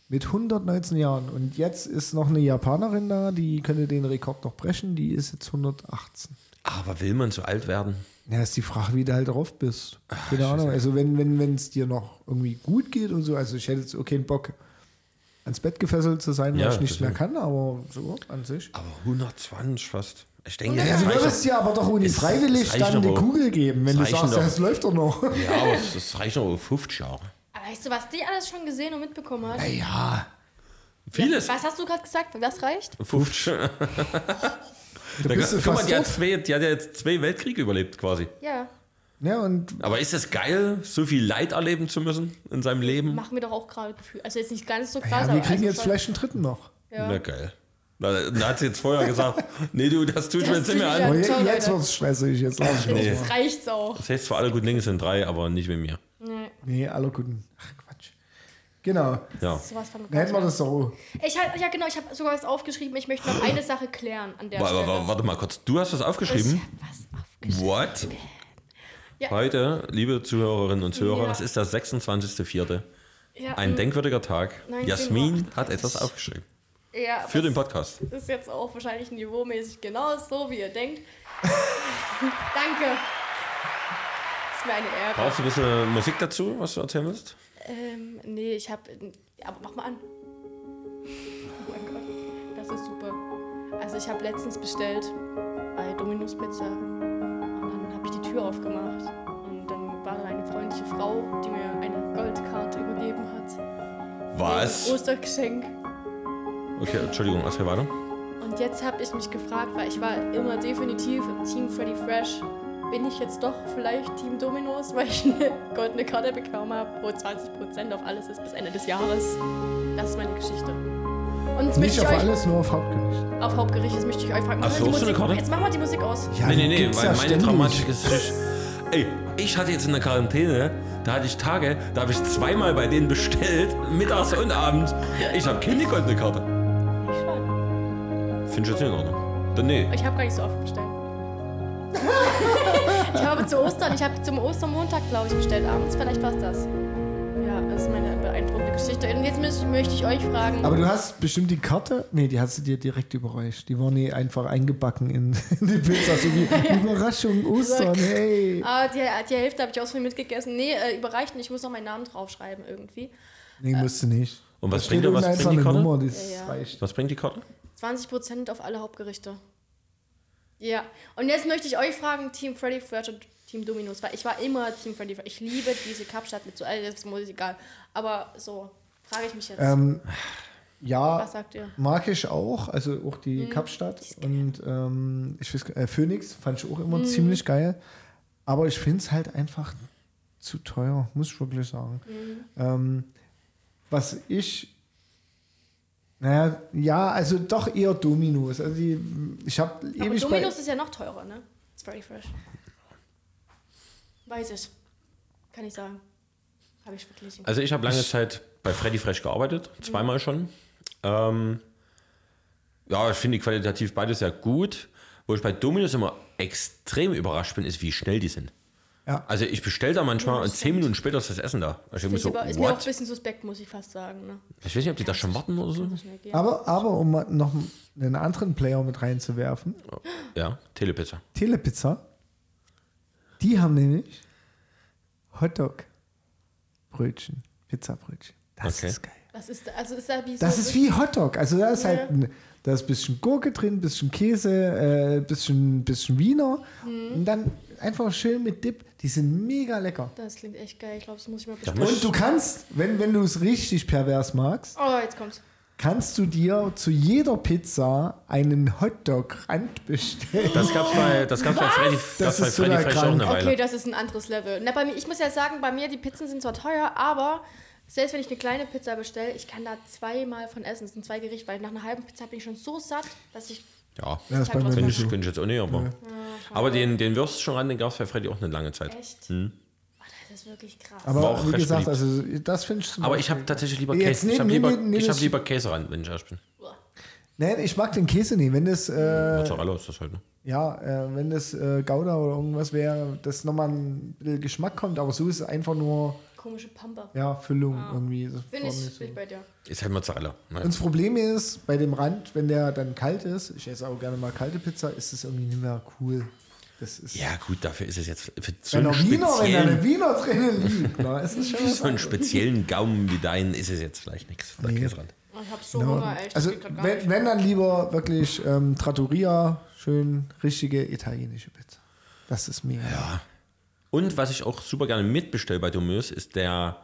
[SPEAKER 3] Mit 119 Jahren. Und jetzt ist noch eine Japanerin da, die könnte den Rekord noch brechen. Die ist jetzt 118.
[SPEAKER 1] Aber will man so alt werden?
[SPEAKER 3] Ja, ist die Frage, wie du halt drauf bist. Keine Ahnung. Also wenn es wenn, wenn's dir noch irgendwie gut geht und so. Also ich hätte jetzt auch keinen Bock, ans Bett gefesselt zu sein, weil
[SPEAKER 1] Ja,
[SPEAKER 3] ich nichts
[SPEAKER 1] deswegen.
[SPEAKER 3] mehr kann, aber so an sich.
[SPEAKER 1] Aber 120 fast. Ich denke,
[SPEAKER 3] Ja,
[SPEAKER 1] das
[SPEAKER 3] du
[SPEAKER 1] reicht
[SPEAKER 3] würdest
[SPEAKER 1] doch.
[SPEAKER 3] dir aber doch ohne
[SPEAKER 1] Es- es
[SPEAKER 3] freiwillig
[SPEAKER 1] reicht
[SPEAKER 3] dann
[SPEAKER 1] doch
[SPEAKER 3] die
[SPEAKER 1] auch.
[SPEAKER 3] Kugel geben, wenn
[SPEAKER 1] Es reichen
[SPEAKER 3] du sagst,
[SPEAKER 1] doch.
[SPEAKER 3] das läuft doch noch.
[SPEAKER 1] Ja, aber es- es reicht noch 50 Jahre.
[SPEAKER 2] Aber weißt du, was die alles schon gesehen und mitbekommen hat?
[SPEAKER 3] Ja,
[SPEAKER 1] Vieles.
[SPEAKER 2] Was hast du gerade gesagt? Was reicht?
[SPEAKER 1] 50.
[SPEAKER 3] du
[SPEAKER 1] Da,
[SPEAKER 3] bist du
[SPEAKER 1] guck mal,
[SPEAKER 3] fast
[SPEAKER 1] die hat,
[SPEAKER 3] tot.
[SPEAKER 1] zwei, die hat ja jetzt zwei Weltkriege überlebt quasi.
[SPEAKER 2] Ja.
[SPEAKER 3] Ja, ne? und
[SPEAKER 1] Aber ist es geil, so viel Leid erleben zu müssen in seinem Leben?
[SPEAKER 2] Machen wir doch auch gerade Gefühl. Also jetzt nicht ganz so krass,
[SPEAKER 3] ja, wir
[SPEAKER 2] aber
[SPEAKER 3] kriegen
[SPEAKER 2] also
[SPEAKER 3] jetzt
[SPEAKER 2] schon-
[SPEAKER 3] vielleicht einen dritten noch.
[SPEAKER 2] Ja.
[SPEAKER 1] Na geil. Da, da hat sie jetzt vorher gesagt, nee du, das tut mir
[SPEAKER 2] Das
[SPEAKER 1] jetzt
[SPEAKER 2] tut
[SPEAKER 1] nicht mehr
[SPEAKER 2] mir
[SPEAKER 1] an.
[SPEAKER 2] Ja,
[SPEAKER 3] Oh,
[SPEAKER 2] an.
[SPEAKER 3] je-
[SPEAKER 2] ciao,
[SPEAKER 3] jetzt
[SPEAKER 2] Leute.
[SPEAKER 3] wird es stressig, jetzt lass ich
[SPEAKER 2] Jetzt
[SPEAKER 3] nee.
[SPEAKER 2] reicht's auch.
[SPEAKER 1] Das heißt zwar alle guten Dinge sind drei, aber nicht mit mir.
[SPEAKER 2] Nee,
[SPEAKER 3] nee, aller guten. Ach, Quatsch. Genau.
[SPEAKER 1] Ja.
[SPEAKER 2] sowas von
[SPEAKER 3] Dann hätten wir das so.
[SPEAKER 2] Ich hab, ja genau, ich habe sogar was aufgeschrieben. Ich möchte noch eine Sache klären an der
[SPEAKER 1] Wa- wa-
[SPEAKER 2] Stelle.
[SPEAKER 1] wa- Warte mal kurz, du hast das
[SPEAKER 2] Ich
[SPEAKER 1] aufgeschrieben?
[SPEAKER 2] hab was aufgeschrieben.
[SPEAKER 1] What?
[SPEAKER 2] Ja.
[SPEAKER 1] Heute, liebe Zuhörerinnen und Zuhörer,
[SPEAKER 2] Ja.
[SPEAKER 1] das ist der 26.04.
[SPEAKER 2] Ja,
[SPEAKER 1] Ein
[SPEAKER 2] ähm,
[SPEAKER 1] denkwürdiger Tag.
[SPEAKER 2] 19 Uhr
[SPEAKER 1] Jasmin hat
[SPEAKER 2] 38.
[SPEAKER 1] etwas aufgeschrieben.
[SPEAKER 2] ja,
[SPEAKER 1] Für
[SPEAKER 2] das
[SPEAKER 1] den Podcast.
[SPEAKER 2] ist jetzt auch wahrscheinlich niveaumäßig genau so, wie ihr denkt. Danke. Ist mir eine Ehre.
[SPEAKER 1] Brauchst du ein bisschen Musik dazu, was du erzählen willst?
[SPEAKER 2] Ähm, nee, ich habe. Aber mach mal an. Oh mein Gott, das ist super. Also ich habe letztens bestellt bei Dominus Pizza und dann habe ich die Tür aufgemacht und dann war da eine freundliche Frau, die mir eine Goldkarte übergeben hat. Ein
[SPEAKER 1] Was?
[SPEAKER 2] Ostergeschenk.
[SPEAKER 1] Okay, Entschuldigung, erzähl weiter.
[SPEAKER 2] Und jetzt habe ich mich gefragt, weil ich war immer definitiv im Team Freddy Fresh. Bin ich jetzt doch vielleicht Team Dominos, weil ich eine goldene Karte bekommen habe, wo 20% auf alles ist bis Ende des Jahres. Das ist meine Geschichte. Und jetzt
[SPEAKER 3] Nicht
[SPEAKER 2] möchte ich
[SPEAKER 3] auf
[SPEAKER 2] euch
[SPEAKER 3] alles, nur auf Hauptgericht.
[SPEAKER 2] auf Hauptgericht, jetzt möchte ich euch fragen,
[SPEAKER 1] Ach
[SPEAKER 2] mach mal
[SPEAKER 1] so,
[SPEAKER 2] die
[SPEAKER 1] hast du eine
[SPEAKER 2] Musik,
[SPEAKER 1] Karte?
[SPEAKER 2] jetzt mach mal die Musik aus.
[SPEAKER 3] Ja,
[SPEAKER 1] nee, nee,
[SPEAKER 3] die
[SPEAKER 1] nee,
[SPEAKER 3] gibt's
[SPEAKER 1] weil
[SPEAKER 3] ja
[SPEAKER 1] meine
[SPEAKER 3] ständig.
[SPEAKER 1] Dramatik ist richtig. Ey, ich hatte jetzt in der Quarantäne, da hatte ich Tage, da habe ich zweimal bei denen bestellt, mittags und abends. Ich habe keine goldene Karte.
[SPEAKER 2] Ich
[SPEAKER 1] Finde
[SPEAKER 2] schon.
[SPEAKER 1] ich jetzt nicht in Ordnung. Dann nee.
[SPEAKER 2] Ich habe gar nicht so oft bestellt. ich habe zu Ostern, ich habe zum Ostermontag, glaube ich, bestellt abends. Vielleicht war es das. Ja, das ist meine beeindruckende Geschichte. Und jetzt müß- möchte ich euch fragen.
[SPEAKER 3] Aber du hast bestimmt die Karte. Nee, die hast du dir direkt überreicht. Die war nie einfach eingebacken in, in die Pizza. So wie Überraschung, Ostern, hey.
[SPEAKER 2] Ah, die, die Hälfte habe ich aus mir mitgegessen. Nee, äh, überreicht nicht. Ich muss noch meinen Namen draufschreiben irgendwie.
[SPEAKER 3] Nee, musst du nicht.
[SPEAKER 1] Und was
[SPEAKER 3] Da
[SPEAKER 1] bringt er,
[SPEAKER 3] steht
[SPEAKER 1] was
[SPEAKER 3] unten
[SPEAKER 1] bringt
[SPEAKER 3] einfach
[SPEAKER 1] die
[SPEAKER 3] eine
[SPEAKER 1] Karte?
[SPEAKER 3] Nummer, das
[SPEAKER 2] Ja, ja.
[SPEAKER 3] reicht.
[SPEAKER 1] Was bringt die Karte?
[SPEAKER 2] 20% auf alle Hauptgerichte. Ja. Und jetzt möchte ich euch fragen, Team Freddy Fresh und Team Dominos. Weil ich war immer Team Freddy Fresh. Ich liebe diese Kapstadt mit so, äh, das ist mir egal. Aber so, frage ich mich jetzt.
[SPEAKER 3] Ähm, ja,
[SPEAKER 2] Was sagt ihr? Mhm.
[SPEAKER 3] mag ich auch. Also auch die Kapstadt und ähm, ich weiß, gar- äh, Phoenix fand ich auch immer
[SPEAKER 2] Mhm.
[SPEAKER 3] ziemlich geil. Aber ich finde es halt einfach zu teuer, muss ich wirklich sagen.
[SPEAKER 2] Mhm.
[SPEAKER 3] Ähm, was ich. Naja, ja, also doch eher Dominos. Also die, ich habe
[SPEAKER 2] Aber
[SPEAKER 3] ewig
[SPEAKER 2] Dominos ist ja noch teurer, ne? Ist Freddy Fresh. Weiß ich. Kann ich sagen. Habe ich verglichen.
[SPEAKER 1] Also ich habe lange Zeit bei Freddy Fresh gearbeitet, zweimal schon. Ähm, ja, ich finde die qualitativ beides sehr gut. Wo ich bei Dominus immer extrem überrascht bin, ist, wie schnell die sind.
[SPEAKER 3] Ja.
[SPEAKER 1] Also ich bestelle da manchmal und zehn Minuten später ist das Essen da. Also Ich, denke mir
[SPEAKER 2] ist,
[SPEAKER 1] so,
[SPEAKER 2] lieber, ist mir auch ein
[SPEAKER 1] what?
[SPEAKER 2] bisschen suspekt, muss ich fast sagen. Ne?
[SPEAKER 1] ich weiß nicht, ob die da schon warten oder so.
[SPEAKER 2] Muss schnell gehen.
[SPEAKER 3] bei. Aber, aber um mal noch einen anderen Player mit reinzuwerfen,
[SPEAKER 1] Ja, Telepizza.
[SPEAKER 3] Telepizza, die haben nämlich Hotdog, Brötchen, Pizzabrötchen. Das
[SPEAKER 1] Okay.
[SPEAKER 3] ist geil.
[SPEAKER 2] Das ist, also ist da wie
[SPEAKER 3] Das
[SPEAKER 2] so
[SPEAKER 3] ist wie Hotdog. Also da ist halt ein, da ist ein bisschen Gurke drin, ein bisschen Käse, äh, ein bisschen, ein bisschen Wiener und dann einfach schön mit Dip. Die sind mega lecker.
[SPEAKER 2] Das klingt echt geil. Ich glaube, das muss ich mal
[SPEAKER 1] Ja,
[SPEAKER 2] bestellen.
[SPEAKER 1] muss-
[SPEAKER 3] Und du kannst, wenn, wenn du es richtig pervers magst,
[SPEAKER 2] Oh, jetzt kommt's.
[SPEAKER 3] kannst du dir zu jeder Pizza einen Hotdog-Rand bestellen.
[SPEAKER 1] Das gab's bei, das gab's bei Freddy, das
[SPEAKER 3] Das
[SPEAKER 1] bei
[SPEAKER 3] ist so
[SPEAKER 1] Freddy
[SPEAKER 3] der
[SPEAKER 1] Fresh auch eine
[SPEAKER 3] Krank.
[SPEAKER 1] Weile.
[SPEAKER 2] Okay, das ist ein anderes Level. Na, bei mir, ich muss ja sagen, bei mir, die Pizzen sind zwar teuer, aber selbst wenn ich eine kleine Pizza bestelle, ich kann da zweimal von essen. Das sind zwei Gerichte, weil nach einer halben Pizza bin ich schon so satt, dass ich.
[SPEAKER 1] Ja,
[SPEAKER 3] Das ist bei mir
[SPEAKER 1] bin
[SPEAKER 3] nicht
[SPEAKER 1] ich,
[SPEAKER 3] so.
[SPEAKER 1] bin ich jetzt auch nicht, aber. Aber den, den Würstchenrand, den gab's bei Freddy auch eine lange Zeit.
[SPEAKER 2] Echt? Oh, das ist wirklich krass.
[SPEAKER 1] War
[SPEAKER 3] Aber
[SPEAKER 1] auch
[SPEAKER 3] wie
[SPEAKER 1] recht
[SPEAKER 3] gesagt,
[SPEAKER 1] beliebt.
[SPEAKER 3] also das finde ich zum
[SPEAKER 1] Aber
[SPEAKER 3] Beispiel-
[SPEAKER 1] ich habe tatsächlich lieber
[SPEAKER 3] Jetzt
[SPEAKER 1] Käse. Ich
[SPEAKER 3] nehmen-
[SPEAKER 1] habe lieber,
[SPEAKER 3] nehmen- nehmen-
[SPEAKER 1] ich hab
[SPEAKER 3] ich-
[SPEAKER 1] lieber Käserand, wenn ich ehrlich bin.
[SPEAKER 3] Nein, ich mag den Käse nicht. Wenn das, äh,
[SPEAKER 1] Mozzarella ist das halt, ne? heute.
[SPEAKER 3] ja, äh, wenn das äh, Gouda oder irgendwas wäre, dass nochmal ein bisschen Geschmack kommt, aber so ist es einfach nur
[SPEAKER 2] Komische Pampa.
[SPEAKER 3] ja, Füllung irgendwie. Das
[SPEAKER 2] Bin
[SPEAKER 3] war
[SPEAKER 2] Ah. ich,
[SPEAKER 3] nicht so.
[SPEAKER 2] bin ich bei dir.
[SPEAKER 1] Ist halt Mozzarella.
[SPEAKER 3] Und das Problem ist, bei dem Rand, wenn der dann kalt ist, ich esse auch gerne mal kalte Pizza, ist es irgendwie nicht mehr cool. Das ist
[SPEAKER 1] Ja, gut, dafür ist es jetzt für so
[SPEAKER 3] wenn
[SPEAKER 1] einen,
[SPEAKER 3] auch Wiener, wenn da eine
[SPEAKER 1] speziellen,
[SPEAKER 3] Wiener drinnen liegt, na, ist es schon was
[SPEAKER 1] so einen
[SPEAKER 3] anderes.
[SPEAKER 1] speziellen Gaumen wie deinen ist es jetzt vielleicht nichts. Der
[SPEAKER 3] Nee.
[SPEAKER 1] Käserand.
[SPEAKER 2] Oh, Ich hab so
[SPEAKER 3] Ja.
[SPEAKER 2] Hunger, echt.
[SPEAKER 3] also,
[SPEAKER 2] das geht grad gar
[SPEAKER 3] wenn,
[SPEAKER 2] nicht.
[SPEAKER 3] wenn dann lieber wirklich ähm, Trattoria, schön richtige italienische Pizza. Das ist mega.
[SPEAKER 1] Und was ich auch super gerne mitbestelle bei Dominos, ist der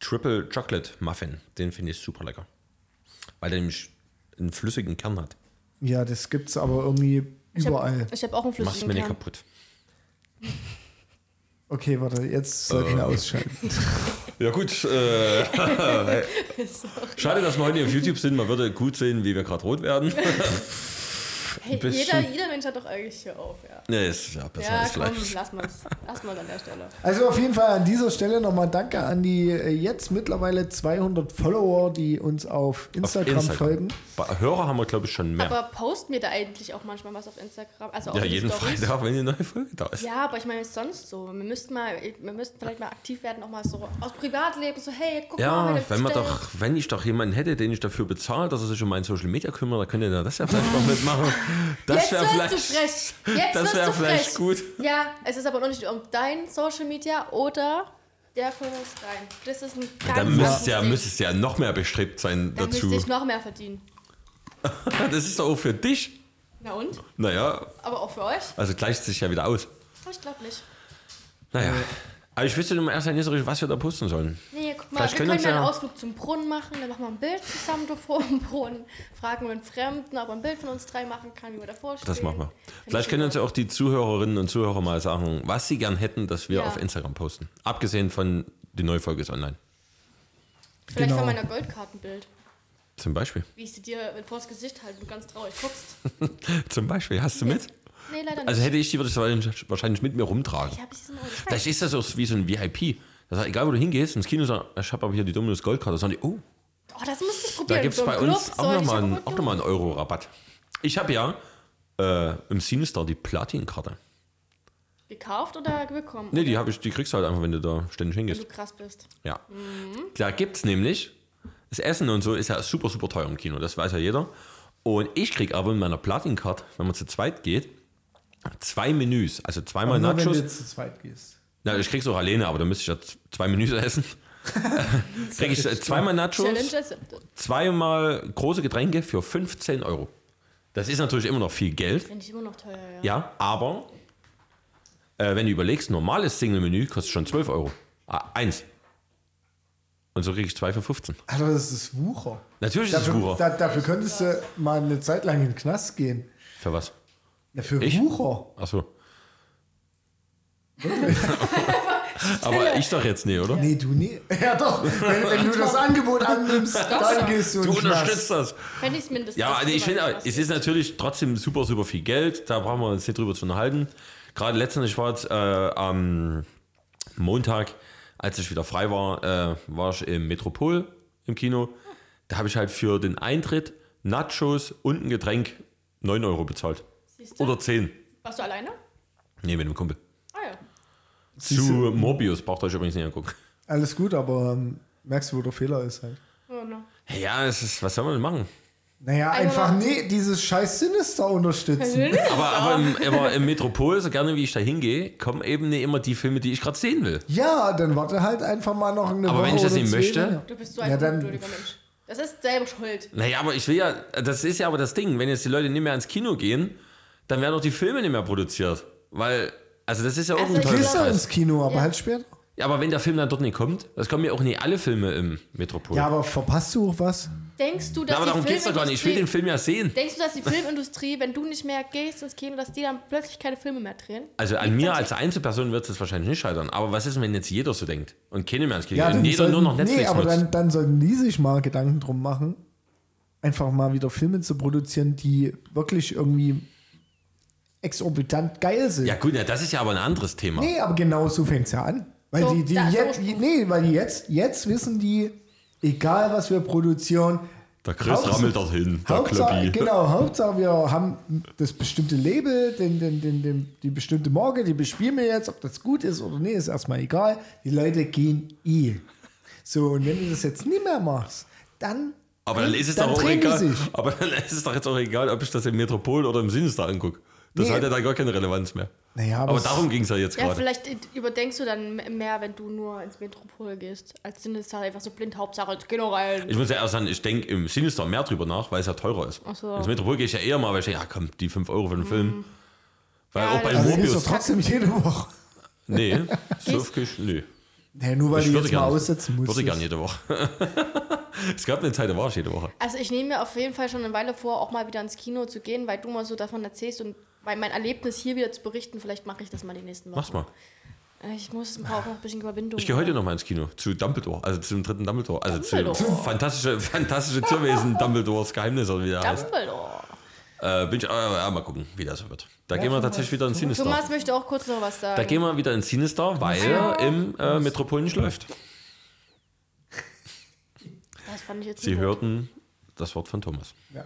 [SPEAKER 1] Triple Chocolate Muffin. Den finde ich super lecker. Weil der nämlich einen flüssigen Kern hat.
[SPEAKER 3] Ja, das gibt's aber irgendwie
[SPEAKER 2] Ich hab-
[SPEAKER 3] überall.
[SPEAKER 2] Ich habe auch einen
[SPEAKER 1] Machst mir
[SPEAKER 2] flüssigen
[SPEAKER 1] nicht
[SPEAKER 2] Kern.
[SPEAKER 1] kaputt.
[SPEAKER 3] Okay, warte, jetzt sollten wir ausschalten.
[SPEAKER 1] Ja gut, äh, schade, dass wir heute auf YouTube sind. Man würde gut sehen, wie wir gerade rot werden.
[SPEAKER 2] Hey,
[SPEAKER 1] bisschen.
[SPEAKER 2] jeder, jeder Mensch hat doch eigentlich hier auf, ja.
[SPEAKER 1] Nee, ist ja besser
[SPEAKER 2] Ja,
[SPEAKER 1] als
[SPEAKER 2] komm,
[SPEAKER 1] gleich.
[SPEAKER 2] lass mal's. Lass mal an der Stelle.
[SPEAKER 3] Also auf jeden Fall an dieser Stelle nochmal Danke an die äh, jetzt mittlerweile 200 Follower, die uns
[SPEAKER 1] Auf
[SPEAKER 3] auf Instagram, folgen.
[SPEAKER 1] Bei Hörer haben wir, glaube ich, schon mehr.
[SPEAKER 2] Aber posten wir da eigentlich auch manchmal was auf Instagram? Also auch
[SPEAKER 1] ja,
[SPEAKER 2] in die
[SPEAKER 1] jeden
[SPEAKER 2] Storys?
[SPEAKER 1] Freitag, wenn die neue Folge da ist.
[SPEAKER 2] Ja, aber ich meine, es ist sonst so. Wir müssten mal, wir müssten vielleicht mal aktiv werden, auch mal so aus Privatleben, so, hey, guck mal,
[SPEAKER 1] Ja,
[SPEAKER 2] wir haben
[SPEAKER 1] wenn man
[SPEAKER 2] bestellt.
[SPEAKER 1] doch, wenn ich doch jemanden hätte, den ich dafür bezahlt, dass er sich um mein Social Media kümmert, dann könnte er das ja vielleicht noch mitmachen. Das
[SPEAKER 2] Jetzt
[SPEAKER 1] wäre
[SPEAKER 2] wirst
[SPEAKER 1] vielleicht,
[SPEAKER 2] du frech. Jetzt
[SPEAKER 1] das
[SPEAKER 2] wirst
[SPEAKER 1] wär
[SPEAKER 2] du
[SPEAKER 1] vielleicht
[SPEAKER 2] frech.
[SPEAKER 1] gut.
[SPEAKER 2] Ja, es ist aber noch nicht um dein Social Media oder der von uns rein. Das ist ein ganz
[SPEAKER 1] Dann müsstest ja,
[SPEAKER 2] anderes Ding.
[SPEAKER 1] müsstest ja noch mehr bestrebt sein
[SPEAKER 2] Dann
[SPEAKER 1] dazu.
[SPEAKER 2] müsste ich noch mehr verdienen.
[SPEAKER 1] Das ist doch auch für dich.
[SPEAKER 2] Na und?
[SPEAKER 1] Naja,
[SPEAKER 2] Aber auch für euch?
[SPEAKER 1] also gleicht sich ja wieder aus.
[SPEAKER 2] Oh, Ich glaube nicht.
[SPEAKER 1] Naja. Aber ich wüsste nur erst nicht so richtig, was wir da posten sollen.
[SPEAKER 2] Nee, guck mal,
[SPEAKER 1] Vielleicht können
[SPEAKER 2] wir können
[SPEAKER 1] uns
[SPEAKER 2] ja einen
[SPEAKER 1] ja-
[SPEAKER 2] Ausflug zum Brunnen machen, dann machen wir ein Bild zusammen davor im Brunnen, fragen wir einen Fremden, ob er ein Bild von uns drei machen kann, wie wir davor stehen.
[SPEAKER 1] Das machen wir.
[SPEAKER 2] Finde ich
[SPEAKER 1] Vielleicht können uns ja auch die Zuhörerinnen und Zuhörer mal sagen, was sie gern hätten, dass wir
[SPEAKER 2] Ja.
[SPEAKER 1] auf Instagram posten. Abgesehen von, die neue Folge ist online.
[SPEAKER 2] Vielleicht
[SPEAKER 3] Genau.
[SPEAKER 2] von meiner Goldkartenbild,
[SPEAKER 1] Zum Beispiel.
[SPEAKER 2] wie ich sie dir vors Gesicht halte und ganz traurig guckst.
[SPEAKER 1] Zum Beispiel. Hast du mit?
[SPEAKER 2] Nee, leider nicht.
[SPEAKER 1] Also hätte ich die, würde ich wahrscheinlich- wahrscheinlich mit mir rumtragen.
[SPEAKER 2] ich habe sie mal nicht.
[SPEAKER 1] Vielleicht ist das auch wie so ein VIP. Das heißt, egal, wo du hingehst, ins Kino, sagen, ich habe aber hier die Dominus Goldkarte. Sagen die, oh,
[SPEAKER 2] Oh, das müsste ich probieren.
[SPEAKER 1] da gibt es
[SPEAKER 2] So im
[SPEAKER 1] bei
[SPEAKER 2] Club
[SPEAKER 1] uns auch
[SPEAKER 2] sollte ich
[SPEAKER 1] nochmal
[SPEAKER 2] aber
[SPEAKER 1] einen,
[SPEAKER 2] gut
[SPEAKER 1] auch noch mal einen Euro-Rabatt. Ich habe ja äh, im Cinestar die Platin-Karte.
[SPEAKER 2] tun. Gekauft oder bekommen?
[SPEAKER 1] Nee, die, hab ich, die kriegst du halt einfach, wenn du da ständig
[SPEAKER 2] Wenn du
[SPEAKER 1] hingehst.
[SPEAKER 2] krass bist.
[SPEAKER 1] Ja. Da gibt es nämlich, das Essen und so ist ja super, super teuer im Kino, das weiß ja jeder. Und ich krieg aber in meiner Platin-Card, wenn man zu zweit geht, zwei Menüs. Also zweimal
[SPEAKER 3] Nur wenn
[SPEAKER 1] Nachos.
[SPEAKER 3] du zu zweit gehst.
[SPEAKER 1] Na, ich krieg's auch alleine, aber dann müsste ich ja z- zwei Menüs essen. Krieg ich äh, zweimal
[SPEAKER 2] Challenge
[SPEAKER 1] Nachos,
[SPEAKER 2] accepted.
[SPEAKER 1] zweimal große Getränke für 15 Euro. Das ist natürlich immer noch viel Geld,
[SPEAKER 2] Finde ich immer noch teuer, ja.
[SPEAKER 1] ja, aber äh, wenn du überlegst, normales Single-Menü kostet schon 12 Euro. Ah, eins. Und so krieg ich zwei für 15.
[SPEAKER 3] Also das ist Wucher.
[SPEAKER 1] Natürlich ist es
[SPEAKER 3] Dafür,
[SPEAKER 1] Wucher.
[SPEAKER 3] Da, dafür könntest du mal eine Zeit lang in den Knast gehen.
[SPEAKER 1] Für was?
[SPEAKER 3] Ja, für
[SPEAKER 1] Ich?
[SPEAKER 3] Wucher.
[SPEAKER 1] Achso. aber ich doch jetzt nee, oder?
[SPEAKER 3] Nee, du nie. Ja doch, wenn, wenn du das Angebot annimmst, dann gehst du in
[SPEAKER 1] Du
[SPEAKER 3] den Knast.
[SPEAKER 1] unterstützt das.
[SPEAKER 2] Fände ich es mindestens.
[SPEAKER 1] Ja, also ich finde,
[SPEAKER 2] lieber,
[SPEAKER 1] es ist natürlich trotzdem super, super viel Geld. Da brauchen wir uns nicht drüber zu unterhalten. Gerade letztens, ich war jetzt äh, am Montag, als ich wieder frei war, äh, war ich im Metropol im Kino. Da habe ich halt für den Eintritt Nachos und ein Getränk 9 Euro bezahlt.
[SPEAKER 2] Siehst du?
[SPEAKER 1] Oder 10.
[SPEAKER 2] Warst du alleine?
[SPEAKER 1] Nee, mit einem Kumpel.
[SPEAKER 2] Ah ja.
[SPEAKER 1] Zu Morbius braucht ihr euch übrigens nicht angucken.
[SPEAKER 3] Alles gut, aber ähm, merkst du, wo der Fehler ist halt.
[SPEAKER 2] Oh, no.
[SPEAKER 1] Ja, es ist, was soll man denn machen?
[SPEAKER 3] Naja,
[SPEAKER 2] Also-
[SPEAKER 3] einfach nee, dieses scheiß Sinister unterstützen.
[SPEAKER 1] Aber, aber, im, aber im Metropol, so gerne wie ich da hingehe, kommen eben nicht immer die Filme, die ich gerade sehen will.
[SPEAKER 3] Ja, dann warte halt einfach mal noch eine
[SPEAKER 1] Aber
[SPEAKER 3] Woche
[SPEAKER 1] wenn ich das
[SPEAKER 3] oder
[SPEAKER 1] nicht
[SPEAKER 3] zwei
[SPEAKER 1] möchte?
[SPEAKER 3] länger.
[SPEAKER 2] Du bist so ein
[SPEAKER 3] Ja, dann-
[SPEAKER 2] ungeduldiger Mensch. Das ist selber schuld.
[SPEAKER 1] Naja, aber ich will ja, das ist ja aber das Ding, wenn jetzt die Leute nicht mehr ins Kino gehen, dann werden auch die Filme nicht mehr produziert. Weil, also das ist ja auch
[SPEAKER 2] Also
[SPEAKER 1] ein
[SPEAKER 2] ich
[SPEAKER 1] tolles
[SPEAKER 3] Gehst du
[SPEAKER 1] Preis.
[SPEAKER 3] ins Kino, aber
[SPEAKER 2] Ja.
[SPEAKER 3] halt später.
[SPEAKER 1] Ja, aber wenn der Film dann dort nicht kommt, das kommen ja auch nicht alle Filme im Metropol.
[SPEAKER 3] Ja, aber verpasst du auch was?
[SPEAKER 2] Denkst du,
[SPEAKER 1] Na,
[SPEAKER 2] dass
[SPEAKER 1] aber
[SPEAKER 2] die
[SPEAKER 1] darum geht's doch gar nicht. Ich will den
[SPEAKER 2] Filmindustrie-
[SPEAKER 1] Film ja sehen.
[SPEAKER 2] Denkst du, dass die Filmindustrie, wenn du nicht mehr gehst ins Kino, dass die dann plötzlich keine Filme mehr drehen?
[SPEAKER 1] Also an mir als Einzelperson wird es wahrscheinlich nicht scheitern. Aber was ist, wenn jetzt jeder so denkt und keiner mehr ins Kino
[SPEAKER 3] Ja,
[SPEAKER 1] geht
[SPEAKER 3] dann
[SPEAKER 1] und jeder
[SPEAKER 3] sollten,
[SPEAKER 1] nur noch Netflix
[SPEAKER 3] nee, aber
[SPEAKER 1] nutzt?
[SPEAKER 3] dann, dann sollten die sich mal Gedanken drum machen, einfach mal wieder Filme zu produzieren, die wirklich irgendwie exorbitant geil sind.
[SPEAKER 1] ja gut, ja, das ist ja aber ein anderes Thema.
[SPEAKER 3] Nee, aber genau so fängt es ja an. Weil
[SPEAKER 2] So,
[SPEAKER 3] die, die,
[SPEAKER 2] da ist der
[SPEAKER 3] jetzt,
[SPEAKER 2] Ursprung.
[SPEAKER 3] nee, weil die jetzt, jetzt wissen die, egal was wir produzieren,
[SPEAKER 1] Der Chris
[SPEAKER 3] Hauptsache-
[SPEAKER 1] rammelt dorthin, der
[SPEAKER 3] Hauptsache,
[SPEAKER 1] Kloppi.
[SPEAKER 3] genau, Hauptsache wir haben das bestimmte Label, den, den, den, den, die bestimmte Marke, die bespielen wir jetzt, ob das gut ist oder nicht, ist erstmal egal. Die Leute gehen eh. So, und wenn du das jetzt nicht mehr machst, dann,
[SPEAKER 1] Aber dann ist es
[SPEAKER 3] dann
[SPEAKER 1] doch auch
[SPEAKER 3] drehen die
[SPEAKER 1] egal.
[SPEAKER 3] sich.
[SPEAKER 1] Aber dann ist es doch jetzt auch egal, ob ich das im Metropol oder im Sinister angucke. Das
[SPEAKER 3] Nee.
[SPEAKER 1] hat ja dann gar keine Relevanz mehr.
[SPEAKER 3] Naja, aber,
[SPEAKER 1] Aber
[SPEAKER 3] es-
[SPEAKER 1] darum ging es ja jetzt
[SPEAKER 2] Ja,
[SPEAKER 1] gerade.
[SPEAKER 2] vielleicht überdenkst du dann mehr, wenn du nur ins Metropol gehst. Als Sinister einfach so blind Hauptsache ins Kino rein.
[SPEAKER 1] Ich muss ja erst sagen, ich denke im Sinister mehr drüber nach, weil es ja teurer ist.
[SPEAKER 2] Ach so. Mhm.
[SPEAKER 1] Ins Metropol gehe ich ja eher mal, weil ich denke, ja komm, die 5 Euro für den Film. Weil
[SPEAKER 2] Ja,
[SPEAKER 1] auch bei
[SPEAKER 2] das-
[SPEAKER 3] Also gehst du
[SPEAKER 1] Mobius.
[SPEAKER 3] trotzdem jede Woche.
[SPEAKER 1] Nee, surf gehe ich, nee.
[SPEAKER 3] Naja, nur weil
[SPEAKER 1] Ich
[SPEAKER 3] du
[SPEAKER 1] würde
[SPEAKER 3] jetzt mal
[SPEAKER 1] gerne,
[SPEAKER 3] aussetzen musst.
[SPEAKER 1] würde gerne jede Woche. es gab eine Zeit, da war ich jede Woche.
[SPEAKER 2] Also ich nehme mir auf jeden Fall schon eine Weile vor, auch mal wieder ins Kino zu gehen, weil du mal so davon erzählst und weil mein Erlebnis hier wieder zu berichten, vielleicht mache ich das mal die nächsten Wochen.
[SPEAKER 1] Mach's mal.
[SPEAKER 2] Äh, Ich muss es brauche noch ein bisschen Überwindung.
[SPEAKER 1] Ich gehe heute noch mal ins Kino, zu Dumbledore, also zum dritten Dumbledore. Also zu
[SPEAKER 2] Dumbledore.
[SPEAKER 1] fantastische, fantastische Tierwesen Dumbledores Geheimnis oder wie der heißt.
[SPEAKER 2] Dumbledore.
[SPEAKER 1] Äh, bin ich, äh, ja, mal gucken, wie das wird. Da gehen wir tatsächlich wieder ins Sinister.
[SPEAKER 2] Thomas möchte auch kurz noch was
[SPEAKER 1] Da
[SPEAKER 2] sagen.
[SPEAKER 1] gehen wir wieder ins Sinister, weil im äh, Metropol nicht läuft.
[SPEAKER 2] das fand ich jetzt
[SPEAKER 1] Sie
[SPEAKER 2] nicht gut.
[SPEAKER 1] hörten das Wort von Thomas.
[SPEAKER 3] Ja.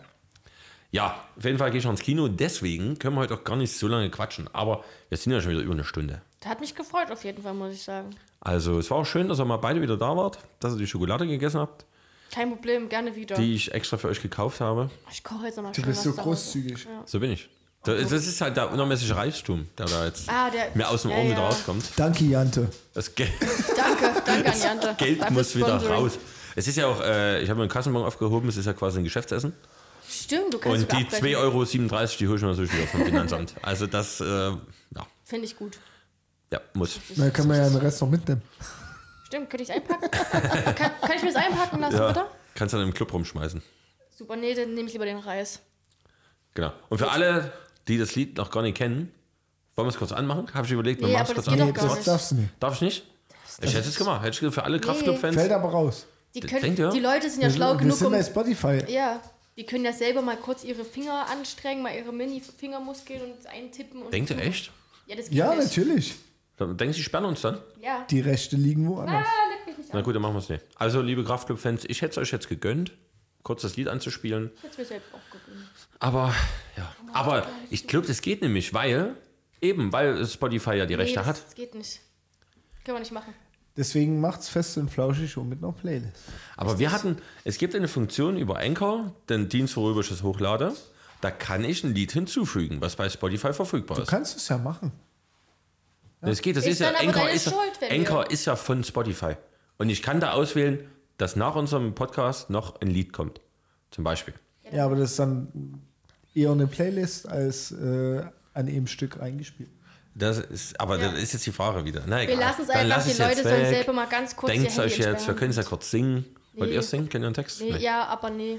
[SPEAKER 1] Ja, auf jeden Fall gehe ich noch ins Kino. Deswegen können wir heute auch gar nicht so lange quatschen. Aber wir sind ja schon wieder über eine Stunde.
[SPEAKER 2] Hat mich gefreut auf jeden Fall, muss ich sagen.
[SPEAKER 1] Also es war auch schön, dass ihr mal beide wieder da wart, dass ihr die Schokolade gegessen habt,
[SPEAKER 2] Kein Problem, gerne wieder.
[SPEAKER 1] die ich extra für euch gekauft habe.
[SPEAKER 2] ich koche jetzt nochmal
[SPEAKER 3] Du bist so großzügig.
[SPEAKER 1] So bin ich. Da- Das ist halt der unermessliche Reichtum, der da jetzt
[SPEAKER 2] Ah, der-
[SPEAKER 1] mir aus dem
[SPEAKER 2] ja,
[SPEAKER 1] Ohr mit
[SPEAKER 2] ja.
[SPEAKER 1] rauskommt.
[SPEAKER 3] Danke, Jante.
[SPEAKER 1] Das Geld,
[SPEAKER 2] Danke, danke an Jante.
[SPEAKER 1] Geld
[SPEAKER 2] Dafür
[SPEAKER 1] muss wieder
[SPEAKER 2] Sponsoring.
[SPEAKER 1] raus. Es ist ja auch, äh, ich habe mir einen Kassenbon aufgehoben, es ist ja quasi ein Geschäftsessen.
[SPEAKER 2] Stimmt, du kannst
[SPEAKER 1] Und
[SPEAKER 2] sogar
[SPEAKER 1] die
[SPEAKER 2] abbrechen.
[SPEAKER 1] 2,37 Euro, die hole ich mir natürlich wieder vom Finanzamt. Also das, äh, ja,
[SPEAKER 2] Finde ich gut.
[SPEAKER 1] ja, muss.
[SPEAKER 3] Na, können wir ja den Rest noch mitnehmen.
[SPEAKER 2] Stimmt, könnte ich es einpacken? kann, kann ich mir das einpacken lassen,
[SPEAKER 1] Ja,
[SPEAKER 2] bitte?
[SPEAKER 1] kannst du dann im Club rumschmeißen.
[SPEAKER 2] Super, nee, dann nehme ich lieber den Reis.
[SPEAKER 1] Genau. Und für alle, die das Lied noch gar nicht kennen, wollen wir es kurz anmachen? Habe ich überlegt, wir
[SPEAKER 2] Nee,
[SPEAKER 1] machen es
[SPEAKER 2] aber
[SPEAKER 1] kurz
[SPEAKER 2] das geht
[SPEAKER 1] an.
[SPEAKER 2] doch gar
[SPEAKER 3] das
[SPEAKER 2] nicht.
[SPEAKER 3] darfst du nicht.
[SPEAKER 1] Darf ich nicht? Ich hätte es gemacht. Hätte ich gesagt, für alle Kraftclub-Fans.
[SPEAKER 3] Fällt aber raus.
[SPEAKER 2] Die,
[SPEAKER 1] D-
[SPEAKER 2] können,
[SPEAKER 1] denkt ihr?
[SPEAKER 2] die Leute sind ja
[SPEAKER 3] wir
[SPEAKER 2] schlau
[SPEAKER 3] wir
[SPEAKER 2] genug,
[SPEAKER 3] sind
[SPEAKER 2] um.
[SPEAKER 3] bei Spotify.
[SPEAKER 2] Ja, die können ja selber mal kurz ihre Finger anstrengen, mal ihre Mini-Fingermuskeln und eintippen. Und
[SPEAKER 1] Denkt ihr echt?
[SPEAKER 2] Ja, das geht
[SPEAKER 3] Ja,
[SPEAKER 2] nicht.
[SPEAKER 3] natürlich.
[SPEAKER 1] Dann Denken Sie, sperren uns dann?
[SPEAKER 2] Ja.
[SPEAKER 3] Die Rechte liegen woanders.
[SPEAKER 2] Ah, leck mich nicht
[SPEAKER 1] Na
[SPEAKER 2] an.
[SPEAKER 1] gut, dann machen wir es nicht. Also, liebe Kraftclub-Fans, ich hätte es euch jetzt gegönnt, kurz das Lied anzuspielen.
[SPEAKER 2] Ich hätte mir selbst auch gegönnt.
[SPEAKER 1] Aber, ja. Aber ich glaube, das geht nämlich, weil, eben, weil Spotify ja die
[SPEAKER 2] Nee,
[SPEAKER 1] Rechte
[SPEAKER 2] das,
[SPEAKER 1] hat.
[SPEAKER 2] das geht nicht. Können wir nicht machen.
[SPEAKER 3] Deswegen macht's fest und flauschig und mit einer Playlist.
[SPEAKER 1] Aber wir hatten, es gibt eine Funktion über Anchor, den Dienst, worüber ich das hochlade. Da kann ich ein Lied hinzufügen, was bei Spotify verfügbar
[SPEAKER 3] Du
[SPEAKER 1] ist.
[SPEAKER 3] kannst es ja machen.
[SPEAKER 1] Das geht, das
[SPEAKER 2] Ist
[SPEAKER 1] ist, ja,
[SPEAKER 2] dann aber
[SPEAKER 1] Anchor,
[SPEAKER 2] deine
[SPEAKER 1] ist, ja-
[SPEAKER 2] Schuld, wenn
[SPEAKER 1] Anchor ist ja von Spotify. Und ich kann da auswählen, dass nach unserem Podcast noch ein Lied kommt. Zum Beispiel.
[SPEAKER 3] Ja, aber das ist dann eher eine Playlist als äh, an eben Stück eingespielt.
[SPEAKER 1] Das ist, aber
[SPEAKER 2] Ja.
[SPEAKER 1] das ist jetzt die Frage wieder. Na,
[SPEAKER 2] Wir
[SPEAKER 1] egal.
[SPEAKER 2] lassen es
[SPEAKER 1] Ah, Dann
[SPEAKER 2] einfach,
[SPEAKER 1] lass
[SPEAKER 2] die
[SPEAKER 1] es jetzt
[SPEAKER 2] Leute sollen
[SPEAKER 1] weg.
[SPEAKER 2] selber mal ganz kurz
[SPEAKER 1] Denkt
[SPEAKER 2] ihr
[SPEAKER 1] euch
[SPEAKER 2] Handy
[SPEAKER 1] jetzt, wir
[SPEAKER 2] entsperren.
[SPEAKER 1] können es ja kurz singen. Wollt
[SPEAKER 2] Nee.
[SPEAKER 1] ihr es singen? Kennt ihr einen Text?
[SPEAKER 2] Nee,
[SPEAKER 1] Nee.
[SPEAKER 2] ja, aber nee.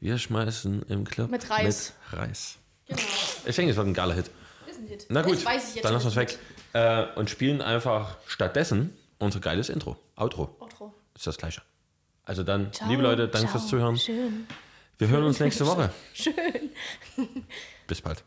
[SPEAKER 1] Wir schmeißen im Club
[SPEAKER 2] Mit Reis.
[SPEAKER 1] mit Reis.
[SPEAKER 2] Genau.
[SPEAKER 1] Ich denke, es wird ein geiler Hit.
[SPEAKER 2] Ist ein Hit.
[SPEAKER 1] Na gut,
[SPEAKER 2] Das weiß ich jetzt
[SPEAKER 1] dann lassen wir
[SPEAKER 2] schon.
[SPEAKER 1] es weg. Äh, und spielen einfach stattdessen unser geiles Intro. Outro.
[SPEAKER 2] Outro.
[SPEAKER 1] Ist das gleiche. Also dann,
[SPEAKER 2] Ciao,
[SPEAKER 1] liebe Leute, danke
[SPEAKER 2] ciao.
[SPEAKER 1] fürs Zuhören.
[SPEAKER 2] Schön.
[SPEAKER 1] Wir hören uns nächste Woche.
[SPEAKER 2] Schön.
[SPEAKER 1] Bis bald.